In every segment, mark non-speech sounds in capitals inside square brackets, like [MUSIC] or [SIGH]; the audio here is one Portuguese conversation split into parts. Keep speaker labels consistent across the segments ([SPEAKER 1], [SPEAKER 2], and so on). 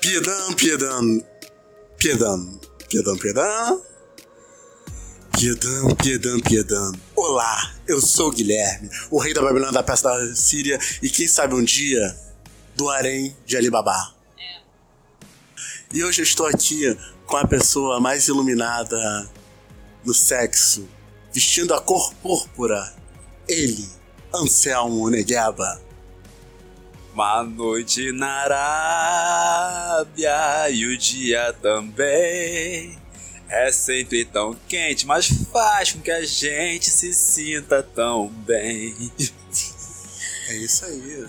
[SPEAKER 1] Piedan, piedan. Piedan, piedan, piedan. Piedan, piedan, piedan. Olá, eu sou o Guilherme, o rei da Babilônia da Peça da Síria e quem sabe um dia do harém de Alibaba. E hoje eu estou aqui com a pessoa mais iluminada no sexo, vestindo a cor púrpura. Ele, Anselmo Negueba.
[SPEAKER 2] Uma noite na Arábia e o dia também é sempre tão quente, mas faz com que a gente se sinta tão bem.
[SPEAKER 1] É isso aí.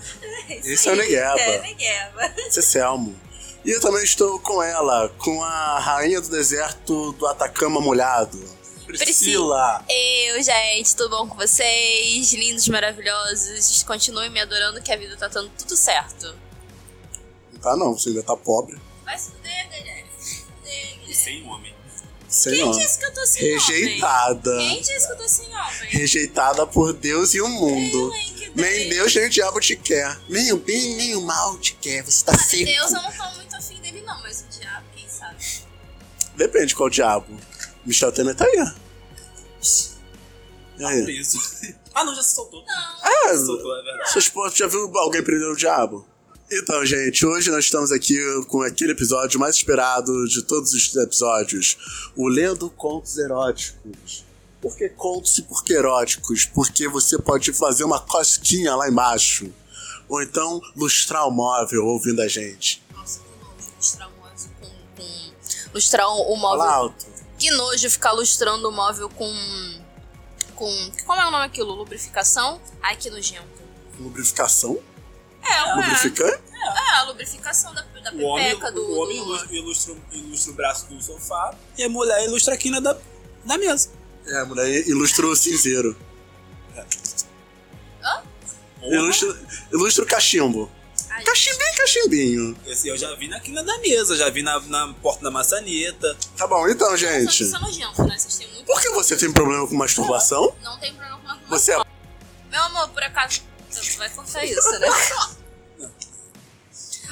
[SPEAKER 1] Esse
[SPEAKER 3] Isso
[SPEAKER 1] é o
[SPEAKER 3] aí.
[SPEAKER 1] Negueba.
[SPEAKER 3] [LAUGHS] É, Negueba.
[SPEAKER 1] Esse é Selmo. E eu também estou com ela, com a rainha do deserto do Atacama molhado. Priscila!
[SPEAKER 3] Eu, gente, tudo bom com vocês? Lindos, maravilhosos. Continuem me adorando que a vida tá dando tudo certo.
[SPEAKER 1] Não tá não, você ainda tá pobre.
[SPEAKER 3] Vai se fuder, Guilherme. Se fuder, Guilherme.
[SPEAKER 2] Sem homem.
[SPEAKER 1] Sei
[SPEAKER 3] Quem
[SPEAKER 1] não.
[SPEAKER 3] disse que eu tô sem homem?
[SPEAKER 1] Rejeitada.
[SPEAKER 3] Quem disse que eu tô sem homem?
[SPEAKER 1] Rejeitada por Deus e o mundo.
[SPEAKER 3] Eu, hein, que
[SPEAKER 1] Nem
[SPEAKER 3] Deus.
[SPEAKER 1] Deus nem o diabo te quer. Nem o bem, nem o mal te quer. Você tá seco.
[SPEAKER 3] Deus, é eu não tô muito afim dele, não, mas o diabo, quem sabe? um-
[SPEAKER 1] Depende qual diabo. Michel Temer tá aí. ó. E aí?
[SPEAKER 2] Tá Preso. Ah, não, já se soltou.
[SPEAKER 1] Ah,
[SPEAKER 2] Soltou, é verdade.
[SPEAKER 1] Seus pontos, já viu alguém prender o diabo? Então, gente, hoje nós estamos aqui com aquele episódio mais esperado de todos os episódios: o Lendo Contos Eróticos. Por que contos e por que eróticos? Porque você pode fazer uma cosquinha lá embaixo. Ou então lustrar o móvel ouvindo a gente.
[SPEAKER 3] Nossa, que nojo. Lustrar um móvel com. com... Lustrar o o móvel.
[SPEAKER 1] Fala alto.
[SPEAKER 3] Que nojo ficar lustrando o móvel com. Com. Como é o nome aquilo? Lubrificação? Ai, que nojento.
[SPEAKER 1] Lubrificação?
[SPEAKER 3] É, ué.
[SPEAKER 1] Lubrificante?
[SPEAKER 3] É, a lubrificação da, da
[SPEAKER 2] O homem,
[SPEAKER 3] pepeca do.
[SPEAKER 2] o homem
[SPEAKER 3] do...
[SPEAKER 2] ilustra, ilustra- ilustra o braço do sofá e a mulher ilustra a quina da, da mesa.
[SPEAKER 1] É, a mulher ilustra o cinzeiro. Ilustra, ilustra o cachimbo.
[SPEAKER 3] Ai,
[SPEAKER 1] Cachimbinho, cachimbinho.
[SPEAKER 2] Esse eu já vi na quina da mesa, já vi na, na porta da maçaneta.
[SPEAKER 1] Tá bom, então,
[SPEAKER 3] isso-
[SPEAKER 1] gente.
[SPEAKER 3] Isso é nojento, né? Vocês têm muito.
[SPEAKER 1] Por que você tem problema com masturbação?
[SPEAKER 3] Não tem problema com arrumação.
[SPEAKER 1] Você é.
[SPEAKER 3] Meu amor, por acaso. Você vai cortar isso,
[SPEAKER 2] [LAUGHS]
[SPEAKER 3] né?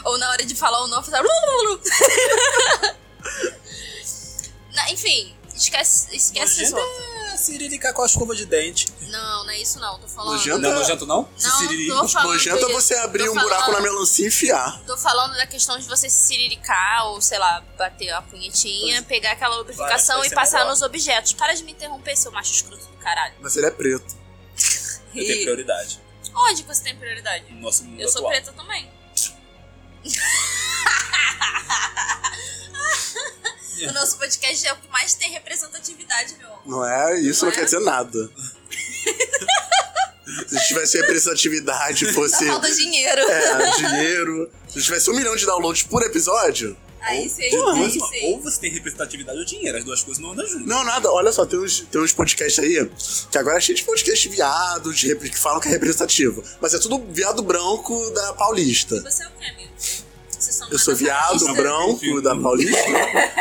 [SPEAKER 3] Ou na hora de falar o nome, tá. [LAUGHS] Na- Enfim, esquece, esquece isso.
[SPEAKER 2] Nojento é Siririca com a escova de dente.
[SPEAKER 3] Não, não é isso não. Tô falando.
[SPEAKER 1] Nojento
[SPEAKER 2] Não é nojento, não?
[SPEAKER 3] Não,
[SPEAKER 2] Siririca. [LAUGHS]
[SPEAKER 3] tô falando.
[SPEAKER 1] Nojento é
[SPEAKER 3] de-
[SPEAKER 1] você abrir
[SPEAKER 3] tô
[SPEAKER 1] um buraco
[SPEAKER 3] falando-
[SPEAKER 1] na melancia e enfiar.
[SPEAKER 3] Tô falando da questão de você se siriricar ou, sei lá, bater a punhetinha, pegar aquela lubrificação
[SPEAKER 2] Vai, vai
[SPEAKER 3] e
[SPEAKER 2] ser
[SPEAKER 3] passar
[SPEAKER 2] melhor.
[SPEAKER 3] nos objetos. Para de me interromper, seu macho escroto do caralho.
[SPEAKER 1] Mas ele é preto.
[SPEAKER 2] Eu tenho
[SPEAKER 3] E
[SPEAKER 2] prioridade.
[SPEAKER 3] onde que você tem prioridade?
[SPEAKER 2] No nosso mundo
[SPEAKER 3] Eu sou
[SPEAKER 2] atual.
[SPEAKER 1] [LAUGHS]
[SPEAKER 3] preta também. o nosso podcast é o que mais tem representatividade, meu amor.
[SPEAKER 1] Não é? Isso não,
[SPEAKER 3] Não é?
[SPEAKER 1] quer dizer
[SPEAKER 3] [LAUGHS]
[SPEAKER 1] nada. se tivesse representatividade,
[SPEAKER 3] Tá
[SPEAKER 1] fosse
[SPEAKER 3] falta dinheiro.
[SPEAKER 1] é, dinheiro. Se tivesse um milhão de downloads por episódio.
[SPEAKER 3] [LAUGHS] Aí sim,
[SPEAKER 2] Ou,
[SPEAKER 3] aí
[SPEAKER 2] ou-
[SPEAKER 3] sim.
[SPEAKER 2] ou você tem representatividade ou dinheiro, as duas coisas não andam juntas.
[SPEAKER 1] Não, nada. Olha só, tem uns, tem uns podcasts aí que agora é cheio de podcast viado, de rep- que falam que é representativo. Mas é tudo viado branco da Paulista.
[SPEAKER 3] Você é o quê, amigo? Você só não
[SPEAKER 1] Eu
[SPEAKER 3] é
[SPEAKER 1] sou viado
[SPEAKER 3] nacionalista?
[SPEAKER 1] branco da Paulista?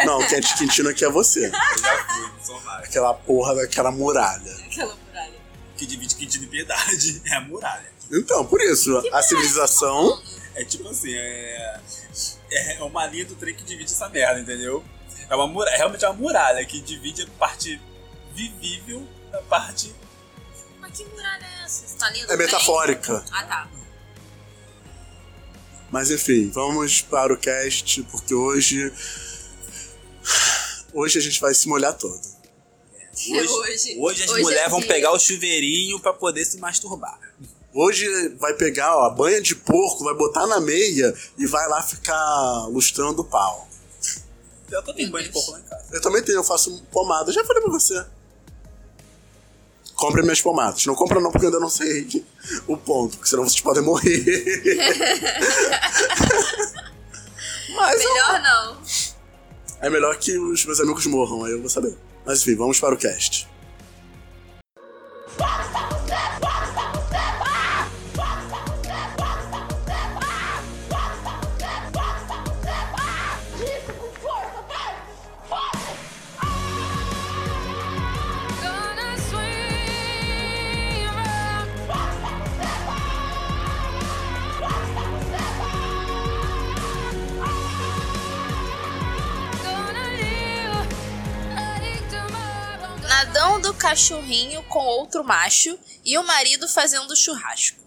[SPEAKER 1] Não, quem é de Quintino aqui é você.
[SPEAKER 2] Eu já fui, não sou nada.
[SPEAKER 1] Aquela porra daquela muralha.
[SPEAKER 3] [LAUGHS] Aquela muralha.
[SPEAKER 2] O que divide Quintino e Piedade [LAUGHS] é a muralha.
[SPEAKER 1] Então, por isso, a
[SPEAKER 3] Não,
[SPEAKER 1] civilização.
[SPEAKER 2] É tipo assim, é. É uma linha do trem que divide essa merda, entendeu? É uma muralha, realmente é uma muralha que divide a parte vivível da parte.
[SPEAKER 3] Mas que muralha é essa? Você tá lendo?
[SPEAKER 1] É metafórica.
[SPEAKER 3] Ah, tá.
[SPEAKER 1] Mas enfim, vamos para o cast, porque hoje. Hoje a gente vai se molhar todo.
[SPEAKER 3] [LAUGHS] Hoje-
[SPEAKER 2] hoje as
[SPEAKER 3] hoje é
[SPEAKER 2] mulheres vão
[SPEAKER 3] dia.
[SPEAKER 2] pegar o chuveirinho pra poder se masturbar.
[SPEAKER 1] Hoje vai pegar ó, a banha de porco, vai botar na meia e vai lá ficar lustrando o pau.
[SPEAKER 2] Eu tô tendo banho de
[SPEAKER 3] Deus.
[SPEAKER 2] porco lá em casa.
[SPEAKER 1] Eu também tenho, eu faço pomada. Já falei pra você. Compre minhas pomadas. Não compra não, porque eu ainda não sei o ponto, porque senão vocês podem morrer. [LAUGHS] Mas eu-
[SPEAKER 3] Melhor não.
[SPEAKER 1] é melhor que os meus amigos morram, aí eu vou saber. Mas enfim, vamos para o cast.
[SPEAKER 3] cachorrinho com outro macho e o marido fazendo churrasco.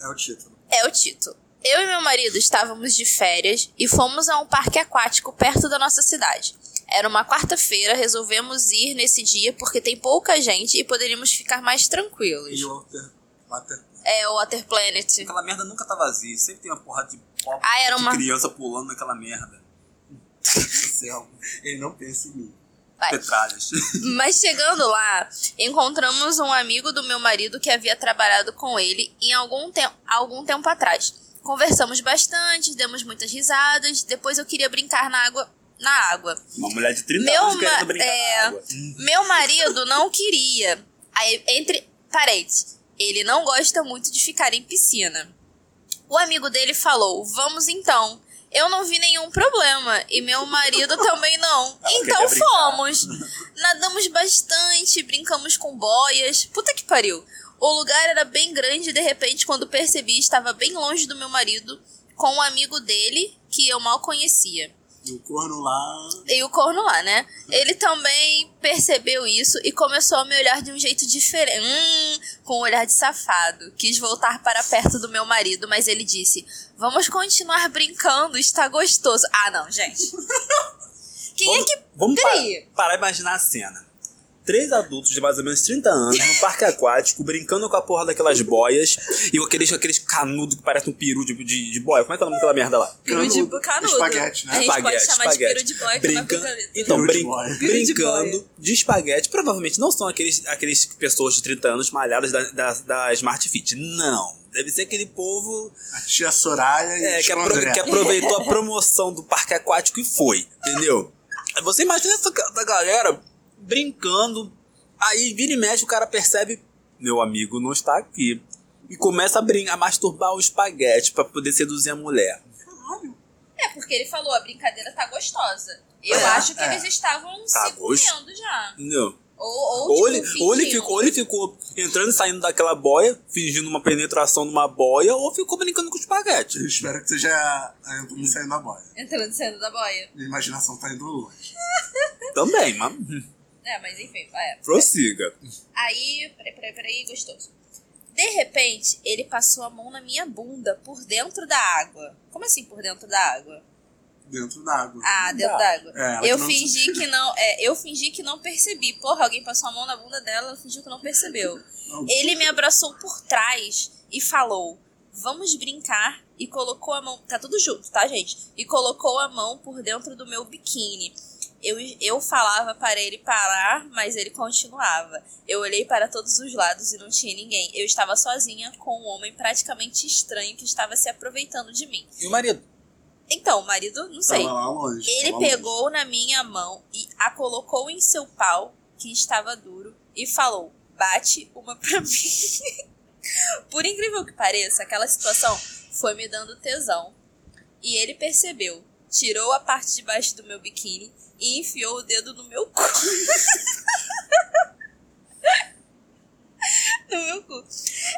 [SPEAKER 1] É o título.
[SPEAKER 3] É o título. Eu e meu marido estávamos de férias e fomos a um parque aquático perto da nossa cidade. Era uma quarta-feira, resolvemos ir nesse dia porque tem pouca gente e poderíamos ficar mais tranquilos.
[SPEAKER 1] E o Walter. Walter.
[SPEAKER 3] É o Water Planet.
[SPEAKER 2] Aquela merda nunca tá vazia, sempre tem uma porrada de pobre
[SPEAKER 3] Ah, era
[SPEAKER 2] de
[SPEAKER 3] uma-
[SPEAKER 2] criança pulando naquela merda.
[SPEAKER 1] Céu, ele não pensa em mim.
[SPEAKER 3] Vai.
[SPEAKER 2] Petralhas.
[SPEAKER 3] Mas chegando lá, encontramos um amigo do meu marido que havia trabalhado com ele em algum, tem algum tempo atrás. Conversamos bastante, demos muitas risadas, depois eu queria brincar na água. Na água.
[SPEAKER 2] Uma mulher de 30
[SPEAKER 3] Meu
[SPEAKER 2] anos querendo
[SPEAKER 3] ma-
[SPEAKER 2] brincar
[SPEAKER 3] é.
[SPEAKER 2] na água.
[SPEAKER 3] Meu marido não queria. Aí, entre parênteses, ele não gosta muito de ficar em piscina. O amigo dele falou: Vamos então. Eu não vi nenhum problema e meu
[SPEAKER 2] [LAUGHS]
[SPEAKER 3] marido também não.
[SPEAKER 2] Ah,
[SPEAKER 3] então
[SPEAKER 2] queria brincar.
[SPEAKER 3] fomos. Nadamos bastante, brincamos com boias. Puta que pariu. O lugar era bem grande e de repente, quando percebi, estava bem longe do meu marido com um amigo dele que eu mal conhecia.
[SPEAKER 1] E o corno lá.
[SPEAKER 3] E o corno lá, né? Ele também percebeu isso e começou a me olhar de um jeito diferente. Hum, com um olhar de safado. Quis voltar para perto do meu marido, mas ele disse: Vamos continuar brincando, está gostoso. Ah, não,
[SPEAKER 2] [LAUGHS]
[SPEAKER 3] gente. Quem é que.
[SPEAKER 2] Vamos pa-
[SPEAKER 3] Peraí.
[SPEAKER 2] parar e imaginar a cena. Três adultos de mais ou menos 30 anos no parque aquático, brincando com a porra daquelas boias e aqueles, aqueles canudos que parecem um peru de, de, de boia. Como é que é o nome daquela merda lá?
[SPEAKER 3] Peru de
[SPEAKER 1] Canudo.
[SPEAKER 3] canudo.
[SPEAKER 1] Espaguete, né?
[SPEAKER 3] A gente pode chamar de peru de boy, que é uma
[SPEAKER 2] Brincando-
[SPEAKER 3] coisa linda.
[SPEAKER 2] Então,
[SPEAKER 1] Peru de
[SPEAKER 2] brin-
[SPEAKER 1] boia.
[SPEAKER 3] Peru de
[SPEAKER 2] brincando de, espaguete. Provavelmente não são aqueles, aqueles pessoas de 30 anos malhadas da, da, da Smart Fit. Não. Deve ser aquele povo
[SPEAKER 1] A tia Soraya e
[SPEAKER 2] é,
[SPEAKER 1] o
[SPEAKER 2] que,
[SPEAKER 1] tio
[SPEAKER 2] apro-
[SPEAKER 1] André.
[SPEAKER 2] que aproveitou a promoção do parque aquático e foi, entendeu? Aí Você imagina essa ca- da galera brincando, aí vira e mexe, o cara percebe, meu amigo não está aqui. E começa a, brin- a masturbar o espaguete pra poder seduzir a mulher.
[SPEAKER 3] É, porque ele falou: a brincadeira tá gostosa. Eu
[SPEAKER 2] É,
[SPEAKER 3] acho que
[SPEAKER 1] é.
[SPEAKER 3] eles estavam
[SPEAKER 2] Tá
[SPEAKER 3] se
[SPEAKER 2] gost-
[SPEAKER 3] comendo já.
[SPEAKER 2] Não.
[SPEAKER 3] Ou, ou,
[SPEAKER 2] Ou ele,
[SPEAKER 3] tipo,
[SPEAKER 2] ou, ele
[SPEAKER 3] fingindo.
[SPEAKER 2] ficou, ou ele ficou entrando e saindo daquela boia, fingindo uma penetração numa boia, ou ficou brincando com o espaguete.
[SPEAKER 1] Eu espero que seja ah, a Antônio saindo da boia.
[SPEAKER 3] Entrando e saindo da boia.
[SPEAKER 1] Minha imaginação tá indo longe.
[SPEAKER 2] Também, mas
[SPEAKER 3] É, mas enfim, vai. é.
[SPEAKER 2] prossiga.
[SPEAKER 3] Aí, peraí, peraí, peraí, gostoso. De repente, ele passou a mão na minha bunda, por dentro da água. Como assim por dentro da água?
[SPEAKER 1] Dentro da água.
[SPEAKER 3] Ah,
[SPEAKER 2] dá.
[SPEAKER 3] dentro da água.
[SPEAKER 1] É, ela
[SPEAKER 3] eu
[SPEAKER 1] que não-
[SPEAKER 3] fingi que não, é, eu fingi que não percebi. Porra, alguém passou a mão na bunda dela, ela fingiu que não percebeu.
[SPEAKER 1] Não.
[SPEAKER 3] Ele me abraçou por trás e falou: "Vamos brincar" e colocou a mão, tá tudo junto, tá, gente? E colocou a mão por dentro do meu biquíni. Eu, eu falava para ele parar, mas ele continuava. Eu olhei para todos os lados e não tinha ninguém. Eu estava sozinha com um homem praticamente estranho que estava se aproveitando de mim.
[SPEAKER 2] E o marido?
[SPEAKER 3] Então, o marido, não sei.
[SPEAKER 1] Tava lá longe.
[SPEAKER 3] Ele
[SPEAKER 1] tava
[SPEAKER 3] pegou na minha mão e a colocou em seu pau, que estava duro, e falou: bate uma pra [LAUGHS] mim. Por incrível que pareça, aquela situação foi me dando tesão. E ele percebeu, tirou a parte de baixo do meu biquíni e enfiou o dedo no meu cu. [LAUGHS] no meu cu.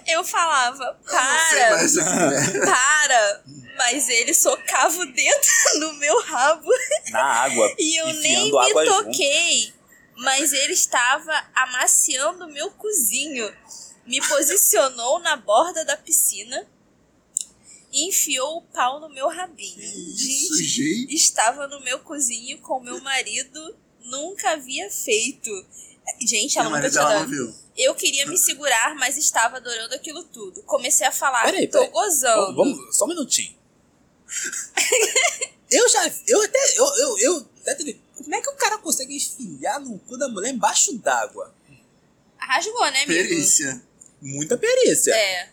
[SPEAKER 3] Eu falava, para!
[SPEAKER 1] Longe. Mas, assim, né?
[SPEAKER 3] para! Mas ele socava o dedo [LAUGHS] no meu rabo
[SPEAKER 2] Na água.
[SPEAKER 3] [LAUGHS] e eu nem
[SPEAKER 2] enfiando água
[SPEAKER 3] me
[SPEAKER 2] junto.
[SPEAKER 3] toquei. Mas ele estava amaciando o meu cozinho. Me posicionou na borda da piscina e enfiou o pau no meu rabinho.
[SPEAKER 1] é, Isso,
[SPEAKER 3] Gente,
[SPEAKER 1] gente.
[SPEAKER 3] estava no meu cozinho com meu marido, nunca havia feito. Gente, ela tá
[SPEAKER 1] Minha marido
[SPEAKER 3] nunca tinha
[SPEAKER 1] ela não
[SPEAKER 3] dado.
[SPEAKER 1] viu.
[SPEAKER 3] Eu queria me segurar, mas estava adorando aquilo tudo. Comecei a falar,
[SPEAKER 2] Peraí,
[SPEAKER 3] tô
[SPEAKER 2] peraí.
[SPEAKER 3] gozando.
[SPEAKER 2] Vamos, vamos, só um
[SPEAKER 3] [LAUGHS]
[SPEAKER 2] minutinho. eu já. Eu até. Eu, eu, eu até teve- Como é que o cara consegue enfiar no cu da mulher embaixo d'água?
[SPEAKER 3] Rasgou, né, amigo?
[SPEAKER 1] Perícia.
[SPEAKER 2] Muita perícia.
[SPEAKER 3] É.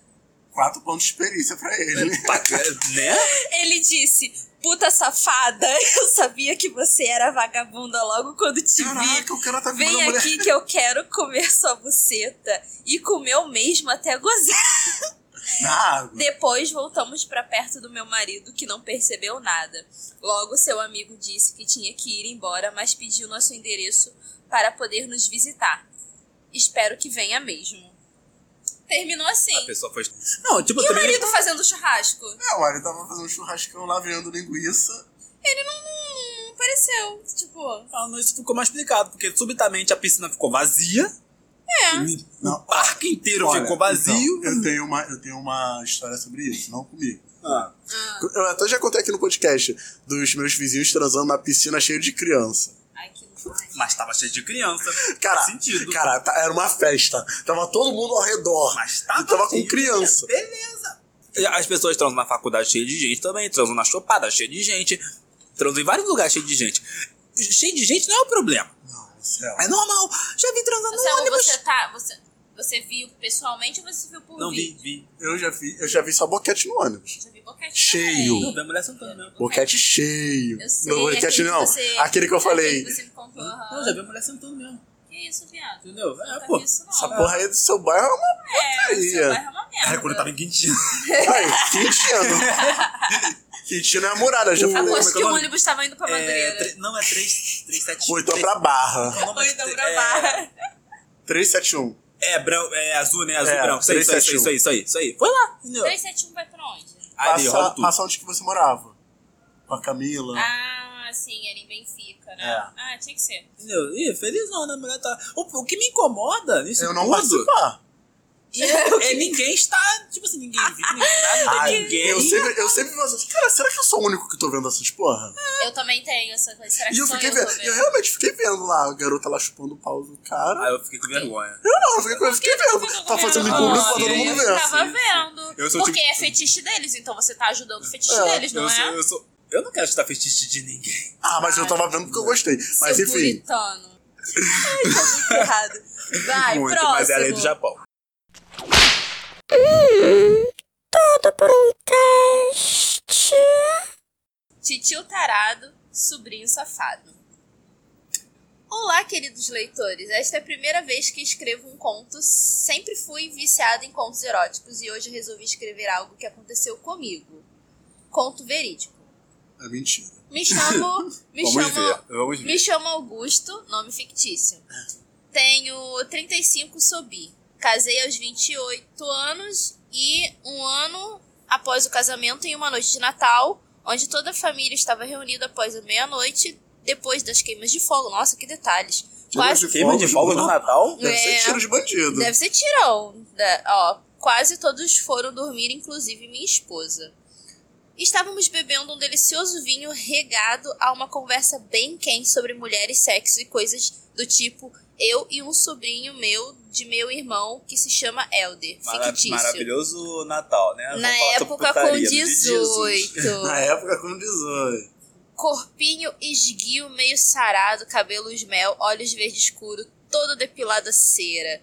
[SPEAKER 1] Quatro pontos de perícia pra ele.
[SPEAKER 2] Pra cá, né?
[SPEAKER 3] Ele disse, puta safada, [LAUGHS] eu sabia que você era vagabunda logo quando te vi.
[SPEAKER 1] [LAUGHS] Caraca, o cara tá com uma
[SPEAKER 3] Vem
[SPEAKER 1] mulher.
[SPEAKER 3] aqui que eu quero comer sua buceta. E comeu mesmo até
[SPEAKER 1] [LAUGHS]
[SPEAKER 3] gozar.
[SPEAKER 1] Na água.
[SPEAKER 3] Depois voltamos pra perto do meu marido, que não percebeu nada. Logo, seu amigo disse que tinha que ir embora, mas pediu nosso endereço para poder nos visitar. Espero que venha mesmo. Terminou
[SPEAKER 2] A
[SPEAKER 1] Ah,
[SPEAKER 3] assim.
[SPEAKER 2] pessoa faz. Não, tipo,
[SPEAKER 3] E o
[SPEAKER 2] também.
[SPEAKER 3] marido fazendo churrasco?
[SPEAKER 1] Não, olha, ele tava fazendo um churrascão lá, virando linguiça.
[SPEAKER 3] Ele não- não não apareceu. Tipo,
[SPEAKER 2] Ah, não, isso ficou mais explicado, porque subitamente a piscina ficou vazia.
[SPEAKER 3] É.
[SPEAKER 2] E
[SPEAKER 1] Não,
[SPEAKER 2] o parque inteiro
[SPEAKER 1] Olha,
[SPEAKER 2] ficou vazio.
[SPEAKER 1] então, eu, tenho uma, eu tenho uma história sobre isso, não comigo.
[SPEAKER 2] Ah,
[SPEAKER 1] Eu até já contei aqui no podcast dos meus vizinhos transando na piscina cheio de criança.
[SPEAKER 3] Ai, que nojo.
[SPEAKER 2] mas tava cheio de [LAUGHS] criança.
[SPEAKER 1] Cara,
[SPEAKER 2] Faz sentido.
[SPEAKER 1] cara tá- era uma festa. Tava todo mundo ao redor.
[SPEAKER 2] Mas tava
[SPEAKER 1] e tava com
[SPEAKER 2] cheio de
[SPEAKER 1] criança.
[SPEAKER 2] Beleza. E As pessoas transam na faculdade cheio de gente também, transam na chopada cheio de gente, transam em vários lugares cheio de gente. Cheio de gente não é o problema.
[SPEAKER 1] Não, céu.
[SPEAKER 2] É normal. Já vi transando no
[SPEAKER 3] Então,
[SPEAKER 2] ônibus.
[SPEAKER 3] você tá. Você, você viu pessoalmente ou você viu por
[SPEAKER 2] Não vi,
[SPEAKER 3] vídeo?
[SPEAKER 2] vi.
[SPEAKER 1] Eu já vi, eu já vi só boquete no ônibus.
[SPEAKER 3] Você viu boquete
[SPEAKER 1] Cheio.
[SPEAKER 3] também.
[SPEAKER 2] Não, vi a mulher sentando mesmo.
[SPEAKER 1] Boquete cheio.
[SPEAKER 3] Eu sei.
[SPEAKER 1] não, boquete
[SPEAKER 3] aquele
[SPEAKER 1] não.
[SPEAKER 3] Que você,
[SPEAKER 1] Aquele que eu falei.
[SPEAKER 3] aquele que você me contou. aham.
[SPEAKER 2] Não, já vi a mulher sentando mesmo.
[SPEAKER 3] Que isso, viado?
[SPEAKER 2] Entendeu?
[SPEAKER 3] Nunca
[SPEAKER 2] É, pô.
[SPEAKER 3] vi isso, não.
[SPEAKER 1] Essa porra aí do seu bairro é uma
[SPEAKER 3] É, o
[SPEAKER 1] porcaria.
[SPEAKER 3] seu bairro é uma merda.
[SPEAKER 2] em quentinho.
[SPEAKER 1] Aí, Quintino.
[SPEAKER 2] [LAUGHS]
[SPEAKER 1] Quintino é a muralha, já
[SPEAKER 2] O-
[SPEAKER 1] falei.
[SPEAKER 3] Aposto
[SPEAKER 1] Como é que
[SPEAKER 3] que
[SPEAKER 1] é o
[SPEAKER 3] o
[SPEAKER 1] nome?
[SPEAKER 3] ônibus tava indo pra
[SPEAKER 2] É,
[SPEAKER 3] Madureira.
[SPEAKER 2] tre- não, é 375.
[SPEAKER 1] Ou então pra Barra.
[SPEAKER 3] Ou então
[SPEAKER 1] é.
[SPEAKER 3] pra Barra.
[SPEAKER 1] 371.
[SPEAKER 2] É, branco, é azul, né? Azul
[SPEAKER 1] É,
[SPEAKER 2] branco. Isso aí, isso aí, isso aí, isso aí, isso aí. Foi lá. Entendeu?
[SPEAKER 3] 371 vai pra onde?
[SPEAKER 2] Ali, rola
[SPEAKER 1] Passa,
[SPEAKER 2] tudo.
[SPEAKER 1] passa onde que você morava. Com a Camila.
[SPEAKER 3] Ah, sim, era em Benfica, né?
[SPEAKER 1] É.
[SPEAKER 3] Ah, tinha que ser.
[SPEAKER 2] Entendeu? Ih, felizona, a mulher tá. O, o que me incomoda nisso
[SPEAKER 1] eu não
[SPEAKER 2] tudo
[SPEAKER 1] participar.
[SPEAKER 2] é, é ninguém está. Tipo assim, ninguém viu, ninguém [LAUGHS] nada, não
[SPEAKER 1] Ai,
[SPEAKER 2] tem Ah, ninguém.
[SPEAKER 1] eu sempre, eu sempre penso assim, cara, será que eu sou o único que tô vendo essas porra?
[SPEAKER 3] Eu também tenho essa coisa. Será
[SPEAKER 1] E
[SPEAKER 3] que
[SPEAKER 1] eu
[SPEAKER 3] É só
[SPEAKER 1] fiquei
[SPEAKER 3] eu né? tô
[SPEAKER 1] vendo, eu realmente fiquei vendo lá a garota lá chupando o pau do cara.
[SPEAKER 2] Aí Ah, eu fiquei com vergonha.
[SPEAKER 1] Eu não, eu fiquei, eu fiquei vendo. Tá fazendo em público pra
[SPEAKER 2] Olha,
[SPEAKER 1] todo mundo
[SPEAKER 3] Eu
[SPEAKER 1] ver.
[SPEAKER 3] tava vendo.
[SPEAKER 2] Eu sou o
[SPEAKER 3] porque
[SPEAKER 2] tipo-
[SPEAKER 3] é fetiche deles, então você tá ajudando o fetiche
[SPEAKER 1] É,
[SPEAKER 3] deles, não
[SPEAKER 2] eu,
[SPEAKER 3] é?
[SPEAKER 2] sou, eu sou. Eu não quero estar fetiche de ninguém.
[SPEAKER 1] Ah, mas eu tava vendo porque eu gostei. Mas
[SPEAKER 3] Seu
[SPEAKER 1] enfim,
[SPEAKER 3] puritano. Ai, tá muito errado. Vai,
[SPEAKER 2] Muito,
[SPEAKER 3] próximo.
[SPEAKER 2] mas é a lei do Japão.
[SPEAKER 3] Titio tarado, sobrinho safado. Olá, queridos leitores. Esta é a primeira vez que escrevo um conto. Sempre fui viciada em contos eróticos e hoje resolvi escrever algo que aconteceu comigo. Conto verídico.
[SPEAKER 1] é mentira.
[SPEAKER 3] Me chamo, me
[SPEAKER 2] Vamos
[SPEAKER 3] chamo,
[SPEAKER 2] ver, vamos ver.
[SPEAKER 3] me chamo Augusto, nome fictício. Tenho 35 sobi. Casei aos 28 anos e um ano após o casamento em uma noite de Natal, onde toda a família estava reunida após a meia-noite, depois das queimas de fogo. Nossa, que detalhes. Quase,
[SPEAKER 2] Queima de folga no Natal?
[SPEAKER 1] Deve ser
[SPEAKER 3] É.
[SPEAKER 1] tiro de bandido.
[SPEAKER 3] deve ser tirão. Da- ó, quase todos foram dormir, inclusive minha esposa. Estávamos bebendo um delicioso vinho regado a uma conversa bem quente sobre mulheres, sexo e coisas do tipo eu e um sobrinho meu de meu irmão que se chama Elder,
[SPEAKER 2] Mara-
[SPEAKER 3] fictício.
[SPEAKER 2] maravilhoso Natal, né? Vamos
[SPEAKER 3] Na
[SPEAKER 2] falar sobre
[SPEAKER 3] época
[SPEAKER 2] putaria
[SPEAKER 3] com
[SPEAKER 2] do dia de Jesus.
[SPEAKER 3] 18.
[SPEAKER 1] Na época com 18.
[SPEAKER 3] Corpinho esguio, meio sarado, cabelos mel, olhos verde escuro, todo depilado a cera.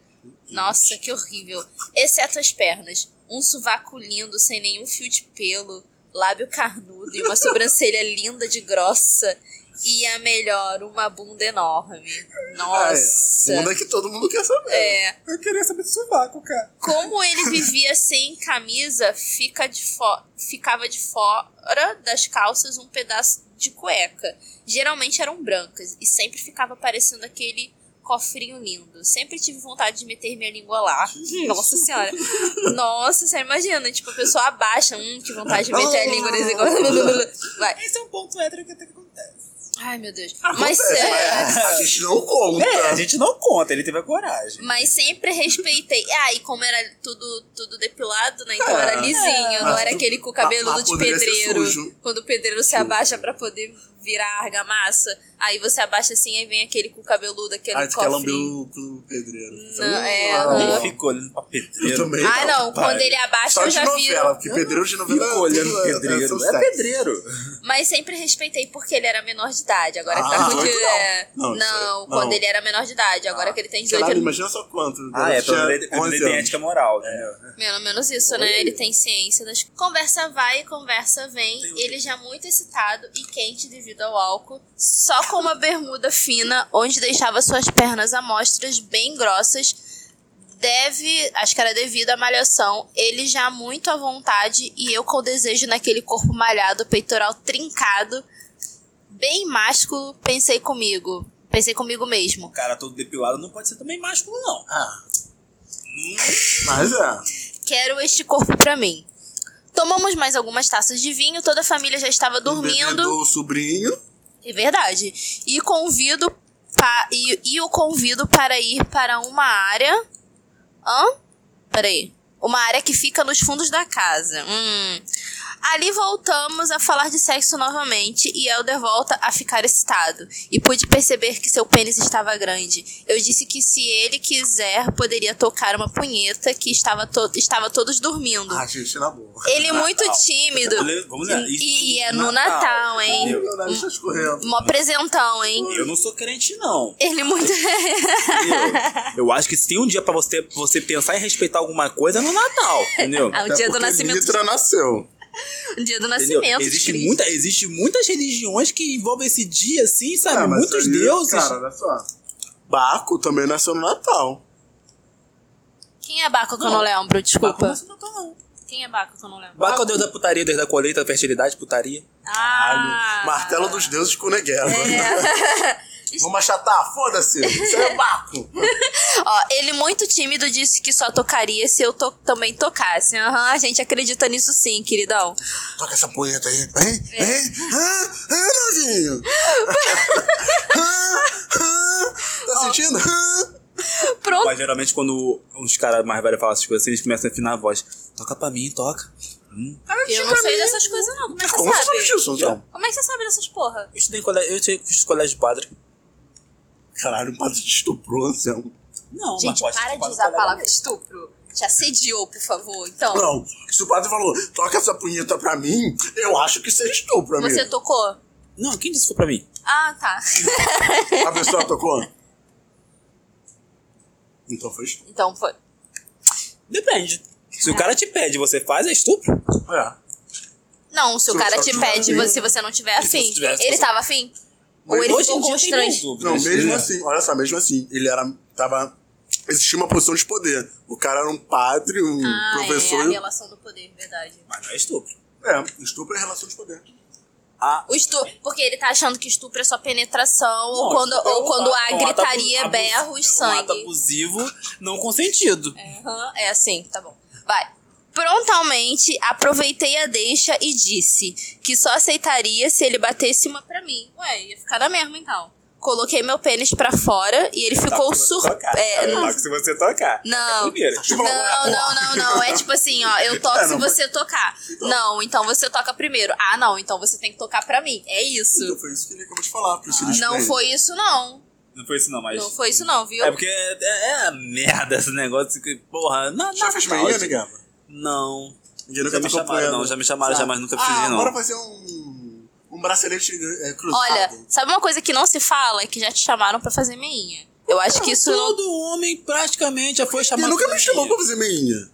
[SPEAKER 3] Nossa, que horrível. Exceto as pernas. Um sovaco lindo, sem nenhum fio de pelo, lábio carnudo e uma sobrancelha linda de grossa. E a melhor, uma bunda enorme.
[SPEAKER 1] Ah, é.
[SPEAKER 3] Nossa.
[SPEAKER 1] Bunda que todo mundo quer saber.
[SPEAKER 3] É.
[SPEAKER 2] Eu queria saber do sovaco, cara.
[SPEAKER 3] Como ele vivia sem camisa, fica de fo- ficava de fora das calças um pedaço de cueca. Geralmente eram brancas e sempre ficava parecendo aquele cofrinho lindo. Sempre tive vontade de meter minha língua lá. [LAUGHS] Nossa senhora. Nossa senhora, imagina, tipo, a pessoa abaixa, hum, que vontade de meter a língua nesse negócio. [LAUGHS] Vai.
[SPEAKER 2] Esse é um ponto hétero que até que acontece.
[SPEAKER 3] Ai, meu Deus. Mas
[SPEAKER 1] Acontece,
[SPEAKER 3] é,
[SPEAKER 1] mas a gente não conta.
[SPEAKER 2] É, a gente não conta, ele teve a coragem.
[SPEAKER 3] Mas sempre respeitei. Ah, e como era tudo, tudo depilado, né? Então era lisinho, não
[SPEAKER 1] Mas
[SPEAKER 3] era
[SPEAKER 1] tu-
[SPEAKER 3] aquele com o
[SPEAKER 1] mas-
[SPEAKER 3] cabelo
[SPEAKER 1] É. mas
[SPEAKER 3] de
[SPEAKER 1] poderia ser
[SPEAKER 3] pedreiro.
[SPEAKER 1] sujo.
[SPEAKER 3] Quando o pedreiro se abaixa pra poder virar argamassa, aí você abaixa assim e vem aquele com o cabeludo, aquele
[SPEAKER 1] Ah, tu quer lamber
[SPEAKER 3] cofre.
[SPEAKER 1] o cu do pedreiro.
[SPEAKER 3] Não, é,
[SPEAKER 1] Ah,
[SPEAKER 2] Ele
[SPEAKER 3] não.
[SPEAKER 2] ficou olhando pra pedreiro.
[SPEAKER 1] Eu também.
[SPEAKER 3] Ah, não,
[SPEAKER 1] pai.
[SPEAKER 3] quando ele abaixa
[SPEAKER 1] Só
[SPEAKER 3] eu
[SPEAKER 1] de
[SPEAKER 3] já vi.
[SPEAKER 1] novela, porque pedreiro de novela
[SPEAKER 2] Ficou olhando
[SPEAKER 1] tudo é- é
[SPEAKER 2] pedreiro.
[SPEAKER 1] seu
[SPEAKER 2] É,
[SPEAKER 1] sexo.
[SPEAKER 2] pedreiro.
[SPEAKER 3] Mas sempre respeitei porque ele era menor de idade. Agora que
[SPEAKER 1] Ah,
[SPEAKER 3] tá com de...
[SPEAKER 1] dezoito não.
[SPEAKER 3] é,
[SPEAKER 1] Não,
[SPEAKER 3] Não,
[SPEAKER 1] dezoito,
[SPEAKER 3] quando
[SPEAKER 1] não.
[SPEAKER 3] ele era menor de idade. Agora
[SPEAKER 2] Ah,
[SPEAKER 3] que ele tem 18
[SPEAKER 1] Caralho,
[SPEAKER 3] anos.
[SPEAKER 1] imagina só quanto.
[SPEAKER 2] Ah, é, pelo
[SPEAKER 1] Tinha
[SPEAKER 2] menos pelo
[SPEAKER 1] 11
[SPEAKER 2] menos tem
[SPEAKER 1] anos. É.
[SPEAKER 2] ética moral, entendeu?
[SPEAKER 3] Pelo menos isso,
[SPEAKER 2] Oi.
[SPEAKER 3] né? Ele tem ciência das Conversa vai e conversa vem.
[SPEAKER 2] Tem o quê?
[SPEAKER 3] Ele já é muito excitado e quente devido ao álcool, só com uma bermuda fina, onde deixava suas pernas à mostras bem grossas. Deve, acho que era devido à malhação, ele já é muito à vontade e eu com desejo naquele corpo malhado, peitoral trincado, bem másculo, pensei comigo. Pensei comigo mesmo.
[SPEAKER 2] O cara todo depilado não pode ser também másculo, não.
[SPEAKER 1] Ah. Mas é.
[SPEAKER 3] Quero este corpo pra mim. Tomamos mais algumas taças de vinho, toda a família já estava dormindo.
[SPEAKER 1] O sobrinho.
[SPEAKER 3] É verdade. E convido pa- e, e o convido para ir para uma área. Hã? Peraí. Uma área que fica nos fundos da casa. Hum. Ali voltamos a falar de sexo novamente e Elder volta a ficar excitado. E pude perceber que seu pênis estava grande. Eu disse que se ele quiser, poderia tocar uma punheta que estava, to estava todos dormindo.
[SPEAKER 1] Ah, gente, na boa.
[SPEAKER 3] Ele é muito tímido.
[SPEAKER 2] Vamos lá, isso
[SPEAKER 3] E, e é
[SPEAKER 2] no
[SPEAKER 3] no
[SPEAKER 2] Natal.
[SPEAKER 3] Natal, hein?
[SPEAKER 1] Meu nariz tá escorrendo.
[SPEAKER 3] Mó presentão, hein?
[SPEAKER 2] Eu não sou crente, não.
[SPEAKER 3] Ele muito. [LAUGHS]
[SPEAKER 2] Eu acho que se tem um dia pra você, você pensar em respeitar alguma coisa é no Natal, entendeu?
[SPEAKER 3] Ah, o
[SPEAKER 1] Até
[SPEAKER 3] dia do
[SPEAKER 1] porque
[SPEAKER 3] nascimento.
[SPEAKER 1] Mitra nasceu.
[SPEAKER 3] o Dia do
[SPEAKER 2] Entendeu?
[SPEAKER 3] nascimento. de
[SPEAKER 2] Existe,
[SPEAKER 3] Cristo.
[SPEAKER 2] muita, existe muitas religiões que envolvem esse dia, assim, sabe?
[SPEAKER 1] Ah, mas
[SPEAKER 2] Muitos
[SPEAKER 1] aí,
[SPEAKER 2] deuses.
[SPEAKER 1] Cara, olha só. Baco também nasceu no Natal.
[SPEAKER 3] Quem é Baco que eu não lembro?
[SPEAKER 2] Baco
[SPEAKER 3] Desculpa.
[SPEAKER 2] não é Natal, não.
[SPEAKER 3] Quem é Baco que eu não lembro?
[SPEAKER 2] Baco é o deus da putaria, deus da colheita, da fertilidade, putaria.
[SPEAKER 3] Ah! É.
[SPEAKER 1] Martelo dos deuses com negueba. [LAUGHS] Vamos achatar, foda-se. Isso é Baco.
[SPEAKER 3] Ó, ele muito tímido disse que só tocaria se eu to- também tocasse. Aham, a gente acredita nisso sim, queridão.
[SPEAKER 1] Toca essa punheta aí. Hein?
[SPEAKER 3] É.
[SPEAKER 1] Hein? Hã? Hã,
[SPEAKER 3] [LAUGHS]
[SPEAKER 1] novinho? Hã? Hã? Tá sentindo? Hã?
[SPEAKER 3] Pronto.
[SPEAKER 2] Mas geralmente quando uns caras mais velhos falam essas coisas assim, eles começam a afinar a voz. Toca pra mim, toca. Hum.
[SPEAKER 3] Eu não sei dessas coisas, não. Como é que
[SPEAKER 1] Como
[SPEAKER 3] você
[SPEAKER 1] você sabe
[SPEAKER 3] sabe?
[SPEAKER 1] disso, então?
[SPEAKER 3] Como é que você sabe dessas porra?
[SPEAKER 2] Eu estudei em colégio, eu estudei em colégio de padre.
[SPEAKER 1] Caralho, o padre te estuprou, Anselmo.
[SPEAKER 2] Não,
[SPEAKER 3] Gente,
[SPEAKER 2] mas pode
[SPEAKER 3] para de
[SPEAKER 2] pode
[SPEAKER 3] usar a
[SPEAKER 2] falar.
[SPEAKER 3] palavra estupro. Te assediou, por favor. Então,
[SPEAKER 1] Não, se o padre falou, toca essa punheta pra mim, eu acho que você estupra, amigo.
[SPEAKER 3] você tocou?
[SPEAKER 2] Não, quem disse que foi pra mim?
[SPEAKER 3] Ah, tá.
[SPEAKER 1] A pessoa tocou? Então foi estupro.
[SPEAKER 3] Então foi.
[SPEAKER 2] Depende. Se o cara te pede, você faz, é estupro?
[SPEAKER 1] É.
[SPEAKER 3] Não, se o
[SPEAKER 1] Se
[SPEAKER 3] cara
[SPEAKER 1] só
[SPEAKER 3] te
[SPEAKER 1] tiver
[SPEAKER 3] pede,
[SPEAKER 1] afim.
[SPEAKER 3] você, se você não tiver
[SPEAKER 2] se
[SPEAKER 3] afim.
[SPEAKER 2] você tiver- se
[SPEAKER 3] Ele
[SPEAKER 2] você-
[SPEAKER 3] tava afim? Ou ele
[SPEAKER 2] Hoje
[SPEAKER 3] ficou
[SPEAKER 2] em dia tem mais
[SPEAKER 3] constrangido?
[SPEAKER 2] dúvidas,
[SPEAKER 1] Não, mesmo
[SPEAKER 2] né?
[SPEAKER 1] assim, olha só, mesmo assim, ele era. tava. Existia uma posição de poder. O cara era um padre, um
[SPEAKER 3] Ah, é, a
[SPEAKER 1] professor.
[SPEAKER 3] relação do poder, verdade.
[SPEAKER 2] Mas não é estupro.
[SPEAKER 1] É, estupro é relação de poder.
[SPEAKER 2] Ah,
[SPEAKER 3] O estu... Porque ele tá achando que estupro é só penetração, ou
[SPEAKER 2] não,
[SPEAKER 3] quando,
[SPEAKER 2] estupro é
[SPEAKER 3] ou
[SPEAKER 2] um
[SPEAKER 3] quando
[SPEAKER 2] ato-
[SPEAKER 3] há
[SPEAKER 2] é um ato
[SPEAKER 3] gritaria,
[SPEAKER 2] abusivo- É
[SPEAKER 3] berros,
[SPEAKER 2] um ato
[SPEAKER 3] sangue.
[SPEAKER 2] abusivo não consentido.
[SPEAKER 3] Aham, é assim, tá bom. Vai. Prontamente, aproveitei a deixa e disse que só aceitaria se ele batesse uma pra mim. Ué, ia ficar na mesma então. Coloquei meu pênis pra fora e
[SPEAKER 2] Tá
[SPEAKER 3] ele ficou surpreso. É, não,
[SPEAKER 2] se você tocar. é
[SPEAKER 3] Não.
[SPEAKER 2] Primeiro.
[SPEAKER 3] Não, não, não, não. [LAUGHS] É tipo assim, ó, eu toco se você tocar. Não, então você toca primeiro. Ah, não, então você tem que tocar pra mim. É
[SPEAKER 1] Então
[SPEAKER 3] isso.
[SPEAKER 1] foi isso que ele acabou de falar. Por isso ele
[SPEAKER 3] Não
[SPEAKER 1] explica.
[SPEAKER 3] foi isso, né? não.
[SPEAKER 2] Não foi isso não, mas...
[SPEAKER 3] Não foi isso, não, viu?
[SPEAKER 2] É porque é, é- é merda esse negócio que, porra... Na, na
[SPEAKER 1] Já fez meia, negava?
[SPEAKER 2] Não.
[SPEAKER 1] Ninguém
[SPEAKER 2] Já
[SPEAKER 1] nunca
[SPEAKER 2] me
[SPEAKER 1] tocou
[SPEAKER 2] chamaram,
[SPEAKER 1] punheta.
[SPEAKER 2] não. Já me chamaram,
[SPEAKER 1] Ah,
[SPEAKER 2] já, mas nunca fiz
[SPEAKER 1] ah,
[SPEAKER 2] não.
[SPEAKER 1] Bora fazer um. um bracelete é, cruzado.
[SPEAKER 3] Olha, sabe uma coisa que não se fala? É que já te chamaram pra fazer meinha. Eu acho que isso não.
[SPEAKER 2] Todo homem praticamente já foi
[SPEAKER 1] Ninguém
[SPEAKER 3] Tá
[SPEAKER 2] chamado...
[SPEAKER 1] nunca me
[SPEAKER 2] pra
[SPEAKER 1] chamou pra
[SPEAKER 2] meinha.
[SPEAKER 1] fazer meinha.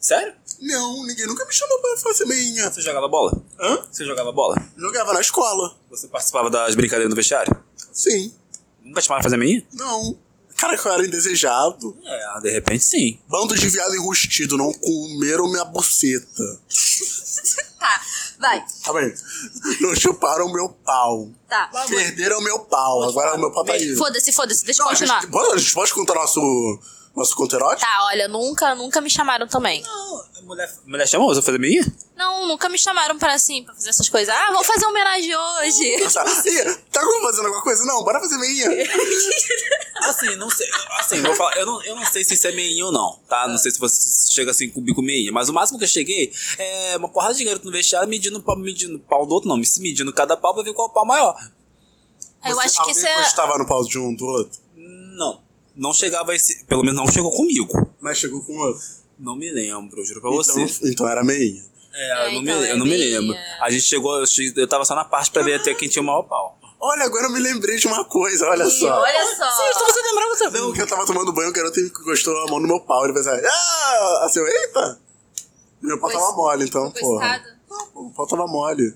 [SPEAKER 2] Sério?
[SPEAKER 1] Não, ninguém nunca me chamou pra fazer meinha.
[SPEAKER 2] Você jogava bola?
[SPEAKER 1] Hã?
[SPEAKER 2] Você jogava bola?
[SPEAKER 1] Jogava na escola.
[SPEAKER 2] Você participava das brincadeiras do vestiário?
[SPEAKER 1] Sim.
[SPEAKER 2] Nunca te chamaram pra fazer meinha?
[SPEAKER 1] Não. Cara, que eu era indesejado.
[SPEAKER 2] É, de repente sim.
[SPEAKER 1] Bando de viado enrustido, não comeram minha buceta.
[SPEAKER 3] Tá, vai,
[SPEAKER 1] Tá bem? Não chuparam meu pau.
[SPEAKER 3] tá.
[SPEAKER 1] Perderam meu pau. Agora meu pau tá aí.
[SPEAKER 3] Foda-se, foda-se, deixa eu
[SPEAKER 1] Não, a
[SPEAKER 3] continuar.
[SPEAKER 1] gente, bora, a gente pode contar nosso, nosso conterote?
[SPEAKER 3] Tá, olha, nunca, nunca me chamaram também.
[SPEAKER 2] Não, mulher, mulher chamou você pra fazer meinha?
[SPEAKER 3] Não, nunca me chamaram pra assim, pra fazer essas coisas. Ah, vou fazer homenagem hoje.
[SPEAKER 1] Tá, Ih, tá fazendo alguma coisa? Não, bora fazer meinha.
[SPEAKER 2] Assim, não sei. Assim, vou falar, eu não, eu não sei se isso é meinha ou não, tá? Não sei se você chega assim com o bico meinha, mas o máximo que eu cheguei é uma porrada de garoto no vestiário medindo pau, medindo pau do outro, não, me se medindo cada pau pra ver qual é pau maior.
[SPEAKER 3] Eu
[SPEAKER 1] Você-
[SPEAKER 3] acho que isso
[SPEAKER 1] alguém
[SPEAKER 3] é.
[SPEAKER 1] gostava no pau de um do outro,
[SPEAKER 2] Não. Não chegava a esse. Pelo menos não chegou comigo.
[SPEAKER 1] mas chegou com o outro.
[SPEAKER 2] Não me lembro, juro pra você.
[SPEAKER 1] Então, então era meinha.
[SPEAKER 2] É, eu não,
[SPEAKER 3] então
[SPEAKER 2] me,
[SPEAKER 3] é
[SPEAKER 2] eu não me
[SPEAKER 3] meinha.
[SPEAKER 2] lembro. A gente chegou, eu, che- eu tava só na parte pra ver até quem tinha o maior pau.
[SPEAKER 1] Olha, agora eu me lembrei de uma coisa, olha
[SPEAKER 3] Ih,
[SPEAKER 1] só.
[SPEAKER 3] Olha só.
[SPEAKER 2] então você lembrava você.
[SPEAKER 1] Não, que eu tava tomando banho, o garoto encostou a mão no meu pau. Ele pensava, ah, assim, eu, eita! Meu pau
[SPEAKER 3] Foi-
[SPEAKER 1] tava mole, então,
[SPEAKER 3] foi
[SPEAKER 1] porra.
[SPEAKER 3] coisado?
[SPEAKER 1] Não, pô, O pau tava mole.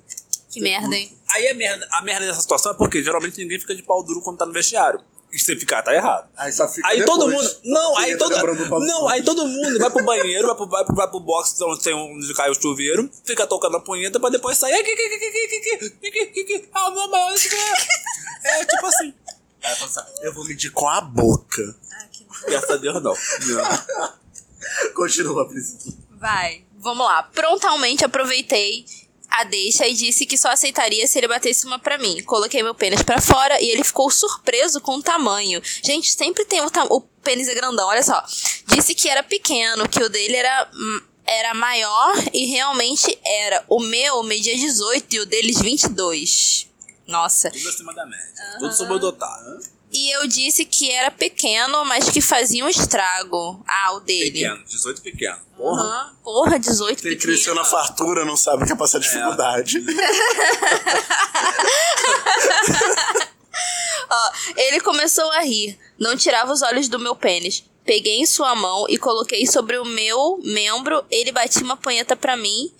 [SPEAKER 3] Que merda, hein?
[SPEAKER 2] Aí a merda, a merda dessa situação é porque geralmente ninguém fica de pau duro quando tá no vestiário. E se ficar, tá errado.
[SPEAKER 1] Aí só fica
[SPEAKER 2] Aí
[SPEAKER 1] depois.
[SPEAKER 2] todo mundo. Não, aí
[SPEAKER 1] Ele
[SPEAKER 2] todo.
[SPEAKER 1] lembrando do pau do
[SPEAKER 2] Não,
[SPEAKER 1] outro.
[SPEAKER 2] aí todo mundo vai pro banheiro, vai pro, vai pro, vai pro box onde, tem, um, onde cai o chuveiro, fica tocando a punheta pra depois sair. "Ai, que, que, que, que, que, que, que, que, que, que, Ah, meu maior isso que é. É tipo assim. Aí fala assim,
[SPEAKER 1] Eu vou medir com a
[SPEAKER 2] [LAUGHS]
[SPEAKER 1] boca.
[SPEAKER 3] Ah, que
[SPEAKER 2] Graças a Deus, não. Não.
[SPEAKER 1] Continua, Priscila.
[SPEAKER 3] Vai, vamos lá. Prontamente aproveitei a deixa e disse que só aceitaria se ele batesse uma pra mim. Coloquei meu pênis pra fora e ele ficou surpreso com o tamanho. Gente, sempre tem o, ta- o pênis é grandão, olha só. Disse que era pequeno, que o dele era, hum, era maior e realmente era. O meu media 18 e o deles 22. Nossa.
[SPEAKER 2] Tudo acima da média. Tudo sobredotado. né?
[SPEAKER 3] E eu disse que era pequeno, mas que fazia um estrago. Ah, o dele.
[SPEAKER 2] Pequeno, 18 pequeno. Porra.
[SPEAKER 3] Porra. Porra, 18
[SPEAKER 1] Ele
[SPEAKER 3] pequeno.
[SPEAKER 1] cresceu na fartura, não sabe o que é passar dificuldade.
[SPEAKER 3] Ó, ele começou a rir. Não tirava os olhos do meu pênis. Peguei em sua mão e coloquei sobre o meu membro. Ele batia uma punheta pra mim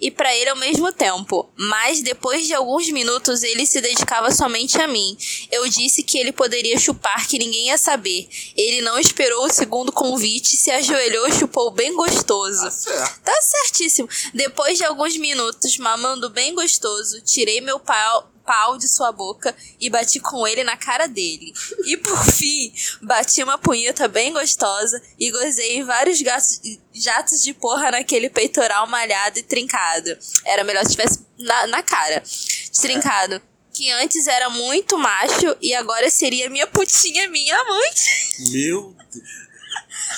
[SPEAKER 3] e pra ele ao mesmo tempo. Mas depois de alguns minutos ele se dedicava somente a mim. Eu disse que ele poderia chupar que ninguém ia saber. Ele não esperou o segundo convite, se ajoelhou e chupou bem gostoso.
[SPEAKER 2] Certo.
[SPEAKER 3] Tá certíssimo. Depois de alguns minutos, mamando bem gostoso, tirei meu pau, pau de sua boca e bati com ele na cara dele. E por [LAUGHS] fim, bati uma punheta bem gostosa e gozei vários gatos, jatos de porra naquele peitoral malhado e trincado. Era melhor se tivesse na, na cara. Trincado. Que antes era muito macho e agora seria minha putinha, minha amante.
[SPEAKER 1] Meu Deus.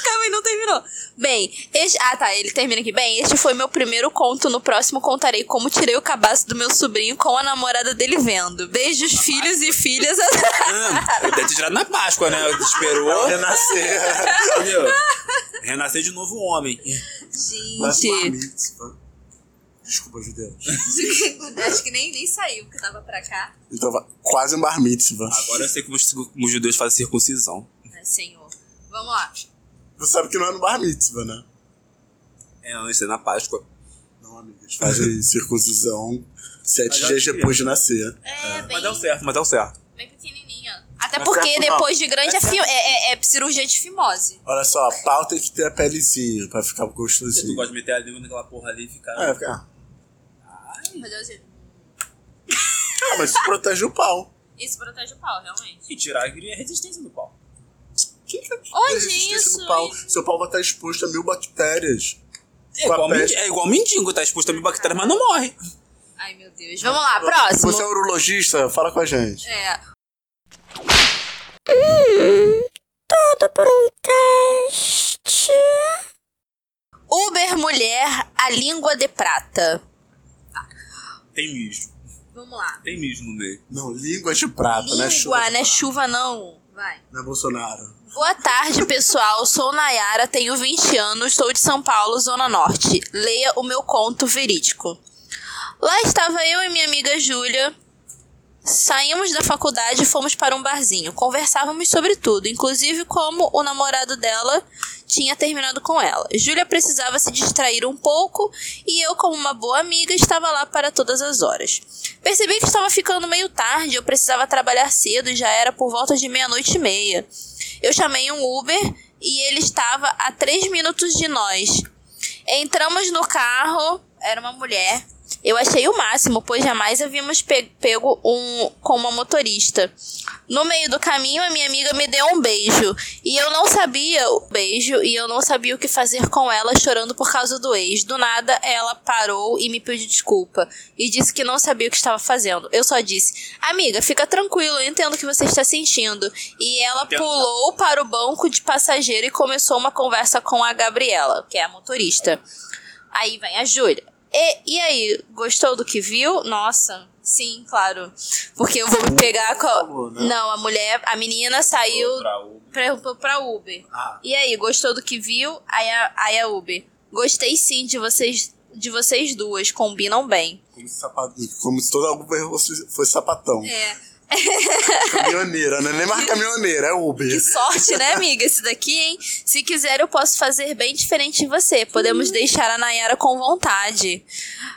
[SPEAKER 3] Calma, e não terminou. Bem, este... ah tá, ele termina aqui. Bem, este foi meu primeiro conto. No próximo contarei como tirei o cabaço do meu sobrinho com a namorada dele vendo. Beijos, filhos e filhas. [LAUGHS]
[SPEAKER 2] Ah, eu deve ter tirado na Páscoa, né? Esperou.
[SPEAKER 1] Renascer.
[SPEAKER 2] Entendeu? Renascer de novo homem.
[SPEAKER 1] Nasce uma
[SPEAKER 3] Gente,
[SPEAKER 1] mitzvah. Desculpa, judeu.
[SPEAKER 3] acho que nem, nem saiu que tava pra cá.
[SPEAKER 1] Ele tava quase um bar mitzvah.
[SPEAKER 2] Agora eu sei como os, como os judeus fazem circuncisão.
[SPEAKER 3] Ai, né, Senhor. Vamos lá.
[SPEAKER 1] Você sabe que não é no bar mitzvah, né?
[SPEAKER 2] É antes, é na Páscoa.
[SPEAKER 1] Não, amiga. Eles
[SPEAKER 2] [LAUGHS]
[SPEAKER 1] fazem circuncisão sete
[SPEAKER 2] Mas eu
[SPEAKER 1] dias
[SPEAKER 2] acho que
[SPEAKER 1] depois de nascer.
[SPEAKER 3] É,
[SPEAKER 2] Mas deu certo, mas deu certo.
[SPEAKER 3] bem pequenininha. Até
[SPEAKER 1] Mas
[SPEAKER 3] porque
[SPEAKER 1] certo não.
[SPEAKER 3] depois de grande é, fio- é, é- é cirurgia de fimose.
[SPEAKER 1] Olha só, a pau tem que ter a pelezinha pra ficar
[SPEAKER 2] Se tu
[SPEAKER 1] gostosinho.
[SPEAKER 2] gosta de meter a língua naquela porra ali e ficar.
[SPEAKER 1] É, fica.
[SPEAKER 3] Mas eu sei,
[SPEAKER 1] Ah, mas isso protege o pau.
[SPEAKER 3] Isso protege o pau, realmente.
[SPEAKER 2] E tirar a grinha é resistência do pau.
[SPEAKER 1] Que que é
[SPEAKER 3] Onde
[SPEAKER 1] resistência
[SPEAKER 3] isso?
[SPEAKER 1] do pau? Seu pau vai estar exposto a mil bactérias.
[SPEAKER 2] É
[SPEAKER 1] Com a
[SPEAKER 2] igual,
[SPEAKER 1] peste.
[SPEAKER 2] mendi- é igual mendigo, tá exposto a
[SPEAKER 3] Ah.
[SPEAKER 2] mil bactérias, mas não morre.
[SPEAKER 3] Ai, meu Deus. Vamos lá, próximo.
[SPEAKER 1] Você é urologista? Fala com a gente.
[SPEAKER 3] É. Uber Mulher, a língua de prata.
[SPEAKER 2] Tem mijo.
[SPEAKER 3] Vamos lá.
[SPEAKER 2] Tem mijo no meio.
[SPEAKER 1] Não, língua de prata, né? Chuva
[SPEAKER 3] Língua,
[SPEAKER 1] de
[SPEAKER 3] né?
[SPEAKER 1] prata.
[SPEAKER 3] Chuva não. Vai.
[SPEAKER 1] Não é Bolsonaro.
[SPEAKER 3] Boa tarde, pessoal. Sou Nayara, tenho 20 anos, estou de São Paulo, Zona Norte. Leia o meu conto verídico. Lá estava eu e minha amiga Júlia. Saímos da faculdade e fomos para um barzinho. Conversávamos sobre tudo, inclusive como o namorado dela tinha terminado com ela. Júlia precisava se distrair um pouco e eu, como uma boa amiga, estava lá para todas as horas. Percebi que estava ficando meio tarde, eu precisava trabalhar cedo e já era por volta de meia-noite e meia. Eu chamei um Uber e ele estava a três minutos de nós. Entramos no carro, era uma mulher. Eu achei o máximo, pois jamais havíamos pe- pego um com uma motorista. No meio do caminho, a minha amiga me deu um beijo. E eu não sabia o beijo, e eu não sabia o que fazer com ela chorando por causa do ex. Do nada, ela parou e me pediu desculpa. E disse que não sabia o que estava fazendo. Eu só disse: Amiga, fica tranquila, eu entendo o que você está sentindo. E ela
[SPEAKER 2] Entendo.
[SPEAKER 3] pulou para o banco de passageiro e começou uma conversa com a Gabriela, que é a motorista. Aí vem a Júlia. E, e aí, gostou do que viu? Nossa, sim, claro. Porque eu vou me pegar com.
[SPEAKER 1] Falou, né?
[SPEAKER 3] Não, a mulher, a menina saiu
[SPEAKER 2] Pra Uber.
[SPEAKER 3] pra, pra- pra Uber.
[SPEAKER 1] Ah.
[SPEAKER 3] E aí, gostou do que viu? Aí a, aí a Uber. Gostei sim de vocês, de vocês duas, combinam bem.
[SPEAKER 1] Como se, sapato, como se toda Uber fosse, fosse sapatão.
[SPEAKER 3] É.
[SPEAKER 1] Caminhoneira, não é nem
[SPEAKER 3] [LAUGHS]
[SPEAKER 1] mais caminhoneira, é Uber. [LAUGHS]
[SPEAKER 3] Que sorte, né, amiga? Esse daqui, hein? Se quiser, eu posso fazer bem diferente em você. Podemos deixar a Nayara com vontade.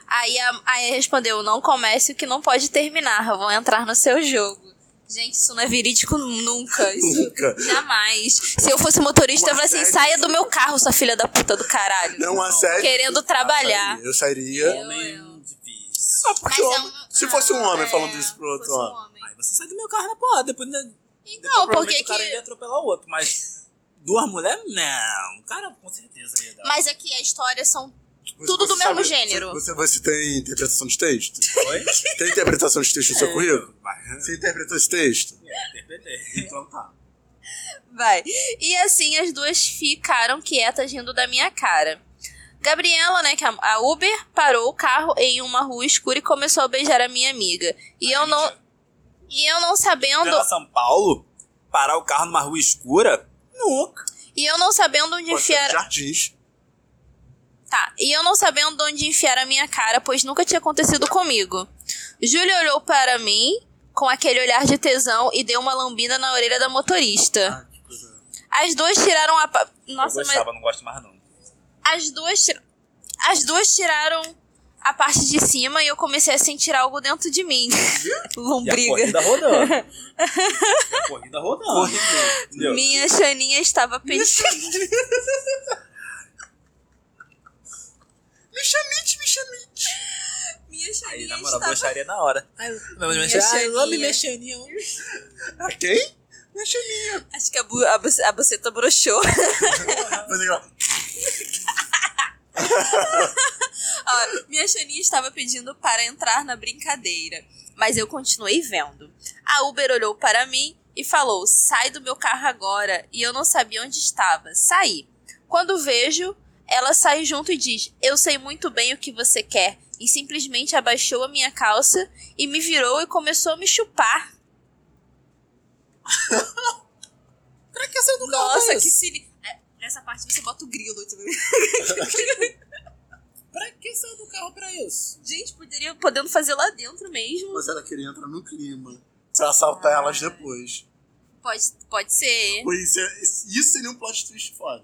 [SPEAKER 3] Aí, a, aí respondeu: Não comece o que não pode terminar. Vou entrar no seu jogo. Gente, isso não é verídico nunca. Isso
[SPEAKER 1] Nunca.
[SPEAKER 3] jamais. Se eu fosse motorista, eu falei assim:
[SPEAKER 1] assédio.
[SPEAKER 3] saia do meu carro, sua filha da puta do caralho.
[SPEAKER 1] Não, a sério.
[SPEAKER 3] Querendo trabalhar.
[SPEAKER 1] Eu sairia.
[SPEAKER 2] Homem é um difícil.
[SPEAKER 1] Ah, porque
[SPEAKER 3] Mas é
[SPEAKER 1] homem-
[SPEAKER 3] um-
[SPEAKER 1] se fosse um
[SPEAKER 3] ah,
[SPEAKER 1] homem
[SPEAKER 3] é,
[SPEAKER 1] falando isso pro outro
[SPEAKER 3] fosse um
[SPEAKER 1] homem.
[SPEAKER 3] homem.
[SPEAKER 2] Aí você sai do meu carro na porra, depois, né, depois
[SPEAKER 3] Então,
[SPEAKER 2] provavelmente
[SPEAKER 3] porque
[SPEAKER 2] o cara
[SPEAKER 3] que.
[SPEAKER 2] ia atropelar o outro. Mas duas mulheres, não. O cara com certeza ia dar.
[SPEAKER 3] Mas aqui a história são Tudo do mesmo
[SPEAKER 1] sabe-
[SPEAKER 3] gênero.
[SPEAKER 1] Você, você tem interpretação de texto?
[SPEAKER 2] Oi?
[SPEAKER 1] Tem interpretação de texto no
[SPEAKER 3] É.
[SPEAKER 1] seu currículo? Você interpretou esse texto?
[SPEAKER 2] é, Interpretei. Então tá.
[SPEAKER 3] Vai. E assim as duas ficaram quietas rindo da minha cara. Gabriela, né, que a- a Uber, parou o carro em uma rua escura e começou a beijar a minha amiga. E eu não. E eu não sabendo.
[SPEAKER 2] Pela São Paulo, parar o carro numa rua escura? Nunca.
[SPEAKER 3] E eu não sabendo onde
[SPEAKER 1] Pode ser nos
[SPEAKER 3] enfiar.
[SPEAKER 1] é Jardins.
[SPEAKER 3] Tá, e eu não sabendo onde enfiar a minha cara, pois nunca tinha acontecido comigo. Júlia olhou para mim com aquele olhar de tesão e deu uma lambida na orelha da motorista. As duas tiraram a. pa- Nossa,
[SPEAKER 2] Ah. eu
[SPEAKER 3] mas.
[SPEAKER 2] gostava, não gosto mais não.
[SPEAKER 3] As duas. tira- As duas tiraram a parte de cima e eu comecei a sentir algo dentro
[SPEAKER 2] [LAUGHS]
[SPEAKER 3] de mim.
[SPEAKER 2] E a
[SPEAKER 3] Lombriga.
[SPEAKER 2] corrida [LAUGHS] rodando. E a corrida rodando. Entendeu?
[SPEAKER 3] Minha Xaninha estava pensando.
[SPEAKER 1] Me chamite, me chamite.
[SPEAKER 3] [LAUGHS] Minha
[SPEAKER 2] Aí,
[SPEAKER 3] Xaninha
[SPEAKER 2] na moral, gostaria na hora. Ai, meu
[SPEAKER 3] Minha xaninha.
[SPEAKER 2] mexaninho.
[SPEAKER 1] A É quem? Me chamite.
[SPEAKER 3] Acho que a, bu- a, bu- a buceta broxou.
[SPEAKER 1] Mas é aqui, ó.
[SPEAKER 3] Ó, minha Xaninha estava pedindo para entrar na brincadeira, mas eu continuei vendo. A Uber olhou para mim e falou: sai do meu carro agora. E eu não sabia onde estava. Saí. Quando vejo, ela sai junto e diz: eu sei muito bem o que você quer. E simplesmente abaixou a minha calça e me virou e começou a me chupar.
[SPEAKER 2] [LAUGHS] Pra que saiu do carro?
[SPEAKER 3] Nossa,
[SPEAKER 2] desse?
[SPEAKER 3] que silêncio. Nessa parte você bota o grilo. Tipo... [LAUGHS]
[SPEAKER 2] Pra que saiu do carro pra isso?
[SPEAKER 3] Gente, poderia podendo fazer lá dentro mesmo.
[SPEAKER 1] Mas ela queria entrar no clima. Pra assaltar elas depois.
[SPEAKER 3] Pode, pode ser.
[SPEAKER 1] Pô, Isso, é- isso seria um plot twist foda.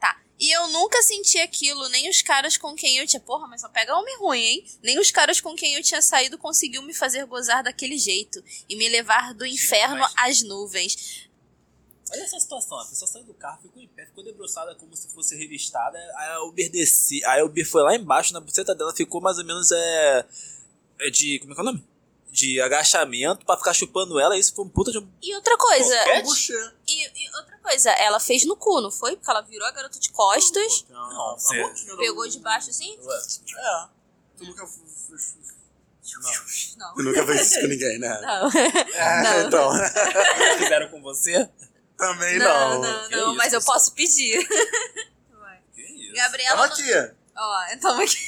[SPEAKER 3] Tá. E eu nunca senti aquilo, nem os caras com quem eu tinha. Porra, mas só pega homem ruim, hein? Nem os caras com quem eu tinha saído conseguiu me fazer gozar daquele jeito e me levar do inferno
[SPEAKER 2] mas-
[SPEAKER 3] às nuvens.
[SPEAKER 2] Olha essa situação, a pessoa saiu do carro, ficou em pé, ficou debruçada como se fosse revistada, aí a Uber desci, aí a Uber foi lá embaixo na buceta dela, ficou mais ou menos é, é de, como é que é o nome? De agachamento pra ficar chupando ela, isso foi um puta de um...
[SPEAKER 3] E outra coisa.
[SPEAKER 2] Pô, É?
[SPEAKER 1] Buchê.
[SPEAKER 3] E, e outra coisa, ela fez no cu, não foi? Porque ela virou a garota de costas,
[SPEAKER 2] Não, você-
[SPEAKER 3] pegou de baixo assim.
[SPEAKER 1] É. Tu nunca. fu- fu- fu-
[SPEAKER 2] [LAUGHS]
[SPEAKER 3] Não.
[SPEAKER 1] Tu nunca fez isso com ninguém, né?
[SPEAKER 3] Não.
[SPEAKER 1] É,
[SPEAKER 3] Não.
[SPEAKER 1] [LAUGHS] então. [LAUGHS]
[SPEAKER 2] Fizeram com você?
[SPEAKER 1] Também
[SPEAKER 3] Não,
[SPEAKER 1] não.
[SPEAKER 3] não,
[SPEAKER 2] que
[SPEAKER 3] não,
[SPEAKER 2] isso,
[SPEAKER 3] mas eu
[SPEAKER 2] pessoal.
[SPEAKER 3] posso pedir. Vai.
[SPEAKER 2] Que isso?
[SPEAKER 1] Tamo
[SPEAKER 3] Gabriela. não-
[SPEAKER 1] aqui.
[SPEAKER 3] Ó, então aqui.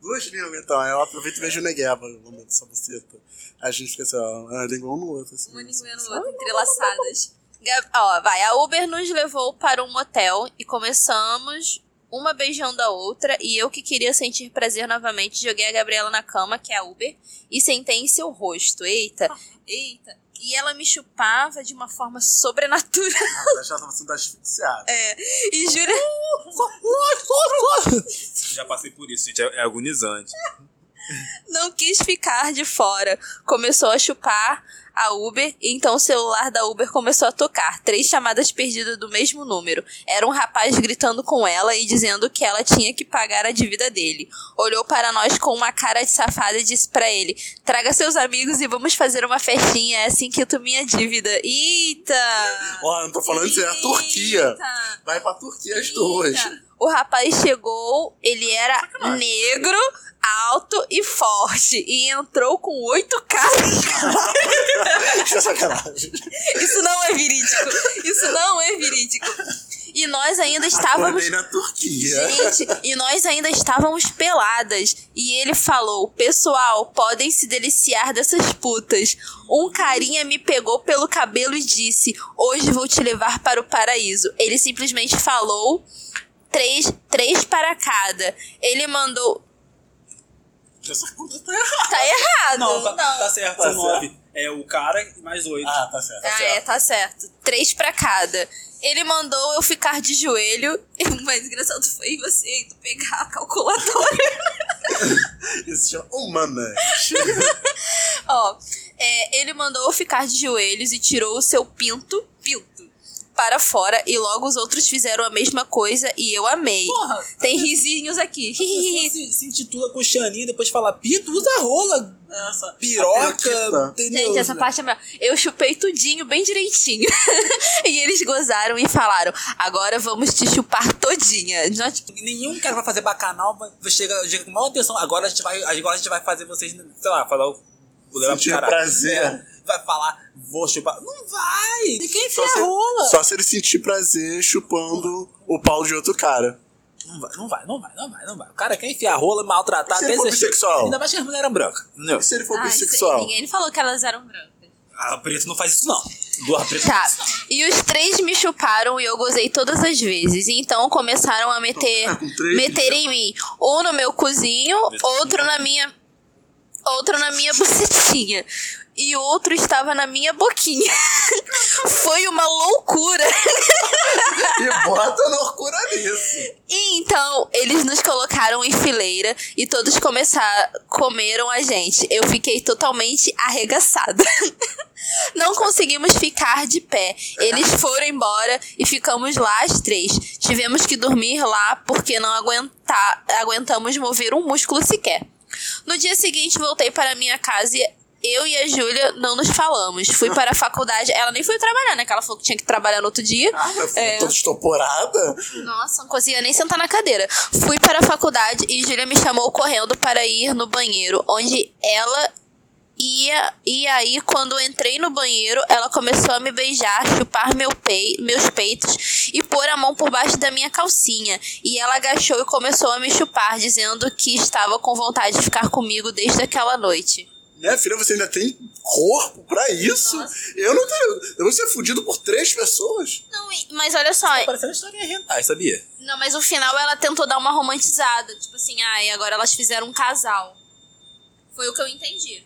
[SPEAKER 1] Duas línguas, então. Eu aproveito e vejo o Negueba no momento dessa buceta. A gente fica assim, ó, ah, língua um no outro. Assim,
[SPEAKER 3] Uma
[SPEAKER 1] assim,
[SPEAKER 3] linguinha
[SPEAKER 1] assim.
[SPEAKER 3] no outro, entrelaçadas. Gab- Ó, vai. A Uber nos levou para um motel e começamos uma beijando a outra. E eu que queria sentir prazer novamente, joguei a Gabriela na cama, que é a Uber, e sentei em seu rosto. Eita, eita. E ela me chupava de uma forma sobrenatural. [LAUGHS]
[SPEAKER 1] Ah, já tava sendo asfixiado.
[SPEAKER 3] E jura.
[SPEAKER 2] Já passei por isso, gente, é, é agonizante.
[SPEAKER 3] não quis ficar de fora. Começou a chupar a Uber, e então o celular da Uber começou a tocar. Três chamadas perdidas do mesmo número. Era um rapaz gritando com ela e dizendo que ela tinha que pagar a dívida dele. Olhou para nós com uma cara de safada e disse para ele: Traga seus amigos e vamos fazer uma festinha, é assim que eu minha dívida. Eita!
[SPEAKER 1] Ó, eu não tô falando isso, é a Turquia.
[SPEAKER 3] Eita!
[SPEAKER 1] Vai pra Turquia as duas.
[SPEAKER 3] Eita. Tá. O rapaz chegou, ele era negro, alto e forte. E entrou com oito caras.
[SPEAKER 1] [LAUGHS]
[SPEAKER 3] [LAUGHS]
[SPEAKER 1] Isso é sacanagem.
[SPEAKER 3] Isso não é verídico. Isso não é verídico. E nós ainda estávamos.
[SPEAKER 1] Acordei na
[SPEAKER 2] é.
[SPEAKER 1] Turquia.
[SPEAKER 3] Ah, Gente, e nós ainda estávamos peladas. E ele falou: Pessoal, podem se deliciar dessas putas. Um carinha me pegou pelo cabelo e disse: Hoje vou te levar para o paraíso. Ele simplesmente falou: Três, três para cada. Ele mandou.
[SPEAKER 1] Essa conta tá errada.
[SPEAKER 3] Tá errado.
[SPEAKER 2] Não, tá, tá certo,
[SPEAKER 1] Tá
[SPEAKER 2] são nove. É o cara e mais oito.
[SPEAKER 1] Ah, tá certo.
[SPEAKER 3] ah, é, tá certo. Três pra cada. Ele mandou eu ficar de joelho. [LAUGHS] O mais engraçado foi você tu pegar a calculadora.
[SPEAKER 1] Isso se chama humanas.
[SPEAKER 3] [LAUGHS] Ó, é, ele mandou eu ficar de joelhos e tirou o seu pinto. Pinto. para fora e logo os outros fizeram a mesma coisa e eu amei.
[SPEAKER 2] Porra,
[SPEAKER 3] Tem risinhos aqui. [LAUGHS]
[SPEAKER 2] pessoa se, se intitula com Xaninha e depois fala, Pito, usa rola,
[SPEAKER 4] Nossa.
[SPEAKER 1] Periquita.
[SPEAKER 2] piroca, entendeu?
[SPEAKER 3] Gente, essa parte é melhor. Eu chupei tudinho, bem direitinho. [LAUGHS] e eles gozaram e falaram: agora vamos te chupar todinha. Nós, tipo,
[SPEAKER 2] Nenhum cara vai fazer bacanal, vai- chega, chega com maior atenção. Agora a gente vai, agora a gente vai fazer vocês, sei lá, falar o. Vou levar pro
[SPEAKER 1] Sentir
[SPEAKER 2] caralho.
[SPEAKER 1] prazer.
[SPEAKER 2] É, vai falar, vou chupar. Não vai! Ninguém enfia
[SPEAKER 1] Só se,
[SPEAKER 2] a rola!
[SPEAKER 1] só se ele sentir prazer chupando o pau de outro cara.
[SPEAKER 2] Não vai, não vai, não vai, não vai, não vai. O cara quer enfiar a rola, maltratar,
[SPEAKER 1] E se ele for
[SPEAKER 2] desistir.
[SPEAKER 1] bissexual?
[SPEAKER 2] Ainda mais que as mulheres eram brancas, entendeu?
[SPEAKER 1] E se ele for
[SPEAKER 3] "Ah, isso aí,
[SPEAKER 1] bissexual?
[SPEAKER 3] Ninguém falou que elas eram brancas.
[SPEAKER 2] A preto não faz isso, não. Duas pretas.
[SPEAKER 3] Tá. E os três me chuparam e eu gozei todas as vezes. Então começaram a meter,
[SPEAKER 1] Tá com três,
[SPEAKER 3] meter em mim. Um no meu cozinho, outro na minha. Outro na minha bucetinha. E outro estava na minha boquinha. [LAUGHS] Foi uma loucura. [LAUGHS]
[SPEAKER 1] E bota loucura nisso.
[SPEAKER 3] E então eles nos colocaram em fileira e todos começaram, comeram a gente. Eu fiquei totalmente arregaçada. [LAUGHS] Não conseguimos ficar de pé. Eles foram embora e ficamos lá as três. Tivemos que dormir lá porque não aguentar, aguentamos mover um músculo sequer. No dia seguinte voltei para minha casa e eu e a Júlia não nos falamos. Fui para a faculdade. Ela nem foi trabalhar, né? Que ela falou que tinha que trabalhar no outro dia.
[SPEAKER 1] Ah,
[SPEAKER 3] É.
[SPEAKER 1] Toda estoporada.
[SPEAKER 3] Nossa, não conseguia nem sentar na cadeira. Fui para a faculdade e Júlia me chamou correndo para ir no banheiro, onde ela ia. E aí, quando eu entrei no banheiro, ela começou a me beijar, chupar meu pei, meus peitos e pôr a mão por baixo da minha calcinha. E ela agachou e começou a me chupar, dizendo que estava com vontade de ficar comigo desde aquela noite.
[SPEAKER 1] Né, filha, você ainda tem corpo pra isso? Eu não tenho. Eu vou ser fudido por três pessoas.
[SPEAKER 3] Não, e- mas olha só,
[SPEAKER 2] Tá Parecendo história rentais, sabia?
[SPEAKER 3] não, mas o final ela tentou dar uma romantizada. Tipo assim, ai, agora elas fizeram um casal. Foi o que eu entendi.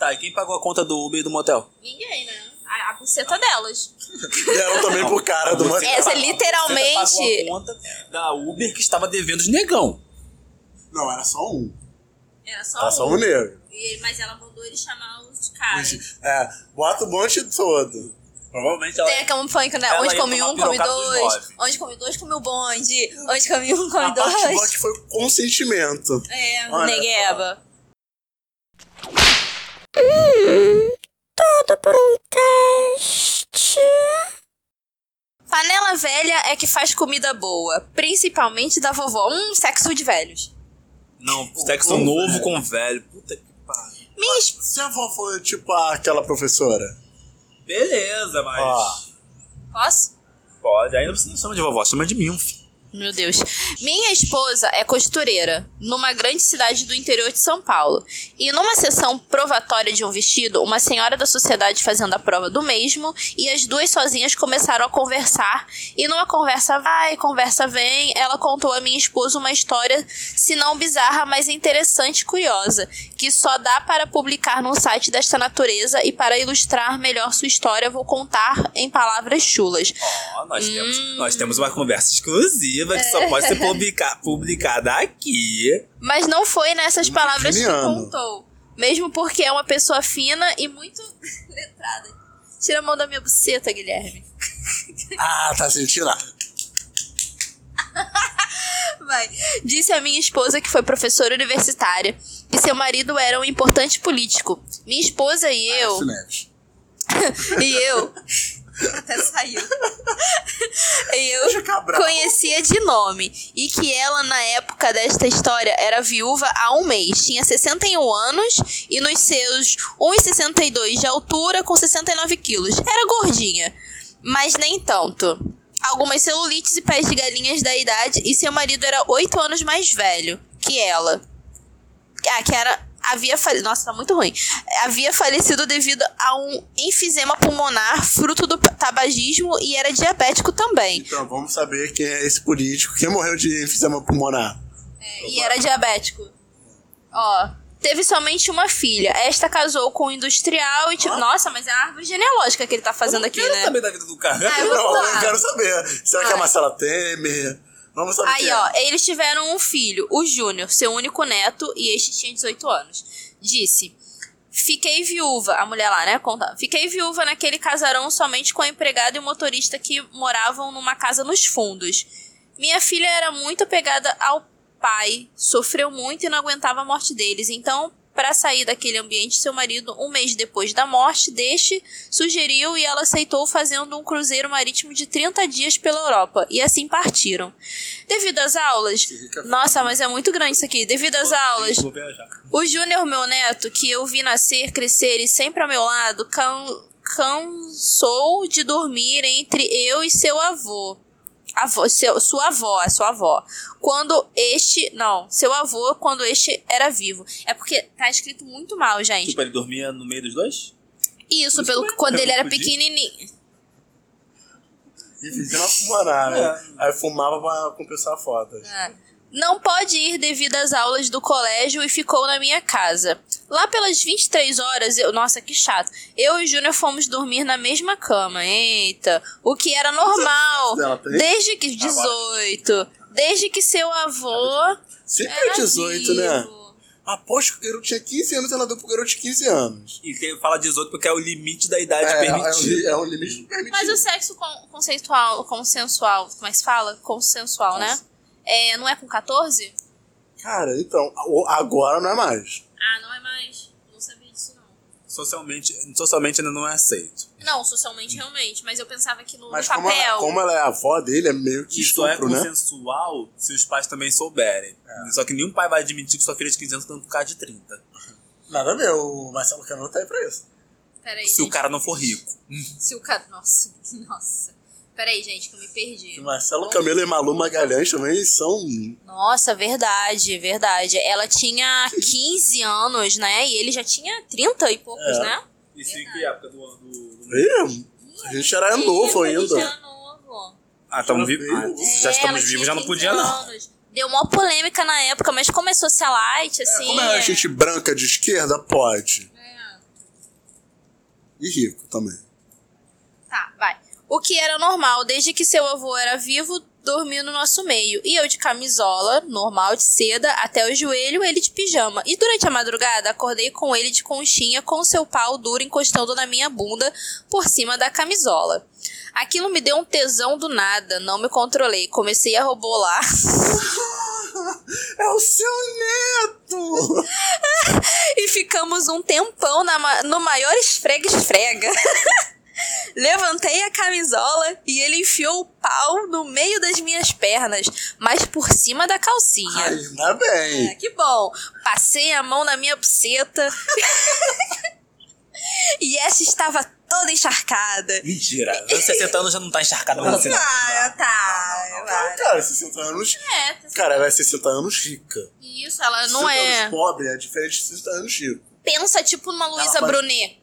[SPEAKER 2] Tá, e quem pagou a conta do Uber e do motel?
[SPEAKER 3] Ninguém, né? A, a buceta delas.
[SPEAKER 1] Deram também pro cara do motel.
[SPEAKER 3] Essa é
[SPEAKER 2] Você
[SPEAKER 3] literalmente.
[SPEAKER 2] pagou a conta da Uber que estava devendo os negão.
[SPEAKER 1] Não, era só um.
[SPEAKER 3] Era é só,
[SPEAKER 1] Era só
[SPEAKER 3] um.
[SPEAKER 1] um negro.
[SPEAKER 3] E ele- mas ela mandou ele chamar os caras.
[SPEAKER 1] É, bota o monte todo.
[SPEAKER 2] Provavelmente ela.
[SPEAKER 3] Tem aquela funk, né?
[SPEAKER 2] Ela
[SPEAKER 3] onde
[SPEAKER 2] ia
[SPEAKER 3] come
[SPEAKER 2] tomar
[SPEAKER 3] um, come
[SPEAKER 2] pirocada dos
[SPEAKER 3] dois.
[SPEAKER 2] nove.
[SPEAKER 3] Onde come dois, come o bonde. Onde come um, come
[SPEAKER 1] A parte boa é
[SPEAKER 3] dois.
[SPEAKER 1] que foi consentimento.
[SPEAKER 3] [LAUGHS] É,
[SPEAKER 1] Olha
[SPEAKER 3] negueba. Panela velha é que faz comida boa, principalmente da vovó. Hum, sexo de velhos.
[SPEAKER 2] Não, sexo
[SPEAKER 1] Hum,
[SPEAKER 2] novo
[SPEAKER 1] velho.
[SPEAKER 2] com velho. Puta que pariu.
[SPEAKER 3] Minha esp-
[SPEAKER 1] Se a avó for tipo aquela professora.
[SPEAKER 2] Beleza, mas.
[SPEAKER 1] Ó.
[SPEAKER 3] Posso?
[SPEAKER 2] Pode. Ainda você não chama de vovó, chama de mim, um filho.
[SPEAKER 3] Meu Deus. Minha esposa é costureira numa grande cidade do interior de São Paulo. E numa sessão provatória de um vestido, uma senhora da sociedade fazendo a prova do mesmo e as duas sozinhas começaram a conversar. E numa conversa vai, conversa vem, ela contou a minha esposa uma história, se não bizarra, mas interessante e curiosa, que só dá para publicar num site desta natureza e para ilustrar melhor sua história, vou contar em palavras chulas.
[SPEAKER 2] Ó, nós, temos, nós temos uma conversa exclusiva que
[SPEAKER 3] É.
[SPEAKER 2] só pode ser publica- publicada aqui.
[SPEAKER 3] Mas não foi nessas palavras
[SPEAKER 1] virginiano.
[SPEAKER 3] que contou. Mesmo porque é uma pessoa fina e muito [LAUGHS] letrada. Tira a mão da minha buceta, Guilherme.
[SPEAKER 1] Ah, tá sentindo?
[SPEAKER 3] Vai. Disse a minha esposa que foi professora universitária e seu marido era um importante político. Minha esposa e eu.
[SPEAKER 1] Neves.
[SPEAKER 3] E eu. Até saiu. E
[SPEAKER 1] Deixa
[SPEAKER 3] eu
[SPEAKER 1] eu ficar bravo.
[SPEAKER 3] conhecia de nome. E que ela, na época desta história, era viúva há um mês. Tinha 61 anos e nos seus 1,62 de altura, com 69 quilos. Era gordinha. Mas nem tanto. Algumas celulites e pés de galinhas da idade. E seu marido era 8 anos mais velho que ela. Ah, que era. Havia falecido. Nossa, tá muito ruim. Havia falecido devido a um enfisema pulmonar, fruto do tabagismo, e era diabético também.
[SPEAKER 1] Então vamos saber quem é esse político. Quem morreu de enfisema pulmonar?
[SPEAKER 3] E era diabético. Ó. Teve somente uma filha. Esta casou com um industrial e tipo. Nossa, mas é a árvore genealógica que ele tá fazendo aqui,
[SPEAKER 2] Eu não
[SPEAKER 3] né?
[SPEAKER 2] saber da vida do cara.
[SPEAKER 3] Ah, eu vou
[SPEAKER 1] Não,
[SPEAKER 3] falar. Ah.
[SPEAKER 1] eu quero saber. Será que é a Marcela Temer? Vamos saber
[SPEAKER 3] Aí,
[SPEAKER 1] quem é.
[SPEAKER 3] ó, eles tiveram um filho, o Júnior, seu único neto, e este tinha 18 anos. Disse: Fiquei viúva, a mulher lá, né? Conta. Fiquei viúva naquele casarão somente com a empregada e o motorista que moravam numa casa nos fundos. Minha filha era muito apegada ao pai, sofreu muito e não aguentava a morte deles. Então, para sair daquele ambiente, seu marido, um mês depois da morte deste, sugeriu e ela aceitou fazendo um cruzeiro marítimo de 30 dias pela Europa. E assim partiram. Devido às aulas.
[SPEAKER 2] rica-
[SPEAKER 3] Nossa, mas é muito grande isso aqui. Devido às aulas,
[SPEAKER 2] Vou viajar.
[SPEAKER 3] o Júnior, meu neto, que eu vi nascer, crescer e sempre ao meu lado, can- cansou de dormir entre eu e seu avô. Avô, seu- sua avó, a sua avó. Quando este. Não, seu avô, quando este era vivo. É porque tá escrito muito mal, gente.
[SPEAKER 2] Tipo, ele dormia no meio dos dois?
[SPEAKER 3] Isso,
[SPEAKER 2] isso
[SPEAKER 3] pelo
[SPEAKER 2] que
[SPEAKER 3] que quando
[SPEAKER 2] eu
[SPEAKER 3] ele era
[SPEAKER 2] podia.
[SPEAKER 3] pequenininho.
[SPEAKER 1] E fiz uma fumarada. né? Aí fumava pra compensar fotos.
[SPEAKER 3] Ah. Não pode ir devido às aulas do colégio e ficou na minha casa. Lá pelas 23 horas, eu, nossa, que chato. Eu e o Júnior fomos dormir na mesma cama. Eita, o que era normal.
[SPEAKER 1] Ela tem?
[SPEAKER 3] Desde que 18, desde que seu avô
[SPEAKER 1] Sempre
[SPEAKER 3] era
[SPEAKER 1] é 18, né?
[SPEAKER 3] vivo.
[SPEAKER 1] Aposto que o garoto tinha 15 anos, ela deu pro garoto de 15 anos.
[SPEAKER 2] E quem fala 18 porque é o limite da idade
[SPEAKER 1] um li-
[SPEAKER 2] permitida.
[SPEAKER 1] é um limite permitido.
[SPEAKER 3] Mas o sexo con- conceitual, consensual, como é que se fala? Consensual, né? É, não é com 14?
[SPEAKER 1] Cara, então, o- agora não é mais.
[SPEAKER 3] Ah, não é mais. Não sabia disso não.
[SPEAKER 2] Socialmente, socialmente ainda não é aceito.
[SPEAKER 3] Não, socialmente realmente, mas eu pensava que no,
[SPEAKER 1] Mas
[SPEAKER 3] no
[SPEAKER 1] como ela,
[SPEAKER 3] Um papel.
[SPEAKER 1] como ela é a avó dele, é meio que
[SPEAKER 2] Isso é
[SPEAKER 1] estupro, né?
[SPEAKER 2] consensual se os pais também souberem. Só que nenhum pai vai admitir que sua filha de 15 anos tá com cara de 30.
[SPEAKER 1] Nada a ver, o Marcelo Cano tá aí pra isso.
[SPEAKER 3] Peraí,
[SPEAKER 2] Se
[SPEAKER 3] gente.
[SPEAKER 2] o cara não for rico.
[SPEAKER 3] Se o cara. Nossa, [LAUGHS] nossa. Peraí, gente, que eu me perdi.
[SPEAKER 1] Marcelo Camelo e Malu Magalhães também são.
[SPEAKER 3] Nossa, verdade, verdade. Ela tinha 15 anos, né? E ele já tinha 30 e poucos,
[SPEAKER 1] É.
[SPEAKER 3] né?
[SPEAKER 2] Isso em que época do ano? Do... do-
[SPEAKER 1] Ih, a gente era Tá novo
[SPEAKER 3] Ele
[SPEAKER 1] ainda. É,
[SPEAKER 3] já novo.
[SPEAKER 2] Ah, estamos
[SPEAKER 1] Já
[SPEAKER 2] vivos.
[SPEAKER 1] veio.
[SPEAKER 2] Ah,
[SPEAKER 1] É,
[SPEAKER 2] já
[SPEAKER 3] ela
[SPEAKER 2] estamos
[SPEAKER 3] tinha
[SPEAKER 2] vivos, já não
[SPEAKER 3] 15
[SPEAKER 2] podia, não.
[SPEAKER 3] anos. Deu uma polêmica na época, mas como é socialite, assim.
[SPEAKER 1] Como é a gente branca de esquerda, pode.
[SPEAKER 3] é.
[SPEAKER 1] E rico também.
[SPEAKER 3] Tá, vai. O que era normal, desde que seu avô era vivo, dormia no nosso meio. E eu de camisola, normal, de seda, até o joelho, ele de pijama. E durante a madrugada, acordei com ele de conchinha, com seu pau duro encostando na minha bunda, por cima da camisola. Aquilo me deu um tesão do nada, não me controlei. Comecei a [LAUGHS] robolar.
[SPEAKER 1] É o seu neto!
[SPEAKER 3] E ficamos um tempão na ma- no maior esfrega-esfrega. [LAUGHS] Levantei a camisola e ele enfiou o pau no meio das minhas pernas, mas por cima da calcinha.
[SPEAKER 1] Ainda bem.
[SPEAKER 3] É, que bom! Passei a mão na minha buceta. [LAUGHS] e essa estava toda encharcada.
[SPEAKER 2] Mentira. Anos 60 anos já não tá encharcado mais assim. não.
[SPEAKER 3] Ah,
[SPEAKER 1] Ah,
[SPEAKER 3] tá. vai.
[SPEAKER 1] Cara, 60 anos.
[SPEAKER 3] É, tá
[SPEAKER 1] Cara, ela é 60 anos rica.
[SPEAKER 3] isso, ela não
[SPEAKER 1] 60
[SPEAKER 3] é.
[SPEAKER 1] anos pobre é diferente de 60 anos rico.
[SPEAKER 3] Pensa tipo numa Luísa
[SPEAKER 1] Ela faz-
[SPEAKER 3] Brunet.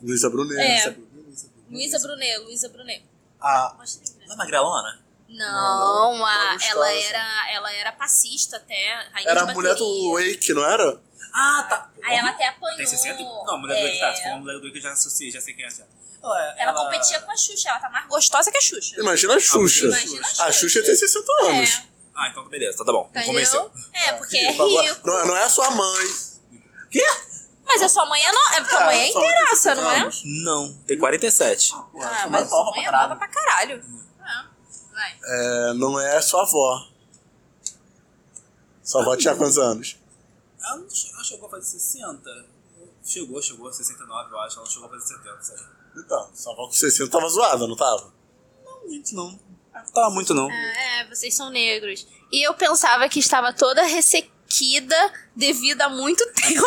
[SPEAKER 1] Luísa Brunet.
[SPEAKER 3] É.
[SPEAKER 1] Luísa Brunet, Luísa Brunet.
[SPEAKER 3] Luísa Brunet, Luísa Brunet.
[SPEAKER 1] Ah,
[SPEAKER 3] Mostra aí, né?
[SPEAKER 2] Não é magrelona?
[SPEAKER 1] Não,
[SPEAKER 3] Não, a,
[SPEAKER 1] gostosa.
[SPEAKER 3] ela era ela era passista até, rainha
[SPEAKER 1] era
[SPEAKER 3] de
[SPEAKER 1] a mulher do
[SPEAKER 3] bateria.
[SPEAKER 1] Wake, não era?
[SPEAKER 2] Ah, tá.
[SPEAKER 3] Aí ela até apanhou.
[SPEAKER 2] Tem 60? Não, mulher do
[SPEAKER 3] É,
[SPEAKER 2] Wake tá. Se for uma mulher do Wake, eu já associei, já sei quem é. Já. Ela,
[SPEAKER 3] Ela competia com a Xuxa, ela tá mais gostosa que a Xuxa.
[SPEAKER 1] Imagina a Xuxa.
[SPEAKER 3] Imagina a
[SPEAKER 1] a Xuxa tem 60 anos.
[SPEAKER 2] Ah, então beleza, tá bom.
[SPEAKER 3] É,
[SPEAKER 2] Não convenceu. Ah,
[SPEAKER 3] entendeu? É, porque é
[SPEAKER 1] Agora,
[SPEAKER 3] rico.
[SPEAKER 1] não, não é a sua mãe.
[SPEAKER 2] Quê?
[SPEAKER 3] Mas a sua mãe é, no... é porque a mãe é
[SPEAKER 1] sua mãe tem
[SPEAKER 3] inteiraça,
[SPEAKER 1] 60
[SPEAKER 3] não é?
[SPEAKER 1] anos.
[SPEAKER 2] Não, tem 47.
[SPEAKER 3] Ah, mas a sua mãe é nova pra caralho. Ah, vai.
[SPEAKER 1] É, não é a sua avó. Sua avó tinha quantos anos?
[SPEAKER 2] Ela não che- ela chegou a fazer 60? Chegou, chegou, 69, eu acho. Ela não chegou a fazer 70, sabe?
[SPEAKER 1] Então, sua avó com 60 tava zoada, não tava?
[SPEAKER 2] Não, muito não. Não tava muito não.
[SPEAKER 3] Ah, é, vocês são negros. E eu pensava que estava toda ressequida devido a muito tempo.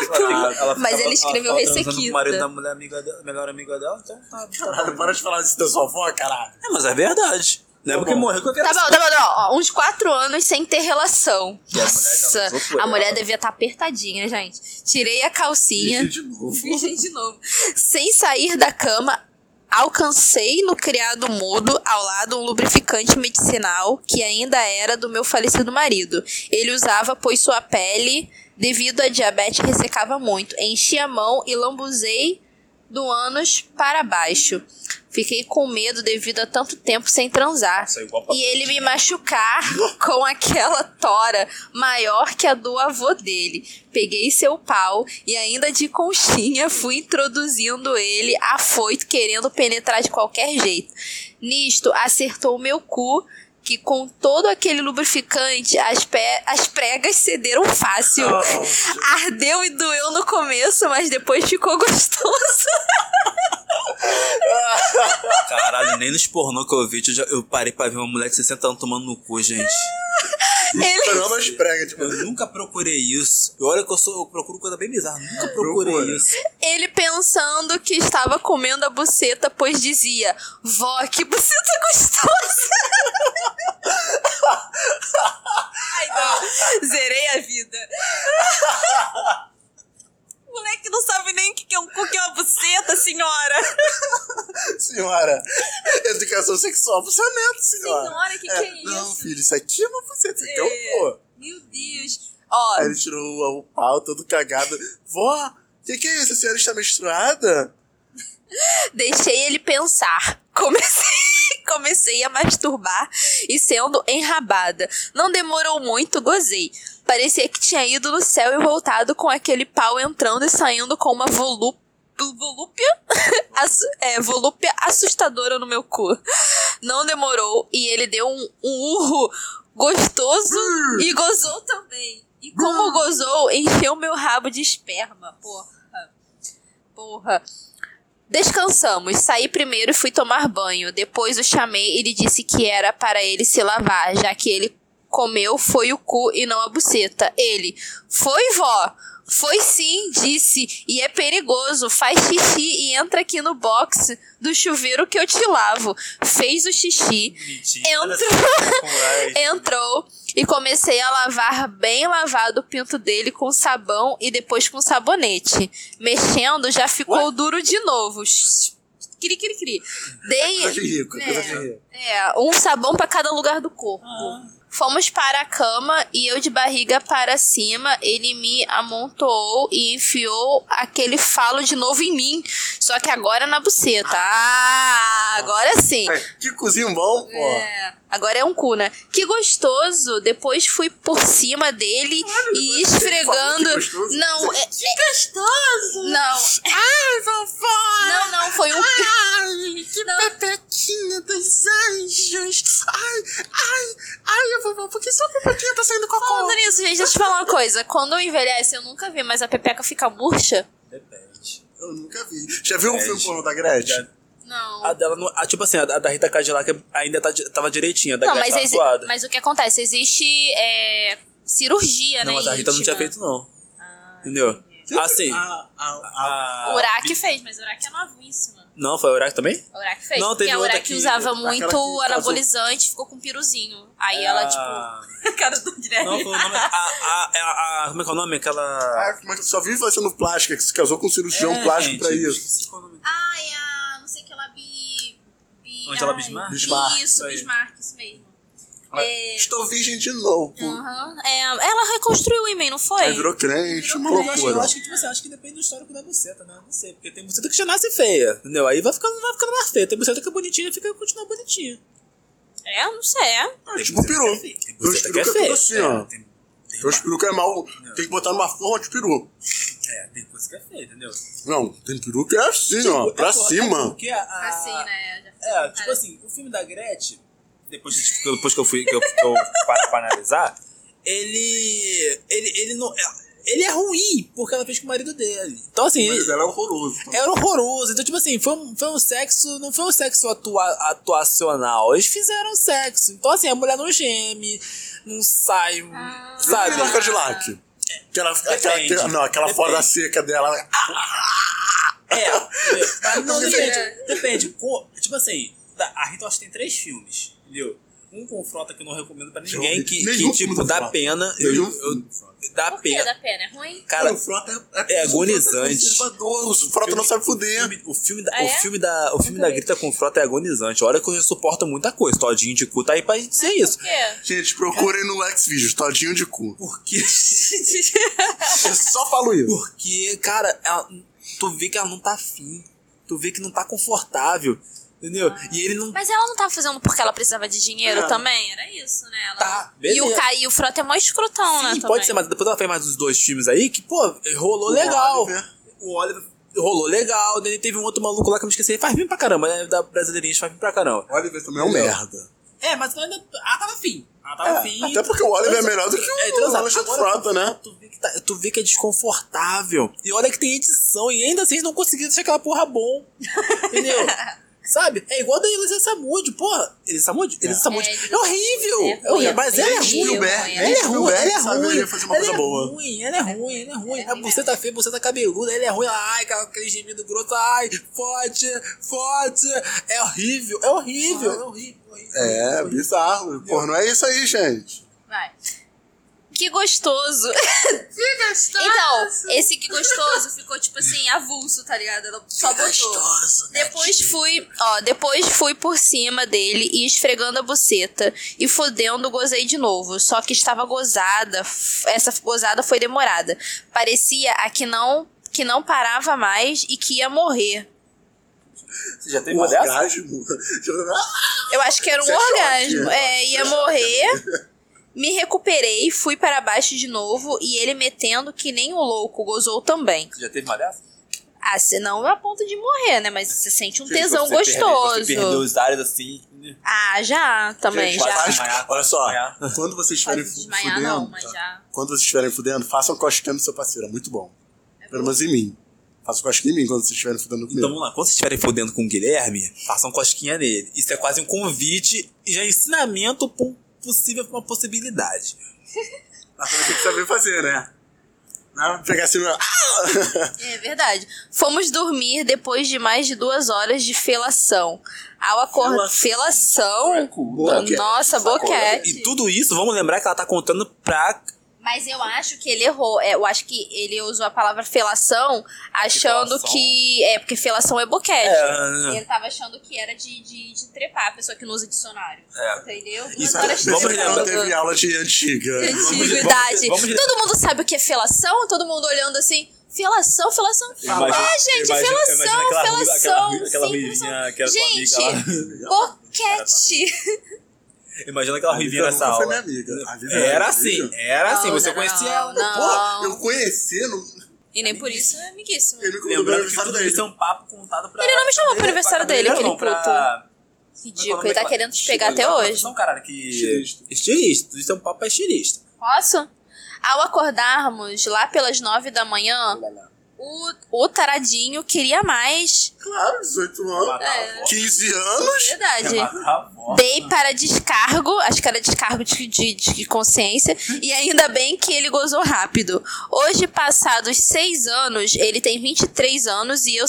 [SPEAKER 3] Mas ele escreveu
[SPEAKER 2] O um marido da
[SPEAKER 3] ressequida.
[SPEAKER 2] mulher amiga dela, melhor amiga dela, então tá.
[SPEAKER 1] Caralho, para de falar isso da sua avó, caralho.
[SPEAKER 2] É, mas é verdade. Não é porque
[SPEAKER 1] bom.
[SPEAKER 2] morreu que eu quero
[SPEAKER 3] Tá bom, tá bom, tá bom. Ó, Uns quatro anos sem ter relação.
[SPEAKER 2] E a mulher não,
[SPEAKER 3] Nossa,
[SPEAKER 2] sofreu.
[SPEAKER 3] a mulher devia estar apertadinha, né, gente. Tirei a calcinha.
[SPEAKER 1] de novo.
[SPEAKER 3] [LAUGHS] Virgem de novo. Sem sair da cama, alcancei no criado mudo ao lado um lubrificante medicinal que ainda era do meu falecido marido. Ele usava, pois sua pele, devido à diabetes, ressecava muito. Enchi a mão e lambuzei do ânus para baixo. Fiquei com medo devido a tanto tempo sem transar.
[SPEAKER 2] Isso é igual pra-
[SPEAKER 3] E ele me machucar [LAUGHS] com aquela tora maior que a do avô dele. Peguei seu pau e ainda de conchinha fui introduzindo ele afoito, querendo penetrar de qualquer jeito. Nisto, acertou o meu cu, que com todo aquele lubrificante, as, pe- as pregas cederam fácil. [LAUGHS] Ardeu e doeu no começo, mas depois ficou [LAUGHS] gostoso.
[SPEAKER 2] Caralho, nem nos pornô que eu vi, eu, já- eu parei pra ver uma mulher de 60 anos tomando no cu, gente.
[SPEAKER 3] Ele
[SPEAKER 1] Foi uma esprega, tipo.
[SPEAKER 2] Eu nunca procurei isso. E olha que eu sou, eu procuro coisa bem bizarra. Nunca procurei
[SPEAKER 1] Procura.
[SPEAKER 2] isso.
[SPEAKER 3] Ele pensando que estava comendo a buceta, pois dizia: Vó, que buceta gostosa! Ai, não. Zerei a vida. [LAUGHS] Moleque não sabe nem o que que é um cu, que é uma buceta, senhora.
[SPEAKER 1] Senhora, educação sexual funcionando, senhora.
[SPEAKER 3] Senhora, que que é isso?
[SPEAKER 1] Não, filho, isso aqui é uma faceta, isso aqui é
[SPEAKER 3] É.
[SPEAKER 1] um pô.
[SPEAKER 3] Meu Deus. Ó,
[SPEAKER 1] Aí ele tirou o, o pau todo cagado. Vó, o que, que é isso? A senhora está menstruada?
[SPEAKER 3] Deixei ele pensar. Comecei, [LAUGHS] comecei a masturbar e sendo enrabada. Não demorou muito, gozei. Parecia que tinha ido no céu e voltado com aquele pau entrando e saindo com uma volu- volúpia, [LAUGHS] assu- é, volúpia assustadora no meu cu. Não demorou e ele deu um, um urro gostoso e gozou também. E como gozou, encheu meu rabo de esperma. Porra. Porra. Descansamos, saí primeiro e fui tomar banho. Depois o chamei e lhe disse que era para ele se lavar, já que ele comeu foi o cu e não a buceta. Ele, foi vó, foi sim, disse, e é perigoso, faz xixi e entra aqui no box do chuveiro que eu te lavo. Fez o xixi,
[SPEAKER 2] Mentira.
[SPEAKER 3] Entrou. [LAUGHS]
[SPEAKER 2] Moleque.
[SPEAKER 3] entrou e comecei a lavar bem lavado o pinto dele com sabão e depois com sabonete. Mexendo já ficou duro de novo. Shhh. Cri, cri, cri.
[SPEAKER 1] Coisa de
[SPEAKER 3] Dei
[SPEAKER 1] rico, coisa de
[SPEAKER 3] É.
[SPEAKER 1] rico.
[SPEAKER 3] é, um sabão pra cada lugar do corpo. Fomos para a cama e eu de barriga para cima, ele me amontoou e enfiou aquele falo de novo em mim. Só que agora na buceta. Ah, agora sim.
[SPEAKER 1] Ai, É, Que cozinho bom, pô.
[SPEAKER 3] É, agora é um cu, né? Que gostoso! Depois fui por cima dele e esfregando.
[SPEAKER 1] falou que gostoso.
[SPEAKER 3] Não, é. Que gostoso! Não.
[SPEAKER 1] Ai, vovó!
[SPEAKER 3] Não, não, foi um.
[SPEAKER 1] Ai, que
[SPEAKER 3] Não.
[SPEAKER 1] pepequinha dos anjos! Ai, ai, ai, vovó, por que sua pepequinha tá saindo cocô?
[SPEAKER 3] Falando nisso, gente, deixa eu te falar uma coisa. Quando eu envelhece, eu nunca vi, mas a pepeca fica murcha?
[SPEAKER 2] Depende.
[SPEAKER 1] Eu nunca vi. Já viu o
[SPEAKER 2] Gretchen.
[SPEAKER 1] filme pornô da Gretchen?
[SPEAKER 3] Não.
[SPEAKER 2] A dela não. a- tipo assim, a, da- a da Rita Cadillac ainda tá, di- tava direitinha, a da
[SPEAKER 3] não,
[SPEAKER 2] Gretchen
[SPEAKER 3] mas,
[SPEAKER 2] tava
[SPEAKER 3] exi-
[SPEAKER 2] zoada.
[SPEAKER 3] mas o que acontece? Existe é, cirurgia,
[SPEAKER 2] Não,
[SPEAKER 3] né?
[SPEAKER 2] mas a Rita não tinha
[SPEAKER 3] íntima.
[SPEAKER 2] feito, não.
[SPEAKER 3] Ah,
[SPEAKER 2] Entendeu? Assim.
[SPEAKER 1] Ah, ah, ah.
[SPEAKER 2] a-
[SPEAKER 3] O Uraki fez, mas o Uraki é novíssima.
[SPEAKER 2] Não, foi o Uraki também?
[SPEAKER 3] A Uraki fez.
[SPEAKER 2] Não,
[SPEAKER 3] porque
[SPEAKER 2] teve
[SPEAKER 3] a
[SPEAKER 2] outra
[SPEAKER 3] Uraki
[SPEAKER 2] que-
[SPEAKER 3] usava
[SPEAKER 2] aquela
[SPEAKER 3] muito
[SPEAKER 2] que casou-
[SPEAKER 3] anabolizante, ficou com um piruzinho. Aí ela, tipo.
[SPEAKER 2] Ah,
[SPEAKER 3] [LAUGHS] cara do Guilherme.
[SPEAKER 2] Não, foi o nome. A, a, a, a- como é que é o nome? Aquela.
[SPEAKER 1] Ah, mas só vive fazendo plástica, que se casou com um cirurgião plástico pra isso.
[SPEAKER 3] Ai, a não sei que ela bi. bi
[SPEAKER 2] Angela é
[SPEAKER 3] ai,
[SPEAKER 2] Bismarck? tipo-
[SPEAKER 1] Bismarck,
[SPEAKER 3] Isso,
[SPEAKER 2] isso aí.
[SPEAKER 3] Bismarck, isso mesmo. É,
[SPEAKER 1] Estou virgem de novo.
[SPEAKER 2] Ah.
[SPEAKER 3] Aham. É, ela reconstruiu o e-mail, não foi?
[SPEAKER 1] Aí virou crente, uma
[SPEAKER 3] crente,
[SPEAKER 1] loucura.
[SPEAKER 2] que, tipo assim, acho que depende do histórico da buceta, né? Não sei, porque tem buceta que já nasce feia, entendeu? Aí vai ficando, vai ficando mais feia. Tem buceta que é bonitinha, fica continua bonitinha.
[SPEAKER 3] É, não sei. é.
[SPEAKER 1] Ah, tipo peru.
[SPEAKER 2] Tem
[SPEAKER 1] Tem uns
[SPEAKER 2] buceta que é
[SPEAKER 1] peru que é tudo
[SPEAKER 2] feia.
[SPEAKER 1] assim,
[SPEAKER 2] é,
[SPEAKER 1] ó.
[SPEAKER 2] Tem,
[SPEAKER 1] Tem uns peru que é mal. Tem que botar numa forma de peru.
[SPEAKER 2] é, tem coisa que é feia, entendeu?
[SPEAKER 1] Não, tem peru que é assim, ó.
[SPEAKER 2] É
[SPEAKER 1] Pra
[SPEAKER 2] por- É
[SPEAKER 1] cima.
[SPEAKER 2] porque a, a-
[SPEAKER 3] né? Já fica
[SPEAKER 2] É,
[SPEAKER 3] com
[SPEAKER 2] tipo
[SPEAKER 3] cara.
[SPEAKER 2] assim, o filme da Gretchen, depois, de- tipo, depois que eu fui que eu, que eu paro pra analisar, ele. ele, ele não. Ele é ruim, porque ela fez com o marido dele. Então, assim, ele-
[SPEAKER 1] ela é horroroso.
[SPEAKER 2] era horroroso. Então, tipo assim, foi um, foi um sexo. Não foi um sexo atua, atuacional. Eles fizeram sexo. Então, assim, a mulher não geme, não sai.
[SPEAKER 1] Sabe?
[SPEAKER 3] Ah.
[SPEAKER 2] Sabe?
[SPEAKER 1] Aquela Cadillac. Aquela, aquela,
[SPEAKER 2] Depende.
[SPEAKER 1] aquela, não, aquela
[SPEAKER 2] Depende.
[SPEAKER 1] fora da seca dela. Ah,
[SPEAKER 2] É, mas não,
[SPEAKER 1] Depende.
[SPEAKER 2] depende. Depende. Co- tipo assim, da- a Rita eu acho que tem três filmes, entendeu? Um confronta que eu não recomendo pra ninguém,
[SPEAKER 1] Nenhum
[SPEAKER 2] que,
[SPEAKER 1] filme
[SPEAKER 2] que
[SPEAKER 1] do
[SPEAKER 2] tipo,
[SPEAKER 1] Frota.
[SPEAKER 2] dá pena. Eu,
[SPEAKER 1] Nenhum
[SPEAKER 2] eu,
[SPEAKER 1] filme tá do Frota.
[SPEAKER 2] dá
[SPEAKER 3] Por que
[SPEAKER 2] pena.
[SPEAKER 3] da pena? É ruim?
[SPEAKER 2] Cara,
[SPEAKER 1] o Frota
[SPEAKER 2] é agonizante.
[SPEAKER 1] conservador, O Frota não sabe
[SPEAKER 2] o
[SPEAKER 1] fuder.
[SPEAKER 2] filme, o filme da,
[SPEAKER 3] Ah,
[SPEAKER 2] o
[SPEAKER 3] é?
[SPEAKER 2] filme da, o filme da grita confronta é agonizante. Olha que eu suporto muita coisa. Todinho de cu tá aí pra dizer isso.
[SPEAKER 3] Por quê?
[SPEAKER 1] Gente, procurem no Xvideos, todinho de cu.
[SPEAKER 2] Porque, [LAUGHS]
[SPEAKER 1] Eu só falo isso.
[SPEAKER 2] porque cara, ela- tu vê que ela não tá afim. Tu vê que não tá confortável. Entendeu? E ele não
[SPEAKER 3] Mas ela não tava fazendo porque ela precisava de dinheiro
[SPEAKER 2] É.
[SPEAKER 3] também? Era isso, né? Ela...
[SPEAKER 2] Tá,
[SPEAKER 3] e
[SPEAKER 2] beleza.
[SPEAKER 3] o, Ca... e o Frota é mó escrotão, né?
[SPEAKER 2] Sim,
[SPEAKER 3] também.
[SPEAKER 2] pode ser, mas depois ela fez mais uns dois filmes aí que, pô, rolou
[SPEAKER 1] O
[SPEAKER 2] legal.
[SPEAKER 1] Oliver.
[SPEAKER 2] O Oliver rolou legal. Daí teve um outro maluco lá que eu me esqueci. ele Faz bem pra caramba, né? Da brasileirinha, faz bem pra caramba.
[SPEAKER 1] Oliver também é um merda.
[SPEAKER 2] É, mas ela ainda. Ela tava Tá afim. então Ela então,
[SPEAKER 1] É, até porque o Oliver é melhor do que o Alexandre
[SPEAKER 2] Agora,
[SPEAKER 1] Frota, né?
[SPEAKER 2] Tu vê, que tá- tu vê que é desconfortável. E olha que tem edição. E ainda assim eles não conseguiram deixar aquela porra bom.
[SPEAKER 1] [LAUGHS]
[SPEAKER 2] Entendeu? Sabe? É igual da Elisa Samud, porra. Elisa Samud? Elisa Samud.
[SPEAKER 3] É,
[SPEAKER 2] É horrível.
[SPEAKER 3] é
[SPEAKER 2] É horrível.
[SPEAKER 3] ruim,
[SPEAKER 2] Mas
[SPEAKER 3] é
[SPEAKER 2] ela é
[SPEAKER 3] horrível,
[SPEAKER 2] ruim.
[SPEAKER 1] Spielberg,
[SPEAKER 3] ela é
[SPEAKER 2] Ela é ruim, ela é
[SPEAKER 1] sabe?
[SPEAKER 2] ruim.
[SPEAKER 1] Ele ia fazer uma
[SPEAKER 2] ela
[SPEAKER 1] coisa
[SPEAKER 2] é
[SPEAKER 1] boa.
[SPEAKER 2] ruim, ela é ruim, ela é ruim.
[SPEAKER 3] Ela é
[SPEAKER 2] A buceta feia, a buceta cabeluda, ela é ruim. Ai, com aquele gemido grosso, ai, forte, forte. É horrível, é horrível, é horrível. horrível,
[SPEAKER 1] É,
[SPEAKER 2] horrível.
[SPEAKER 1] bizarro. Pô, não é isso aí, gente.
[SPEAKER 3] Vai. Que gostoso.
[SPEAKER 2] Que gostoso.
[SPEAKER 3] Então, esse que gostoso ficou tipo assim, avulso, tá ligado? Ela só botou.
[SPEAKER 2] É gostoso, né,
[SPEAKER 3] Depois
[SPEAKER 2] tia?
[SPEAKER 3] fui, ó, depois fui por cima dele e esfregando a buceta e fodendo gozei de novo, só que estava gozada. f- Essa gozada foi demorada. Parecia a que não que não parava mais e que ia morrer.
[SPEAKER 2] Você já teve
[SPEAKER 1] O
[SPEAKER 2] uma dessa?
[SPEAKER 1] [LAUGHS] orgasmo.
[SPEAKER 3] Eu acho que era um
[SPEAKER 1] Isso é
[SPEAKER 3] orgasmo.
[SPEAKER 1] choque.
[SPEAKER 3] É, ia morrer. Me recuperei, fui para baixo de novo e ele metendo que nem o louco gozou também.
[SPEAKER 2] Você já teve uma dessa?
[SPEAKER 3] Ah, senão é a ponto de morrer, né? Mas você sente um tesão
[SPEAKER 2] Você perdeu-
[SPEAKER 3] gostoso.
[SPEAKER 2] Você perdeu os ares assim.
[SPEAKER 3] Ah, já, também,
[SPEAKER 2] Gente,
[SPEAKER 3] já.
[SPEAKER 2] quase-
[SPEAKER 1] Faz- Olha só,
[SPEAKER 2] Desmaiar.
[SPEAKER 1] quando vocês estiverem
[SPEAKER 3] Pode
[SPEAKER 1] fu-
[SPEAKER 3] desmaiar, não,
[SPEAKER 1] fudendo,
[SPEAKER 3] mas
[SPEAKER 1] tá?
[SPEAKER 3] já.
[SPEAKER 1] quando vocês estiverem fudendo, façam cosquinha no seu parceiro, é muito bom. Pelo menos em mim. Façam cosquinha em mim quando vocês estiverem fudendo comigo.
[SPEAKER 2] Então vamos lá, quando vocês estiverem fodendo com o Guilherme, façam cosquinha nele. Isso é quase um convite e já é ensinamento pra um possível, pra uma [LAUGHS] possibilidade.
[SPEAKER 1] Mas também tem que saber fazer, né? Não,
[SPEAKER 2] Né?
[SPEAKER 1] pegar assim, meu-
[SPEAKER 3] É verdade. Fomos dormir depois de mais de duas horas de felação. Ao acordar. Felação?
[SPEAKER 1] Boquete.
[SPEAKER 3] Nossa, boquete.
[SPEAKER 2] é? E tudo isso, vamos lembrar que ela tá contando pra.
[SPEAKER 3] Mas eu acho que ele errou. É, eu acho que ele usou a palavra felação achando
[SPEAKER 2] felação?
[SPEAKER 3] que. É, porque felação é boquete.
[SPEAKER 2] É.
[SPEAKER 3] Ele tava achando que era de, de, de trepar, a pessoa que não usa dicionário.
[SPEAKER 2] É.
[SPEAKER 3] Entendeu? Duas
[SPEAKER 1] Isso
[SPEAKER 3] horas
[SPEAKER 1] é
[SPEAKER 2] vamos
[SPEAKER 1] porque ela
[SPEAKER 2] lembrar-
[SPEAKER 1] não
[SPEAKER 3] trepando.
[SPEAKER 1] teve aula de
[SPEAKER 3] [LAUGHS]
[SPEAKER 1] antiga.
[SPEAKER 2] [LAUGHS]
[SPEAKER 3] antiguidade.
[SPEAKER 2] vamos- vamos-
[SPEAKER 3] todo mundo sabe o que é felação, todo mundo olhando assim. Felação, felação.
[SPEAKER 2] Imagina-
[SPEAKER 3] é, gente,
[SPEAKER 2] imagina- imagina
[SPEAKER 3] felação,
[SPEAKER 2] aquela ruiva- aquela
[SPEAKER 3] felação.
[SPEAKER 2] ruiva- aquela
[SPEAKER 3] sim,
[SPEAKER 2] ruivinha,
[SPEAKER 3] felação.
[SPEAKER 2] aquela sua
[SPEAKER 3] gente,
[SPEAKER 2] amiga
[SPEAKER 3] boquete.
[SPEAKER 2] [LAUGHS] Imagina aquela
[SPEAKER 1] Vivi
[SPEAKER 2] ruivinha nessa
[SPEAKER 1] Então, nunca foi
[SPEAKER 2] aula.
[SPEAKER 1] minha amiga. A Vivi é
[SPEAKER 2] Era
[SPEAKER 1] minha
[SPEAKER 2] assim,
[SPEAKER 1] amiga.
[SPEAKER 2] era assim,
[SPEAKER 3] Não,
[SPEAKER 2] você
[SPEAKER 3] não,
[SPEAKER 2] conhecia
[SPEAKER 3] não,
[SPEAKER 2] ela.
[SPEAKER 3] não.
[SPEAKER 1] Pô, eu conheci, não...
[SPEAKER 3] E nem por isso é amiguíssimo.
[SPEAKER 1] ele me convidou pro
[SPEAKER 2] Lembrando que
[SPEAKER 1] aniversário
[SPEAKER 2] tudo isso
[SPEAKER 1] dele.
[SPEAKER 2] é um papo contado pra.
[SPEAKER 3] Ele não me chamou pro
[SPEAKER 2] pra
[SPEAKER 3] aniversário dele,
[SPEAKER 2] cabeleira,
[SPEAKER 3] aquele
[SPEAKER 2] não, pra-
[SPEAKER 3] Ridículo, ele tá querendo te pegar até hoje.
[SPEAKER 2] Não, caralho, um que.
[SPEAKER 1] Estilista.
[SPEAKER 2] Estilista. Isso é um papo é estilista.
[SPEAKER 3] Posso? Ao acordarmos lá pelas nove da manhã, o, o taradinho queria mais.
[SPEAKER 1] Claro, 18 anos.
[SPEAKER 3] É.
[SPEAKER 1] 15 anos.
[SPEAKER 3] Verdade. Dei para descargo, acho que era descargo de, de- de consciência, e ainda bem que ele gozou rápido. Hoje, passados seis anos, ele tem 23 anos e eu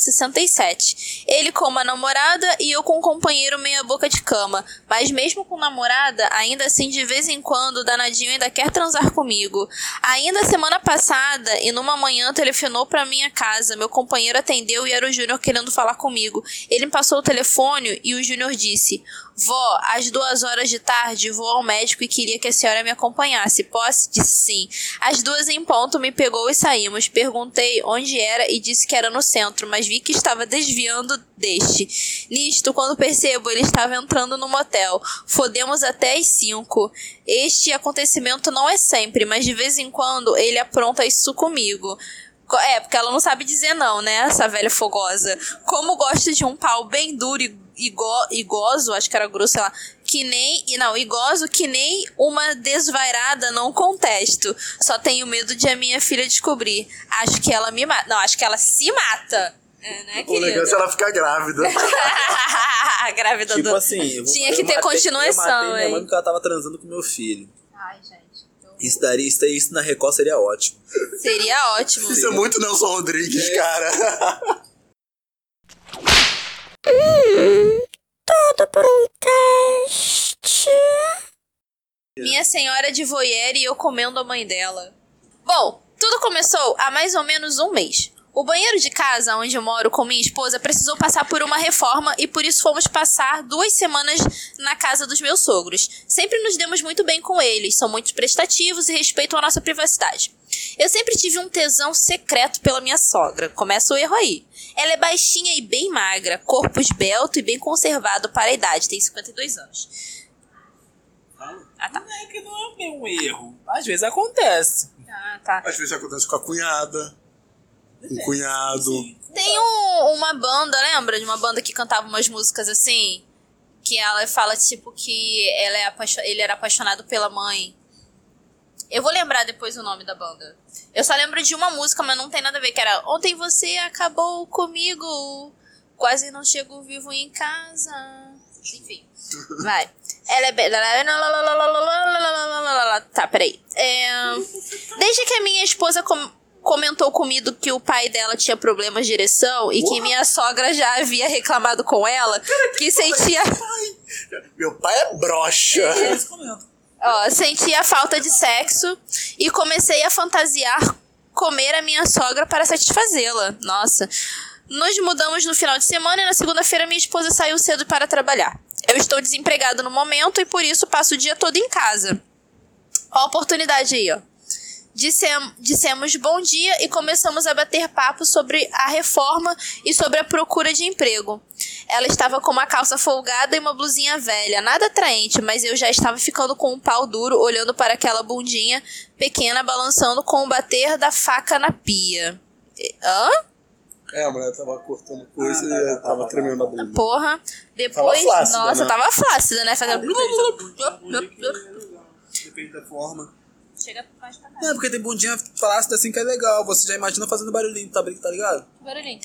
[SPEAKER 3] 67. Ele com uma namorada e eu com um companheiro meia boca de cama. Mas mesmo com namorada, ainda assim, de vez em quando, o danadinho ainda quer transar comigo. Ainda semana passada, e numa manhã, telefonou pra minha casa. Meu companheiro atendeu e era o Júnior querendo falar comigo. Ele me passou o telefone e o Júnior disse... Vó, às duas horas de tarde vou ao médico e queria que a senhora me acompanhasse. Posso? Disse sim. Às duas em ponto me pegou e saímos. Perguntei onde era e disse que era no centro, mas vi que estava desviando deste. Nisto, quando percebo, ele estava entrando no motel. Fodemos até às cinco. Este acontecimento não é sempre, mas de vez em quando ele apronta isso comigo. Co- É, porque ela não sabe dizer não, né? Essa velha fogosa. Como gosta de um pau bem duro e, e, go- e gozo, acho que era grosso, sei lá. Que nem. E não, e gozo que nem uma desvairada, não contesto. Só tenho medo de a minha filha descobrir. Acho que ela me mata. Não, acho que ela se mata. É, né,
[SPEAKER 1] O legal é se
[SPEAKER 3] [LAUGHS] querida?
[SPEAKER 1] ela ficar grávida.
[SPEAKER 3] Grávida
[SPEAKER 2] Tipo
[SPEAKER 3] do.
[SPEAKER 2] assim. eu vou-
[SPEAKER 3] Tinha
[SPEAKER 2] eu
[SPEAKER 3] que ter
[SPEAKER 2] matei-
[SPEAKER 3] continuação,
[SPEAKER 2] Eu matei minha
[SPEAKER 3] hein?
[SPEAKER 2] mãe porque ela tava transando com meu filho.
[SPEAKER 3] Ai, gente. então-
[SPEAKER 2] Isso daria, isso, daí- isso na Record seria ótimo.
[SPEAKER 3] Seria ótimo.
[SPEAKER 1] Isso é muito Nelson Rodrigues, cara.
[SPEAKER 3] Minha senhora de voyeur e eu comendo a mãe dela. Bom, tudo começou há mais ou menos um mês. O banheiro de casa onde eu moro com minha esposa precisou passar por uma reforma e por isso fomos passar duas semanas na casa dos meus sogros. Sempre nos demos muito bem com eles, são muito prestativos e respeitam a nossa privacidade. Eu sempre tive um tesão secreto pela minha sogra, começa o erro aí. Ela é baixinha e bem magra, corpo esbelto e bem conservado para a idade, tem 52 anos. Ah, tá.
[SPEAKER 2] Não é que não é bem um erro. Às vezes acontece.
[SPEAKER 3] Ah, tá.
[SPEAKER 1] [LAUGHS] Às vezes acontece com a cunhada, com o cunhado.
[SPEAKER 2] Sim.
[SPEAKER 3] Tem um- uma banda, lembra? De uma banda que cantava umas músicas assim? Que ela fala, tipo, que ela é apaixo- ele era apaixonado pela mãe. Eu vou lembrar depois o nome da banda. Eu só lembro de uma música, mas não tem nada a ver, que era Ontem você acabou comigo. Quase não chego vivo em casa. Enfim. Vai. Ela é bem. Tá, peraí. É... Desde que a minha esposa com- comentou comigo que o pai dela tinha problemas de ereção e que minha sogra já havia reclamado com ela que sentia,
[SPEAKER 1] Meu pai é broxa.
[SPEAKER 2] Eles comentam.
[SPEAKER 3] ó, sentia falta de sexo e comecei a fantasiar comer a minha sogra para satisfazê-la. Nossa. Nos mudamos no final de semana e na segunda-feira minha esposa saiu cedo para trabalhar. Eu estou desempregado no momento e por isso passo o dia todo em casa. Ó a oportunidade aí, ó. Dissem- dissemos bom dia e começamos a bater papo sobre a reforma e sobre a procura de emprego. Ela estava com uma calça folgada e uma blusinha velha, nada atraente, mas eu já estava ficando com um pau duro olhando para aquela bundinha pequena balançando com o bater da faca na pia. E- Hã?
[SPEAKER 1] É, a mulher tava cortando coisa
[SPEAKER 2] Ah, tá,
[SPEAKER 1] e
[SPEAKER 2] tá, tá,
[SPEAKER 1] tava
[SPEAKER 2] tá,
[SPEAKER 1] tremendo a bunda.
[SPEAKER 3] Porra. Depois.
[SPEAKER 1] Tava flácida,
[SPEAKER 3] nossa,
[SPEAKER 1] né?
[SPEAKER 3] tava flácida, né? Fazendo.
[SPEAKER 2] é Depende da forma.
[SPEAKER 3] Chega mais pra cá.
[SPEAKER 2] Não, porque tem bundinha flácida assim que é legal. Você já imagina fazendo barulhinho, tá, tá ligado?
[SPEAKER 3] Barulhinho.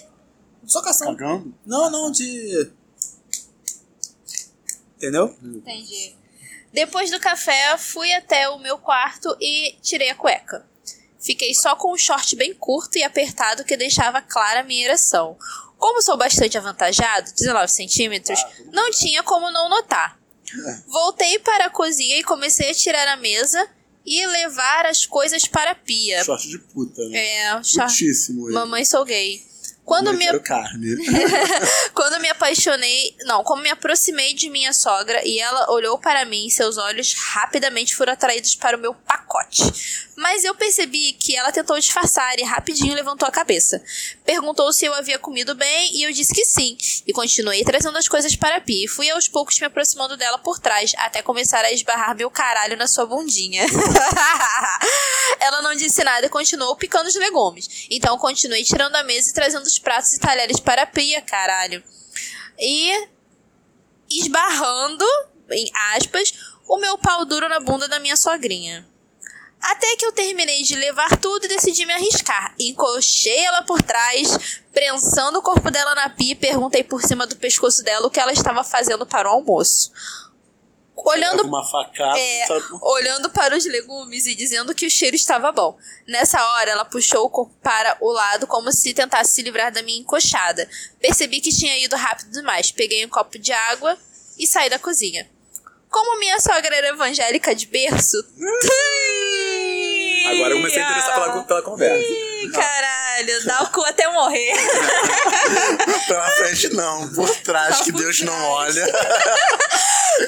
[SPEAKER 2] Só cação.
[SPEAKER 1] Cagando?
[SPEAKER 2] Não, não, de. Entendeu?
[SPEAKER 3] Entendi. Depois do café, fui até o meu quarto e tirei a cueca. Fiquei só com um short bem curto e apertado que deixava clara a minha ereção. Como sou bastante avantajado, 19 centímetros, não tinha como não notar. Voltei para a cozinha e comecei a tirar a mesa e levar as coisas para a pia.
[SPEAKER 1] Short de puta, né?
[SPEAKER 3] É, short.
[SPEAKER 1] Putíssimo. ele.
[SPEAKER 3] Mamãe, sou gay. Quando
[SPEAKER 1] Mamãe
[SPEAKER 3] me,
[SPEAKER 1] quero carne.
[SPEAKER 3] [LAUGHS] Quando me apaixonei, não, como me aproximei de minha sogra e ela olhou para mim, seus olhos rapidamente foram atraídos para o meu pacote. Mas eu percebi que ela tentou disfarçar e rapidinho levantou a cabeça. Perguntou se eu havia comido bem e eu disse que sim. assim, E continuei trazendo as coisas para a pia e fui aos poucos me aproximando dela por trás, até começar a esbarrar meu caralho na sua bundinha. [LAUGHS] Ela não disse nada e continuou picando os legumes. Então continuei tirando a mesa e trazendo os pratos e talheres para a pia, caralho. E esbarrando, em aspas, o meu pau duro na bunda da minha sogrinha. Até que eu terminei de levar tudo e decidi me arriscar. Encochei ela por trás, prensando o corpo dela na pia e perguntei por cima do pescoço dela o que ela estava fazendo para o almoço. Olhando
[SPEAKER 1] Tá Com uma facada.
[SPEAKER 2] Ah,
[SPEAKER 1] tá
[SPEAKER 3] é,
[SPEAKER 2] tá
[SPEAKER 1] sabe?
[SPEAKER 3] olhando para os legumes e dizendo que o cheiro estava bom. Nessa hora, ela puxou o corpo para o lado como se tentasse se livrar da minha encoxada. Percebi que tinha ido rápido demais. Peguei um copo de água e saí da cozinha. Como minha sogra era evangélica de berço.
[SPEAKER 2] Agora eu comecei a interessar pela, pela conversa.
[SPEAKER 3] Ih, Caralho, dá o cu até morrer.
[SPEAKER 1] Pela frente não, por trás,
[SPEAKER 3] Só
[SPEAKER 1] que
[SPEAKER 3] por
[SPEAKER 1] Deus
[SPEAKER 3] trás.
[SPEAKER 1] não olha.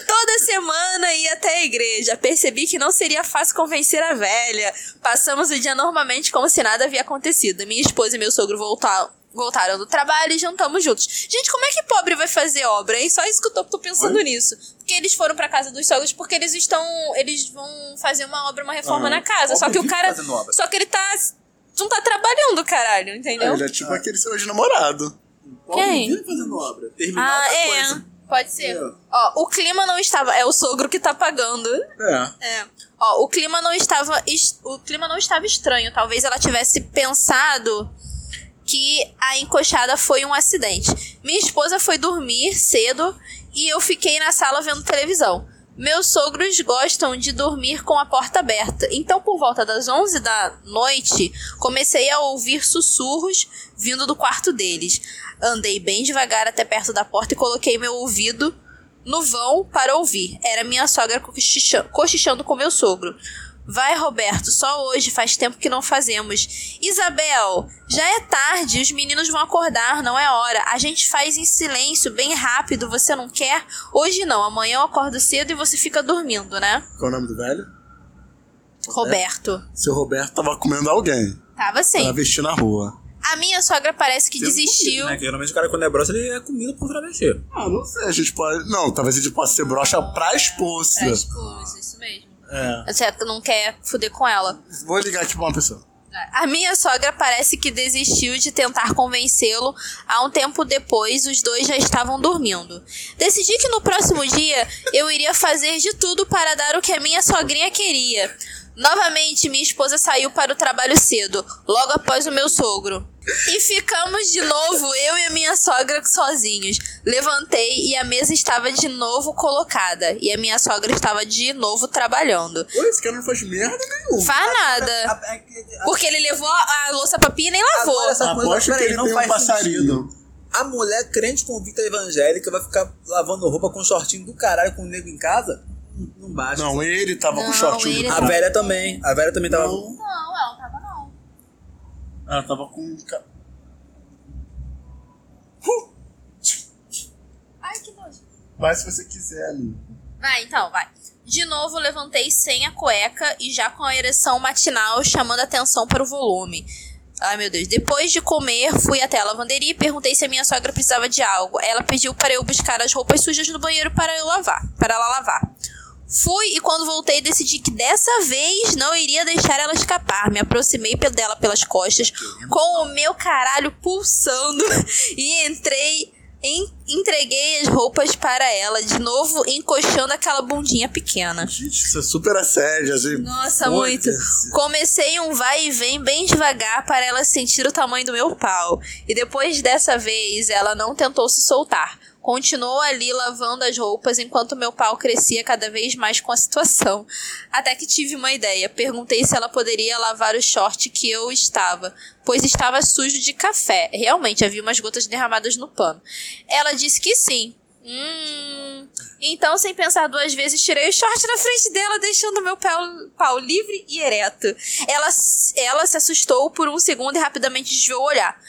[SPEAKER 3] Toda semana ia até a igreja. Percebi que não seria fácil convencer a velha. Passamos o dia normalmente como se nada havia acontecido. Minha esposa e meu sogro voltaram. Voltaram do trabalho e jantamos juntos. Gente, como é que pobre vai fazer obra, hein? Só isso que eu tô, tô pensando nisso. Porque eles foram pra casa dos sogros porque eles estão. Eles vão fazer uma obra, uma reforma na casa. Só que o
[SPEAKER 2] vive
[SPEAKER 3] cara.
[SPEAKER 2] fazendo obra.
[SPEAKER 3] Só que ele tá. Não tá trabalhando, caralho, entendeu?
[SPEAKER 1] Ele é tipo aquele seu ex-namorado.
[SPEAKER 3] Quem?
[SPEAKER 2] Vive fazendo obra. Terminar
[SPEAKER 3] Ah,
[SPEAKER 2] outra
[SPEAKER 3] é.
[SPEAKER 2] coisa.
[SPEAKER 3] Pode ser.
[SPEAKER 2] É.
[SPEAKER 3] Ó, o clima não estava. É o sogro que tá pagando.
[SPEAKER 1] É.
[SPEAKER 3] É. Ó, o clima não estava es- o clima não estava estranho. Talvez ela tivesse pensado que a encoxada foi um acidente. Minha esposa foi dormir cedo e eu fiquei na sala vendo televisão. Meus sogros gostam de dormir com a porta aberta. Então, por volta das 11 da noite, comecei a ouvir sussurros vindo do quarto deles. Andei bem devagar até perto da porta e coloquei meu ouvido no vão para ouvir. Era minha sogra cochicha- cochichando com meu sogro. Vai, Roberto, só hoje, faz tempo que não fazemos. Isabel, já é tarde, os meninos vão acordar, não é hora. A gente faz em silêncio, bem rápido, você não quer? Hoje não, amanhã eu acordo cedo e você fica dormindo, né?
[SPEAKER 1] Qual é o nome do velho?
[SPEAKER 3] Roberto.
[SPEAKER 1] Seu Roberto tava comendo alguém.
[SPEAKER 3] Tava sim.
[SPEAKER 1] Travesti na rua.
[SPEAKER 3] A minha sogra parece que
[SPEAKER 2] Sendo
[SPEAKER 3] desistiu.
[SPEAKER 2] comido, né? Que geralmente o cara quando é broxa, ele é comido por travesti.
[SPEAKER 1] Ah, não sei, a gente pode. Não, talvez a gente possa ser broxa pra expulsa.
[SPEAKER 3] Pra esposa, isso mesmo.
[SPEAKER 1] É.
[SPEAKER 3] Certo que não quer fuder com ela.
[SPEAKER 1] Vou ligar aqui pra uma pessoa.
[SPEAKER 3] A minha sogra parece que desistiu de tentar convencê-lo. Há um tempo depois, os dois já estavam dormindo. Decidi que no próximo dia eu iria fazer de tudo para dar o que a minha sogrinha queria. Novamente, minha esposa saiu para o trabalho cedo, logo após o meu sogro. E ficamos de novo, eu e a minha sogra sozinhos. Levantei e a mesa estava de novo colocada. E a minha sogra estava de novo trabalhando.
[SPEAKER 1] Pô, esse cara não faz merda nenhuma.
[SPEAKER 3] Faz nada.
[SPEAKER 2] A- é que- a-
[SPEAKER 3] Porque ele levou a a louça pra pia e nem lavou.
[SPEAKER 2] Agora essa coisa,
[SPEAKER 1] Aposto que
[SPEAKER 2] é, peraí,
[SPEAKER 1] ele
[SPEAKER 2] não
[SPEAKER 1] tem um
[SPEAKER 2] faz
[SPEAKER 1] passarinho.
[SPEAKER 2] sentido. A mulher crente convicta evangélica vai ficar lavando roupa com shortinho do caralho com o nego em casa? Não- Não baixa.
[SPEAKER 1] Não, ele tava com
[SPEAKER 3] Não,
[SPEAKER 1] shortinho.
[SPEAKER 3] ele-
[SPEAKER 1] do
[SPEAKER 2] A
[SPEAKER 1] cara.
[SPEAKER 2] velha também. A velha também tava.
[SPEAKER 1] Não,
[SPEAKER 3] Não, ela não tava não.
[SPEAKER 1] ela tava com. um ca-
[SPEAKER 3] Ai, que nojo.
[SPEAKER 1] Vai se você quiser, amigo.
[SPEAKER 3] Vai, então, vai. De novo, levantei sem a cueca e já com a ereção matinal chamando a atenção para o volume. Ai, meu Deus. Depois de comer, fui até a lavanderia e perguntei se a minha sogra precisava de algo. Ela pediu para eu buscar as roupas sujas no banheiro para eu lavar, para ela lavar. Fui e quando voltei decidi que dessa vez não iria deixar ela escapar. Me aproximei pe- dela pelas costas, com o meu caralho pulsando, [LAUGHS] e entrei, en- entreguei as roupas para ela, de novo encoxando aquela bundinha pequena.
[SPEAKER 1] Gente, isso é super assédio, gente.
[SPEAKER 3] Nossa,
[SPEAKER 1] Pô,
[SPEAKER 3] muito. Comecei um vai e vem bem devagar para ela sentir o tamanho do meu pau. E depois dessa vez, ela não tentou se soltar. Continuou ali lavando as roupas enquanto meu pau crescia cada vez mais com a situação. Até que tive uma ideia. Perguntei se ela poderia lavar o short que eu estava, pois estava sujo de café. Realmente, havia umas gotas derramadas no pano. Ela disse que sim. Hum. Então, sem pensar duas vezes, tirei o short da frente dela, deixando meu pau, pau livre e ereto. Ela, s- ela se assustou por um segundo e rapidamente desviou o olhar.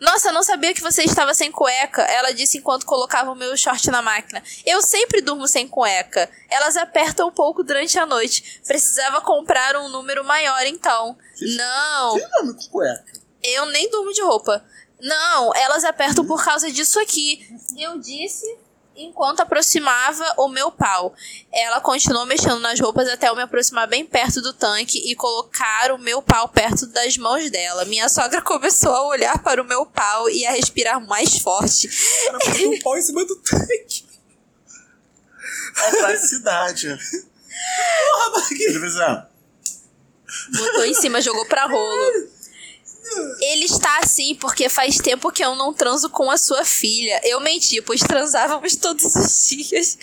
[SPEAKER 3] Nossa, não sabia que você estava sem cueca, ela disse enquanto colocava o meu short na máquina. Eu sempre durmo sem cueca. Elas apertam um pouco durante a noite. Precisava comprar um número maior, então. Não.
[SPEAKER 1] Que nome com cueca?
[SPEAKER 3] Eu nem durmo de roupa. Não, elas apertam por causa disso aqui. Eu disse enquanto aproximava o meu pau. Ela continuou mexendo nas roupas até eu me aproximar bem perto do tanque e colocar o meu pau perto das mãos dela. Minha sogra começou a olhar para o meu pau e a respirar mais forte.
[SPEAKER 2] Ela botou um pau em cima do tanque.
[SPEAKER 1] É praticidade.
[SPEAKER 2] Porra, mas que-
[SPEAKER 1] Ele ah, pensa,
[SPEAKER 3] Botou em cima, jogou pra rolo. Ele está assim porque faz tempo que eu não transo com a sua filha. Eu menti, pois transávamos todos os dias.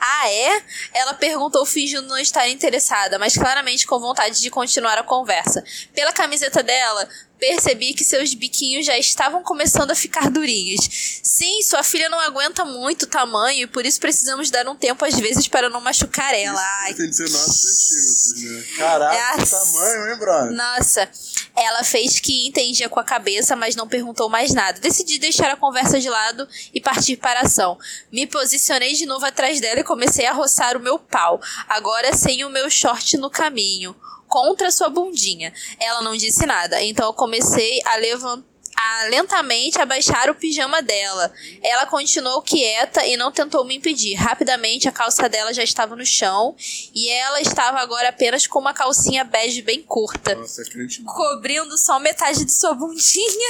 [SPEAKER 3] Ah, é? Ela perguntou, fingindo não estar interessada, mas claramente com vontade de continuar a conversa. Pela camiseta dela, percebi que seus biquinhos já estavam começando a ficar durinhos. Sim, sua filha não aguenta muito o tamanho e por isso precisamos dar um tempo às vezes para não machucar ela. Ai,
[SPEAKER 1] tem 19 centímetros, né? Caraca,
[SPEAKER 3] É
[SPEAKER 1] que
[SPEAKER 3] a-
[SPEAKER 1] tamanho, hein, brother?
[SPEAKER 3] Nossa, ela fez que entendia com a cabeça, mas não perguntou mais nada. Decidi deixar a conversa de lado e partir para a ação. Me posicionei de novo atrás dela e comecei a roçar o meu pau, agora sem o meu short no caminho, contra sua bundinha. Ela não disse nada, então eu comecei a levantar. A lentamente abaixar o pijama dela. Ela continuou quieta e não tentou me impedir. Rapidamente, a calça dela já estava no chão e ela estava agora apenas com uma calcinha bege bem curta
[SPEAKER 1] Nossa, é crente. não.
[SPEAKER 3] cobrindo só metade de sua bundinha.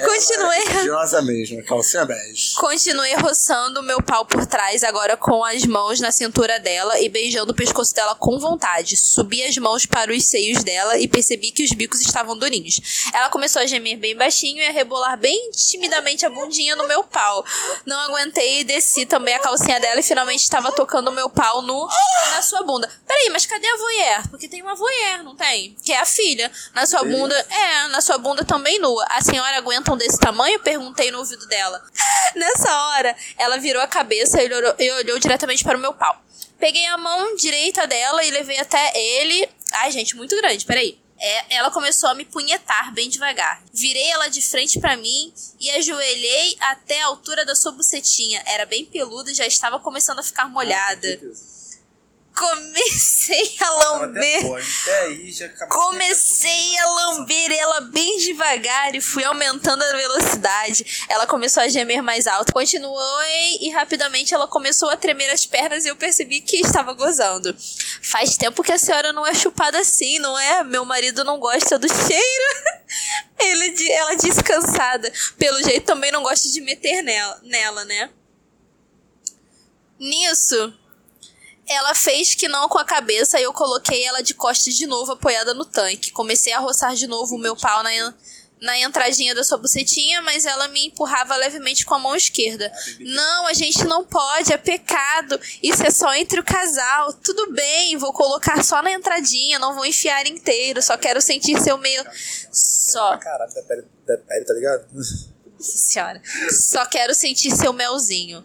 [SPEAKER 3] Continuei.
[SPEAKER 1] Ela é Curiosa mesmo, calcinha bege.
[SPEAKER 3] Continuei roçando o meu pau por trás, agora com as mãos na cintura dela e beijando o pescoço dela com vontade. Subi as mãos para os seios dela e percebi que os bicos estavam durinhos. Ela começou a gemer bem baixinho e a rebolar bem timidamente a bundinha no meu pau. Não aguentei e desci também a calcinha dela e finalmente estava tocando o meu pau nu na sua bunda. Peraí, mas cadê a voyeur? Porque tem uma voyeur, não tem? Que é a filha. Na sua bunda, é, na sua bunda também nua. A senhora aguenta um desse tamanho? Perguntei no ouvido dela. [LAUGHS] Nessa hora, ela virou a cabeça e olhou, e olhou diretamente para o meu pau. Peguei a mão direita dela e levei até ele. Ai, gente, muito grande, peraí. É, ela começou a me punhetar bem devagar. Virei ela de frente para mim e ajoelhei até a altura da sua bucetinha. Era bem peluda e já estava começando a ficar molhada. Comecei a lamber.
[SPEAKER 1] é
[SPEAKER 3] Comecei a lamber ela bem devagar e fui aumentando a velocidade. Ela começou a gemer mais alto. Continuei e rapidamente ela começou a tremer as pernas e eu percebi que estava gozando. Faz tempo que a senhora não é chupada assim, não é? Meu marido não gosta do cheiro. [LAUGHS] Ele, di- ela disse cansada. Pelo jeito também não gosta de meter nela, nela né? Nisso, ela fez que não com a cabeça e eu coloquei ela de costas de novo, apoiada no tanque. Comecei a roçar de novo o meu pau na, en- na entradinha da sua bucetinha, mas ela me empurrava levemente com a mão esquerda. Não, a gente não pode, é pecado. Isso é só entre o casal. Tudo bem, vou colocar só na entradinha, não vou enfiar inteiro, só quero sentir seu meio. Só.
[SPEAKER 2] Caralho, da pele, da pele, tá ligado?
[SPEAKER 3] [LAUGHS] Senhora, só quero sentir seu melzinho.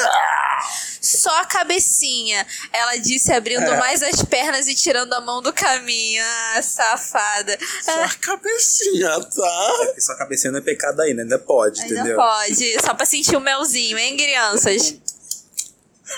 [SPEAKER 1] Ah,
[SPEAKER 3] Só a cabecinha, ela disse, abrindo
[SPEAKER 1] É.
[SPEAKER 3] mais as pernas e tirando a mão do caminho. Ah, safada. Ah,
[SPEAKER 1] Só a cabecinha, tá?
[SPEAKER 2] Porque sua cabecinha não é pecado ainda, ainda pode,
[SPEAKER 3] Ainda
[SPEAKER 2] entendeu?
[SPEAKER 3] pode, só pra sentir o melzinho, hein, crianças?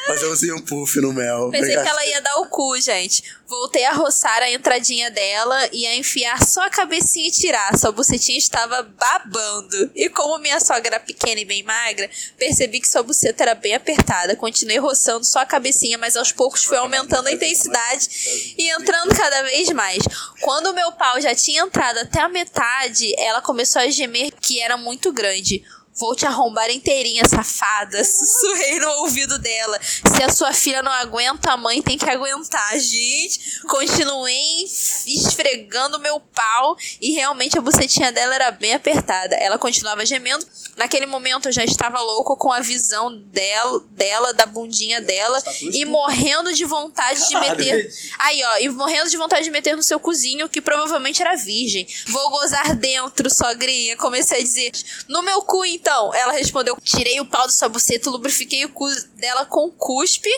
[SPEAKER 1] Mas eu usei um puff no mel.
[SPEAKER 3] Pensei
[SPEAKER 1] Obrigado.
[SPEAKER 3] que ela ia dar o cu, gente. Voltei a roçar a entradinha dela e a enfiar só a cabecinha e tirar. Sua bucetinha estava babando. E como minha sogra era pequena e bem magra, percebi que sua buceta era bem apertada. Continuei roçando só a cabecinha, mas aos poucos foi aumentando a intensidade e entrando cada vez mais. Quando o meu pau já tinha entrado até a metade, ela começou a gemer que era muito grande. Vou te arrombar inteirinha, safada. [LAUGHS] Sussurrei no ouvido dela. Se a sua filha não aguenta, a mãe tem que aguentar. Gente, continuei esfregando meu pau e realmente a bucetinha dela era bem apertada. Ela continuava gemendo. Naquele momento eu já estava louco com a visão dela, dela da bundinha dela e morrendo de vontade de meter. Aí, ó, e morrendo de vontade de meter no seu cozinho, que provavelmente era virgem. Vou gozar dentro, sogrinha. Comecei a dizer. No meu cu, então. Ela respondeu. Tirei o pau da sua buceta, lubrifiquei o cu dela com cuspe.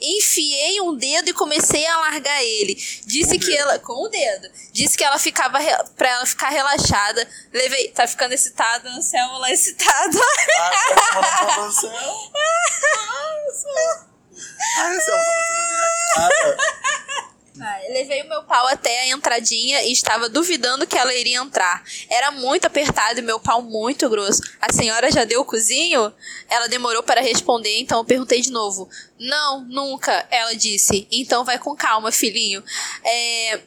[SPEAKER 3] Enfiei um dedo e comecei a largar ele. Disse que ela. Com o dedo. Disse que ela ficava. Re, pra ela ficar relaxada. Levei. Tá ficando excitada, Anselmo lá excitado.
[SPEAKER 1] Ah, né?
[SPEAKER 3] Ah, eu Levei o meu pau até a entradinha e estava duvidando que ela iria entrar. Era muito apertado e meu pau muito grosso. A senhora já deu o cozinho? Ela demorou para responder, então eu perguntei de novo. Não, nunca, ela disse. Então vai com calma, filhinho. É,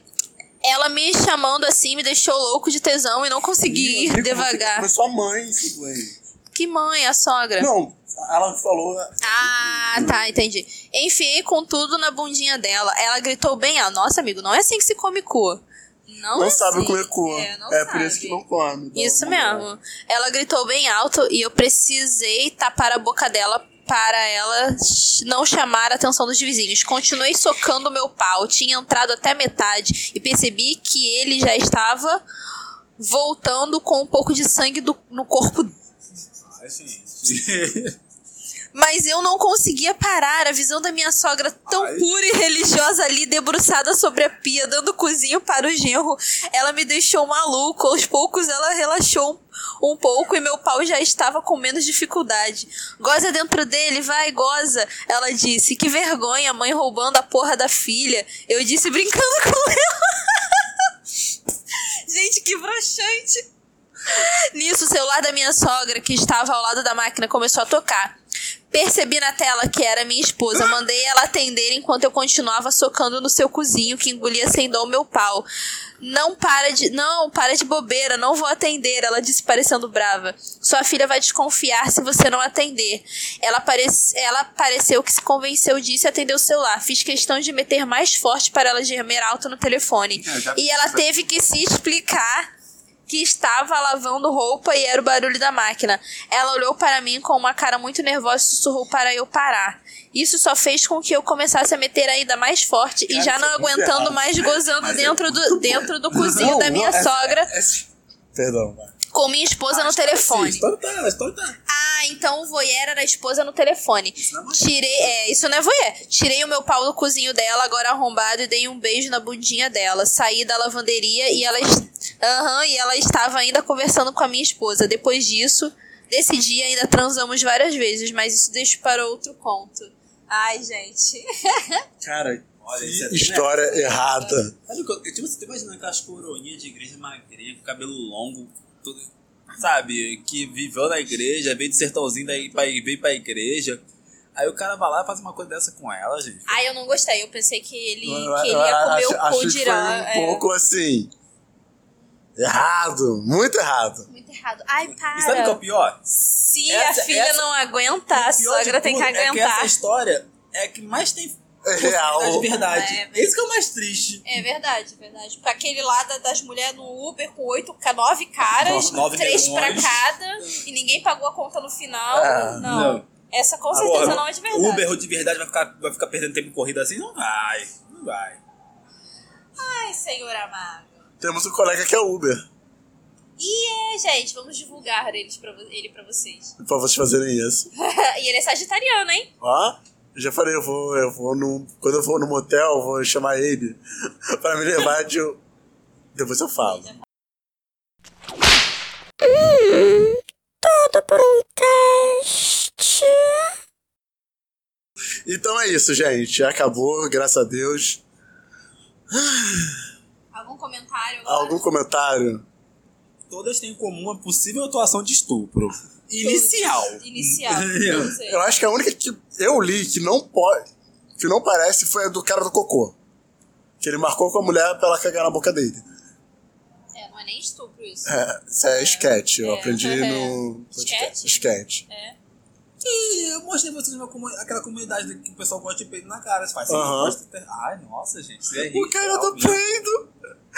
[SPEAKER 3] Ela me chamando assim me deixou louco de tesão e não consegui ir devagar.
[SPEAKER 1] Mas é sua mãe, Sidney.
[SPEAKER 3] Que mãe, a sogra.
[SPEAKER 1] Não, ela falou. né?
[SPEAKER 3] Ah, tá, entendi. Enfiei com tudo na bundinha dela. Ela gritou bem alto. Nossa, amigo, não é assim que se come cu. Não,
[SPEAKER 1] Não
[SPEAKER 3] é
[SPEAKER 1] sabe
[SPEAKER 3] assim.
[SPEAKER 1] comer cu.
[SPEAKER 3] É, não
[SPEAKER 1] É
[SPEAKER 3] sabe.
[SPEAKER 1] por isso que não come. então, dá
[SPEAKER 3] Isso
[SPEAKER 1] uma olhada.
[SPEAKER 3] mesmo. Ela gritou bem alto e eu precisei tapar a boca dela para ela ch- não chamar a atenção dos vizinhos. Continuei socando meu pau, tinha entrado até metade e percebi que ele já estava voltando com um pouco de sangue do- no corpo
[SPEAKER 2] Ai, gente.
[SPEAKER 3] Mas eu não conseguia parar a visão da minha sogra tão
[SPEAKER 2] Ai.
[SPEAKER 3] pura e religiosa ali, debruçada sobre a pia, dando cozinho para o genro. Ela me deixou maluco. Aos poucos ela relaxou um pouco e meu pau já estava com menos dificuldade. Goza dentro dele, vai, goza. Ela disse, que vergonha, a mãe roubando a porra da filha. Eu disse brincando com ela. Gente, que broxante. Nisso, o celular da minha sogra, que estava ao lado da máquina, começou a tocar. Percebi na tela que era minha esposa. Mandei ela atender enquanto eu continuava socando no seu cozinho, que engolia sem dó o meu pau. Não para de. Não, para de bobeira, não vou atender, ela disse, parecendo brava. Sua filha vai desconfiar se você não atender. Ela, pare... ela pareceu que se convenceu disso e atendeu o celular. Fiz questão de meter mais forte para ela gemer alto no telefone.
[SPEAKER 2] É, já-
[SPEAKER 3] E ela teve que se explicar que estava lavando roupa e era o barulho da máquina. Ela olhou para mim com uma cara muito nervosa e sussurrou para eu parar. Isso só fez com que eu começasse a meter ainda mais forte e já não
[SPEAKER 1] isso é muito
[SPEAKER 3] aguentando
[SPEAKER 1] errado.
[SPEAKER 3] mais gozando
[SPEAKER 2] Mas é
[SPEAKER 3] dentro, do, dentro do cozinho
[SPEAKER 1] Não,
[SPEAKER 3] da minha
[SPEAKER 1] não, é-
[SPEAKER 3] sogra
[SPEAKER 1] Perdão, vai.
[SPEAKER 3] com minha esposa no
[SPEAKER 2] Sim,
[SPEAKER 3] telefone.
[SPEAKER 2] história tá, história tá.
[SPEAKER 3] Ah, então o voyeur era a esposa no telefone.
[SPEAKER 2] não é voyeur.
[SPEAKER 3] Tirei, é, isso não é voyeur. Tirei o meu pau do cozinho dela, agora arrombado, e dei um beijo na bundinha dela. Saí da lavanderia e ela, es- Aham, e ela estava ainda conversando com a minha esposa. Depois disso, desse dia ainda transamos várias vezes, mas isso deixo para outro conto. Ai, gente. [LAUGHS]
[SPEAKER 1] Cara,
[SPEAKER 2] Olha,
[SPEAKER 1] que
[SPEAKER 2] isso é-
[SPEAKER 1] história errada.
[SPEAKER 2] Sabe, o que eu, eu, tipo, você tá imaginando aquelas coroinhas de igreja magrinha, com cabelo longo, tudo, sabe? Que viveu na igreja, veio de sertãozinho, daí pra, veio pra igreja. Aí o cara vai lá e faz uma coisa dessa com ela, gente.
[SPEAKER 3] Ai, eu não gostei. Eu pensei que ele
[SPEAKER 1] Eu- eu- eu
[SPEAKER 3] queria comer
[SPEAKER 1] acho-
[SPEAKER 3] o cu
[SPEAKER 1] acho
[SPEAKER 3] de
[SPEAKER 1] que foi
[SPEAKER 3] Irã.
[SPEAKER 1] um
[SPEAKER 3] é.
[SPEAKER 1] pouco assim. Errado, muito errado.
[SPEAKER 3] Muito errado. Ai, para.
[SPEAKER 2] E sabe o que é o pior?
[SPEAKER 3] Se
[SPEAKER 2] Essa-
[SPEAKER 3] a filha
[SPEAKER 2] essa-
[SPEAKER 3] não aguentar, a
[SPEAKER 2] O pior de
[SPEAKER 3] sogra tem que
[SPEAKER 2] tudo É que essa
[SPEAKER 3] aguentar.
[SPEAKER 2] história é a que mais tem
[SPEAKER 1] É
[SPEAKER 2] possibilidade de
[SPEAKER 1] real.
[SPEAKER 2] verdade.
[SPEAKER 3] É, mas-
[SPEAKER 2] Esse que é o mais triste.
[SPEAKER 3] É verdade, é verdade. Porque aquele lá da- das mulheres no Uber com oito, ca- nove caras,
[SPEAKER 2] No- nove
[SPEAKER 3] três pra
[SPEAKER 2] demônios.
[SPEAKER 3] cada, e ninguém pagou a conta no final.
[SPEAKER 1] Ah,
[SPEAKER 3] não.
[SPEAKER 2] não. Tá
[SPEAKER 3] Essa com certeza
[SPEAKER 2] É. Agora,
[SPEAKER 3] não é de verdade.
[SPEAKER 2] O Uber de verdade vai ficar, vai ficar perdendo tempo em corrida assim? Não vai, não vai.
[SPEAKER 3] Ai, senhor amado.
[SPEAKER 1] Temos um colega que é Uber,
[SPEAKER 3] E é, gente, vamos divulgar eles pra, vo- ele pra vocês.
[SPEAKER 1] pra
[SPEAKER 3] [LAUGHS]
[SPEAKER 1] vocês fazerem isso.
[SPEAKER 3] e ele é sagitariano, hein?
[SPEAKER 1] Ó, eu já falei, eu vou, eu vou num, quando eu for no motel, eu vou chamar ele [LAUGHS] pra me levar de. um- Depois eu falo.
[SPEAKER 4] Todo por um cast.
[SPEAKER 1] Então é isso, gente. Acabou, graças a Deus.
[SPEAKER 3] Algum comentário agora?
[SPEAKER 1] Algum comentário?
[SPEAKER 2] Todas têm em comum a possível atuação de estupro. Inicial.
[SPEAKER 3] Inicial.
[SPEAKER 2] [LAUGHS] Eu-
[SPEAKER 3] não sei.
[SPEAKER 1] Eu acho que a única que eu li que não pode. que não parece foi a do cara do cocô. Que ele marcou com a mulher pra ela cagar na boca dele.
[SPEAKER 3] É, não é nem estupro isso.
[SPEAKER 1] É, isso é esquete. Eu
[SPEAKER 3] É.
[SPEAKER 1] aprendi
[SPEAKER 3] É.
[SPEAKER 1] no.
[SPEAKER 3] Esquete?
[SPEAKER 1] Esquete.
[SPEAKER 2] E Hum. eu mostrei pra vocês uma comu- aquela comunidade que o pessoal gosta de peido na cara. Você faz assim,
[SPEAKER 1] Aham.
[SPEAKER 2] gosta de ter- Ai, nossa, gente. Isso é
[SPEAKER 1] O
[SPEAKER 2] rico,
[SPEAKER 1] cara tá
[SPEAKER 2] realmente.
[SPEAKER 1] peido! O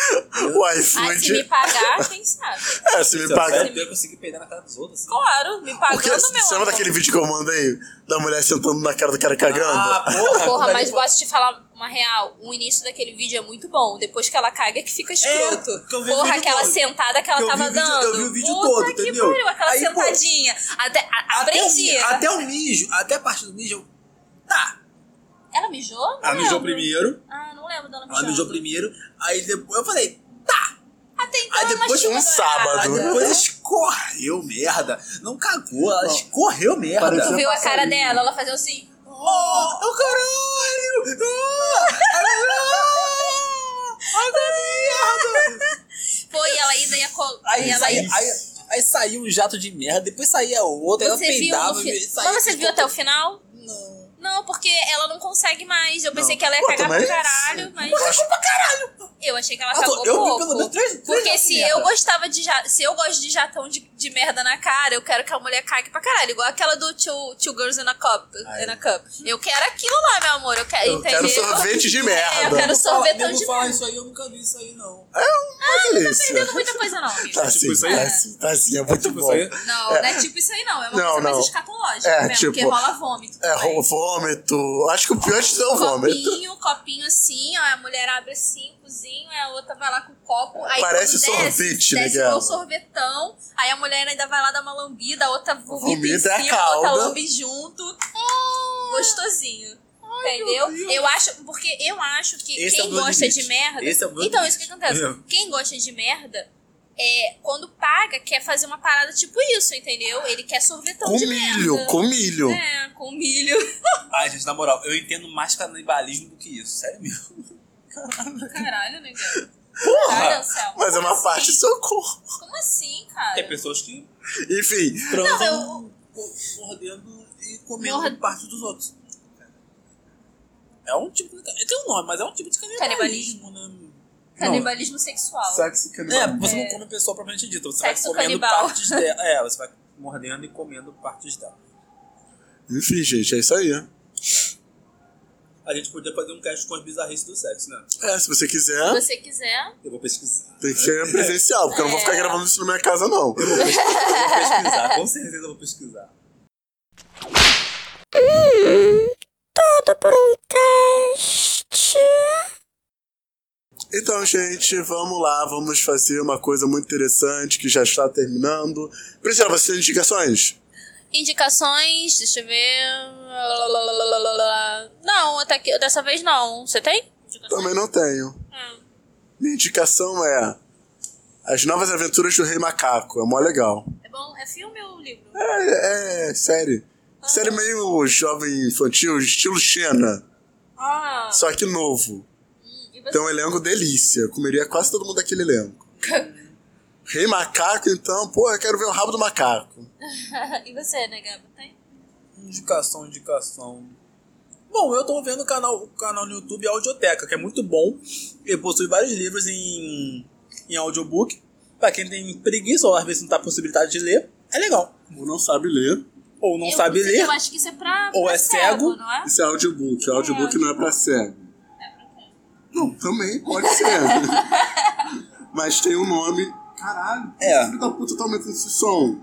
[SPEAKER 3] Ah, se me
[SPEAKER 1] iFood.
[SPEAKER 3] pagar, quem sabe?
[SPEAKER 1] É, se me
[SPEAKER 2] Isso é
[SPEAKER 1] paga.
[SPEAKER 2] sério, Eu consegui peidar na cara dos outros. assim.
[SPEAKER 3] Claro, me pagando,
[SPEAKER 1] Porque
[SPEAKER 3] meu
[SPEAKER 1] você lembra
[SPEAKER 3] amor.
[SPEAKER 1] daquele vídeo que eu mandei da mulher sentando na cara do cara cagando?
[SPEAKER 2] Ah, porra.
[SPEAKER 3] Porra,
[SPEAKER 2] aquilo
[SPEAKER 3] mas
[SPEAKER 2] ali foi-
[SPEAKER 3] posso te falar uma real. O início daquele vídeo é muito bom. Depois que ela caga, é que fica escroto.
[SPEAKER 2] que eu vi o
[SPEAKER 3] Porra,
[SPEAKER 2] vídeo
[SPEAKER 3] aquela
[SPEAKER 2] todo.
[SPEAKER 3] sentada que ela
[SPEAKER 2] Que eu vi
[SPEAKER 3] tava
[SPEAKER 2] o vídeo-
[SPEAKER 3] dando.
[SPEAKER 2] eu vi o vídeo
[SPEAKER 3] Puta
[SPEAKER 2] todo,
[SPEAKER 3] que
[SPEAKER 2] entendeu?
[SPEAKER 3] pariu, aquela
[SPEAKER 2] Aí, pô,
[SPEAKER 3] sentadinha. Até, a,
[SPEAKER 2] Até o, mi-
[SPEAKER 3] aprendia.
[SPEAKER 2] até o mijo, até a parte do mijo, eu- tá.
[SPEAKER 3] Ela mijou? Não
[SPEAKER 2] Ela mijou
[SPEAKER 3] lembro.
[SPEAKER 2] primeiro,
[SPEAKER 3] Ah, não lembro dela mijando.
[SPEAKER 2] ela mijou primeiro, aí depois eu falei, tá.
[SPEAKER 3] Até então
[SPEAKER 2] Aí
[SPEAKER 3] ela
[SPEAKER 2] depois de um
[SPEAKER 3] machucou.
[SPEAKER 1] sábado.
[SPEAKER 2] Aí
[SPEAKER 1] é.
[SPEAKER 2] depois um escorreu merda. Não cagou, ela escorreu merda.
[SPEAKER 1] Parecia
[SPEAKER 3] Tu viu a cara dela? Ela fazia assim...
[SPEAKER 2] Oh, oh caralho! Oh, Ah, ah, merda!
[SPEAKER 3] Pô, e ela ainda ia... col-
[SPEAKER 2] Aí,
[SPEAKER 3] ela
[SPEAKER 2] aí,
[SPEAKER 3] ia...
[SPEAKER 2] aí, aí saiu um jato de merda, depois saía outro, ela
[SPEAKER 3] Você viu no
[SPEAKER 2] peidava.
[SPEAKER 3] fi...
[SPEAKER 2] e saía-
[SPEAKER 3] Mas você viu até o final?
[SPEAKER 2] Não.
[SPEAKER 3] Não, porque ela não consegue mais. Eu
[SPEAKER 2] Não. é
[SPEAKER 3] pensei que ela ia
[SPEAKER 1] Pô,
[SPEAKER 3] cagar
[SPEAKER 1] também-
[SPEAKER 3] pra caralho, mas...
[SPEAKER 1] Eu acho-
[SPEAKER 3] Eu achei
[SPEAKER 1] Ah,
[SPEAKER 3] que ela
[SPEAKER 2] Eu tô-
[SPEAKER 3] cagou
[SPEAKER 2] eu vi
[SPEAKER 3] pouco.
[SPEAKER 2] pelo menos três- três
[SPEAKER 3] Porque
[SPEAKER 2] jatos
[SPEAKER 3] se
[SPEAKER 2] de merda.
[SPEAKER 3] eu gostava de ja- se eu gosto de jatão de, de merda na cara, eu quero que a mulher cague pra caralho, igual aquela do Two, two Girls in a Cup, in a cup. Eu quero aquilo lá, meu amor, eu quero,
[SPEAKER 1] Eu quero
[SPEAKER 3] entendeu?
[SPEAKER 1] sorvete de
[SPEAKER 3] É, eu
[SPEAKER 1] merda.
[SPEAKER 3] quero sorvetão
[SPEAKER 2] Nego
[SPEAKER 3] de
[SPEAKER 2] fala
[SPEAKER 3] merda.
[SPEAKER 2] isso aí, eu nunca vi isso aí, não.
[SPEAKER 3] Ah,
[SPEAKER 1] É isso.
[SPEAKER 3] Não é muita coisa não. amigo.
[SPEAKER 1] Tá assim,
[SPEAKER 2] Tipo isso aí?
[SPEAKER 1] tá assim, tá assim, é muito
[SPEAKER 2] Tipo,
[SPEAKER 1] bom.
[SPEAKER 2] isso aí-
[SPEAKER 3] Não, não é tipo isso aí não, é
[SPEAKER 1] Não,
[SPEAKER 3] uma coisa
[SPEAKER 1] não.
[SPEAKER 3] mais escatológica
[SPEAKER 1] É,
[SPEAKER 3] mesmo, porque
[SPEAKER 1] tipo,
[SPEAKER 3] rola vômito.
[SPEAKER 1] É,
[SPEAKER 3] também.
[SPEAKER 1] rô- vômito. Acho que o pior de tudo é o vômito.
[SPEAKER 3] Um Copinho, copinho assim, ó, a mulher abre assim, cozinho, aí a outra vai lá com o copo, aí
[SPEAKER 1] Parece
[SPEAKER 3] quando desce,
[SPEAKER 1] sorvete, né,
[SPEAKER 3] desce
[SPEAKER 1] Gabi?
[SPEAKER 3] igual sorvetão, aí a mulher ainda vai lá dar uma lambida, a outra vomita,
[SPEAKER 1] Vomita a
[SPEAKER 3] em cima, a outra
[SPEAKER 1] calda.
[SPEAKER 3] lambe junto, gostosinho, entendeu? Eu acho, porque eu acho que
[SPEAKER 2] Esse é o
[SPEAKER 3] quem
[SPEAKER 2] meu
[SPEAKER 3] gosta
[SPEAKER 2] limite.
[SPEAKER 3] de merda,
[SPEAKER 2] Esse é o meu
[SPEAKER 3] então
[SPEAKER 2] limite.
[SPEAKER 3] isso que acontece,
[SPEAKER 2] Eu.
[SPEAKER 3] quem gosta de merda, é, quando paga, quer fazer uma parada tipo isso, entendeu? Ele quer sorvetão
[SPEAKER 1] Com
[SPEAKER 3] de
[SPEAKER 1] milho,
[SPEAKER 3] merda.
[SPEAKER 1] com milho.
[SPEAKER 3] É, com milho.
[SPEAKER 2] Ai, gente, na moral, eu entendo mais canibalismo do que isso, sério mesmo.
[SPEAKER 3] Caralho, negão. Caralho,
[SPEAKER 1] Porra!
[SPEAKER 3] Anselmo.
[SPEAKER 1] Mas é
[SPEAKER 3] Como
[SPEAKER 1] uma
[SPEAKER 3] assim?
[SPEAKER 1] parte socorro.
[SPEAKER 3] Como assim, cara?
[SPEAKER 2] Tem pessoas que
[SPEAKER 1] Enfim,
[SPEAKER 2] transam co- mordendo e comendo
[SPEAKER 3] Mord-
[SPEAKER 2] parte dos outros. É um tipo de. Tem um nome, mas é um tipo de canibalismo,
[SPEAKER 3] Canibalismo.
[SPEAKER 2] né?
[SPEAKER 3] Canibalismo sexual.
[SPEAKER 1] sexo
[SPEAKER 2] É,
[SPEAKER 1] canibal.
[SPEAKER 2] você
[SPEAKER 3] É.
[SPEAKER 2] não come a pessoa propriamente dita, você
[SPEAKER 3] Sexo
[SPEAKER 2] vai comendo
[SPEAKER 3] canibal. [LAUGHS]
[SPEAKER 2] partes dela. É, você vai mordendo e comendo partes dela.
[SPEAKER 1] Enfim, gente, é isso aí. né?
[SPEAKER 2] A gente podia fazer um cast com as bizarrices do sexo, né?
[SPEAKER 1] É, se você
[SPEAKER 3] Se
[SPEAKER 1] quiser,
[SPEAKER 3] você quiser.
[SPEAKER 2] Eu vou pesquisar.
[SPEAKER 1] tem que ser presencial, porque eu não vou ficar gravando isso na minha casa, não.
[SPEAKER 2] Eu vou pesquisar, com certeza eu vou pesquisar.
[SPEAKER 4] Todo por um cast.
[SPEAKER 1] Então, gente, vamos lá, vamos fazer uma coisa muito interessante que já está terminando. Priscila, você tem indicações?
[SPEAKER 3] Indicações, deixa eu ver. Lalalala. Não, até que, dessa vez não. Você tem? Indicações?
[SPEAKER 1] Também não tenho.
[SPEAKER 3] Hum.
[SPEAKER 1] Minha indicação é As Novas Aventuras do Rei Macaco. É mó legal.
[SPEAKER 3] É bom? É filme ou livro?
[SPEAKER 1] É, é série. Série meio jovem infantil, estilo Xena,
[SPEAKER 3] Ah, hum,
[SPEAKER 1] só que novo.
[SPEAKER 3] e você?
[SPEAKER 1] Tem um elenco delícia. Comeria quase todo mundo daquele elenco. Rei Macaco, então, pô, eu quero ver o rabo do macaco.
[SPEAKER 2] Então-
[SPEAKER 3] [LAUGHS] e você, né, Gabo? Tem?
[SPEAKER 2] Indicação, indicação. Bom, eu tô vendo o canal, o canal no YouTube Audioteca, que é muito bom. Ele possui vários livros em, em audiobook. Pra quem tem preguiça ou às vezes não tá possibilidade de ler, é legal.
[SPEAKER 1] Ou não sabe ler.
[SPEAKER 2] Ou não
[SPEAKER 3] Eu
[SPEAKER 2] sabe
[SPEAKER 3] sei,
[SPEAKER 2] ler.
[SPEAKER 3] Eu acho que isso é pra.
[SPEAKER 2] Ou
[SPEAKER 3] pra
[SPEAKER 2] é cego.
[SPEAKER 3] não é?
[SPEAKER 1] Isso é audiobook. O audiobook não é pra cego. Não, também pode ser. [LAUGHS] Mas tem um nome. Caralho.
[SPEAKER 2] É.
[SPEAKER 1] Filho da puta tá aumentando esse som.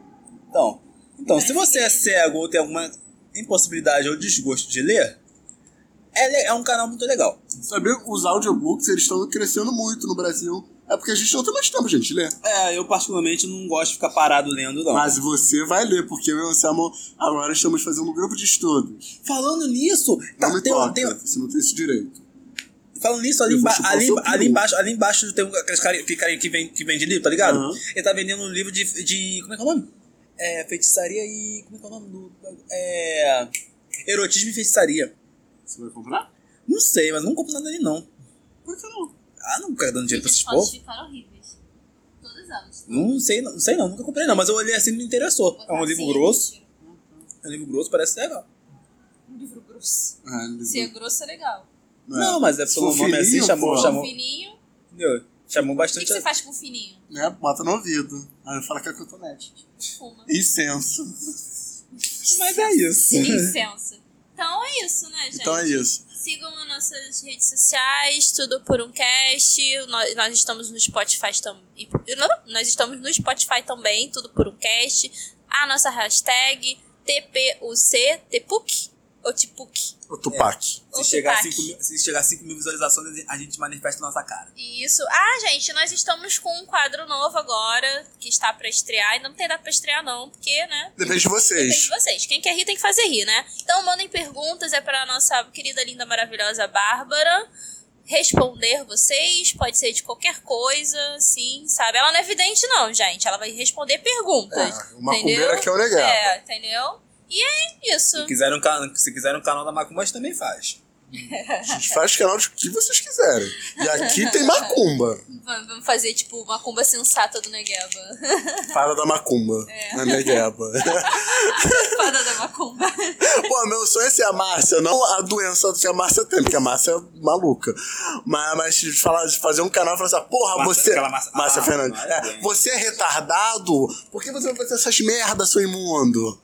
[SPEAKER 2] Então, então, se você é cego ou tem alguma impossibilidade ou desgosto de ler, é, le- é um canal muito legal.
[SPEAKER 1] Sabe, os audiobooks, eles estão crescendo muito no Brasil. É porque a gente não tem mais tempo, gente, ler.
[SPEAKER 2] É, eu particularmente não gosto de ficar parado lendo, não.
[SPEAKER 1] Mas você vai ler, porque eu e o Samuel agora estamos fazendo um grupo de estudos.
[SPEAKER 2] falando nisso,
[SPEAKER 1] Não
[SPEAKER 2] tá-
[SPEAKER 1] me
[SPEAKER 2] tem-
[SPEAKER 1] toca,
[SPEAKER 2] tem-
[SPEAKER 1] você não tem esse direito.
[SPEAKER 2] Falando nisso, ali,
[SPEAKER 1] Eu vou
[SPEAKER 2] emba-
[SPEAKER 1] chupar
[SPEAKER 2] ali,
[SPEAKER 1] seu peru.
[SPEAKER 2] ali embaixo, ali embaixo tem um- aqueles caras que, cara que, vem, que vende livro, tá ligado?
[SPEAKER 1] Aham.
[SPEAKER 2] Ele tá vendendo um livro de, de. Como é que é o nome? É. Feitiçaria e. Como é que é o nome do. É. Erotismo e feitiçaria.
[SPEAKER 1] Você vai comprar?
[SPEAKER 2] Não sei, mas não compro nada ali não.
[SPEAKER 1] Por que não?
[SPEAKER 2] Ah, não fica dando dinheiro pra
[SPEAKER 3] As
[SPEAKER 2] esses
[SPEAKER 3] fotos
[SPEAKER 2] povos.
[SPEAKER 3] ficaram horríveis. Todas elas.
[SPEAKER 2] Não sei, não, não sei não, nunca comprei não, mas eu olhei assim e me interessou. É um
[SPEAKER 3] Botar
[SPEAKER 2] livro
[SPEAKER 3] assim,
[SPEAKER 2] grosso.
[SPEAKER 3] gente,
[SPEAKER 2] É um livro grosso, parece legal.
[SPEAKER 3] Um livro grosso.
[SPEAKER 1] Ah, ele-
[SPEAKER 3] Se é grosso, é legal. Um
[SPEAKER 1] É.
[SPEAKER 2] Não, mas é
[SPEAKER 1] Se
[SPEAKER 2] pelo
[SPEAKER 1] for
[SPEAKER 2] nome assim,
[SPEAKER 1] fininho,
[SPEAKER 2] chamou.
[SPEAKER 1] pô.
[SPEAKER 2] chamou
[SPEAKER 3] Fininho.
[SPEAKER 2] entendeu? Chamou
[SPEAKER 3] O que,
[SPEAKER 2] bastante.
[SPEAKER 3] que você faz com o fininho?
[SPEAKER 1] Né, bota no ouvido. Aí eu falo que é cotonete.
[SPEAKER 3] Fuma.
[SPEAKER 1] Incenso.
[SPEAKER 2] Mas é isso.
[SPEAKER 3] Licença. Então é isso, né, gente?
[SPEAKER 1] Então é isso.
[SPEAKER 3] Sigam as nossas redes sociais, tudo por um cast. Nós, nós estamos no Spotify também. Nós estamos no Spotify também, tudo por um cast. A nossa hashtag TPUC, TPUC ou TPUC.
[SPEAKER 1] O Tupac.
[SPEAKER 2] [LAUGHS]
[SPEAKER 3] ou
[SPEAKER 2] Se chegar,
[SPEAKER 3] Tupac.
[SPEAKER 2] 5 mil, se chegar 5 mil visualizações, a gente manifesta nossa cara.
[SPEAKER 3] Isso. Ah, gente, nós estamos com um quadro novo agora, que está pra estrear. Ainda não tem dado pra estrear, não, porque, né?
[SPEAKER 1] Depende de
[SPEAKER 3] Depende de
[SPEAKER 1] vocês.
[SPEAKER 3] vocês. Quem quer rir tem que fazer rir, né? Então mandem perguntas, é pra nossa querida, linda, maravilhosa Bárbara responder vocês. Pode ser de qualquer coisa, sim, sabe? Ela não é evidente, não, gente. Ela vai responder perguntas.
[SPEAKER 1] É, uma
[SPEAKER 3] entendeu?
[SPEAKER 1] cumbeira que é o legal.
[SPEAKER 3] É, entendeu? E é isso.
[SPEAKER 2] Se quiserem um, can- se quiserem um canal da Macumbas, também faz.
[SPEAKER 1] A
[SPEAKER 2] [LAUGHS]
[SPEAKER 1] gente faz canal de que vocês quiserem. E aqui tem macumba.
[SPEAKER 3] V- Vamos fazer, tipo, uma cumba sensata do Negueba. [LAUGHS]
[SPEAKER 1] Fala da macumba.
[SPEAKER 2] É.
[SPEAKER 1] Na [LAUGHS] negueba.
[SPEAKER 3] Fada da macumba.
[SPEAKER 1] Pô, meu sonho é ser a Márcia, não a doença que a Márcia tem, porque a Márcia é maluca. Mas, mas de falar, de fazer um canal e falar assim, porra,
[SPEAKER 2] Márcia-
[SPEAKER 1] você.
[SPEAKER 2] aquela Márcia-
[SPEAKER 1] Márcia
[SPEAKER 2] Ah,
[SPEAKER 1] Fernandes.
[SPEAKER 2] não, é
[SPEAKER 1] é,
[SPEAKER 2] bem.
[SPEAKER 1] você é retardado? Por que você vai fazer essas merdas, seu imundo?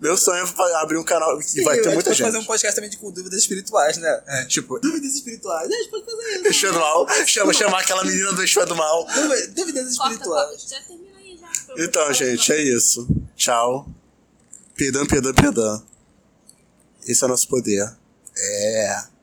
[SPEAKER 1] Meu sonho é fa- abrir um canal que vai ter
[SPEAKER 2] a gente
[SPEAKER 1] muita
[SPEAKER 2] pode
[SPEAKER 1] gente.
[SPEAKER 2] fazer um podcast também de, com dúvidas espirituais, né?
[SPEAKER 1] É, tipo,
[SPEAKER 2] Dúvidas espirituais, a gente pode fazer isso.
[SPEAKER 1] Deixa do mal, chama, chamar aquela menina do Eixo do Mal.
[SPEAKER 2] Dúvi- Dúvidas
[SPEAKER 3] Corta, corta.
[SPEAKER 2] espirituais.
[SPEAKER 3] Já termina aí, já.
[SPEAKER 1] Então, gente, é isso. Tchau. Perdão, perdão, perdão. Esse é o nosso poder. É.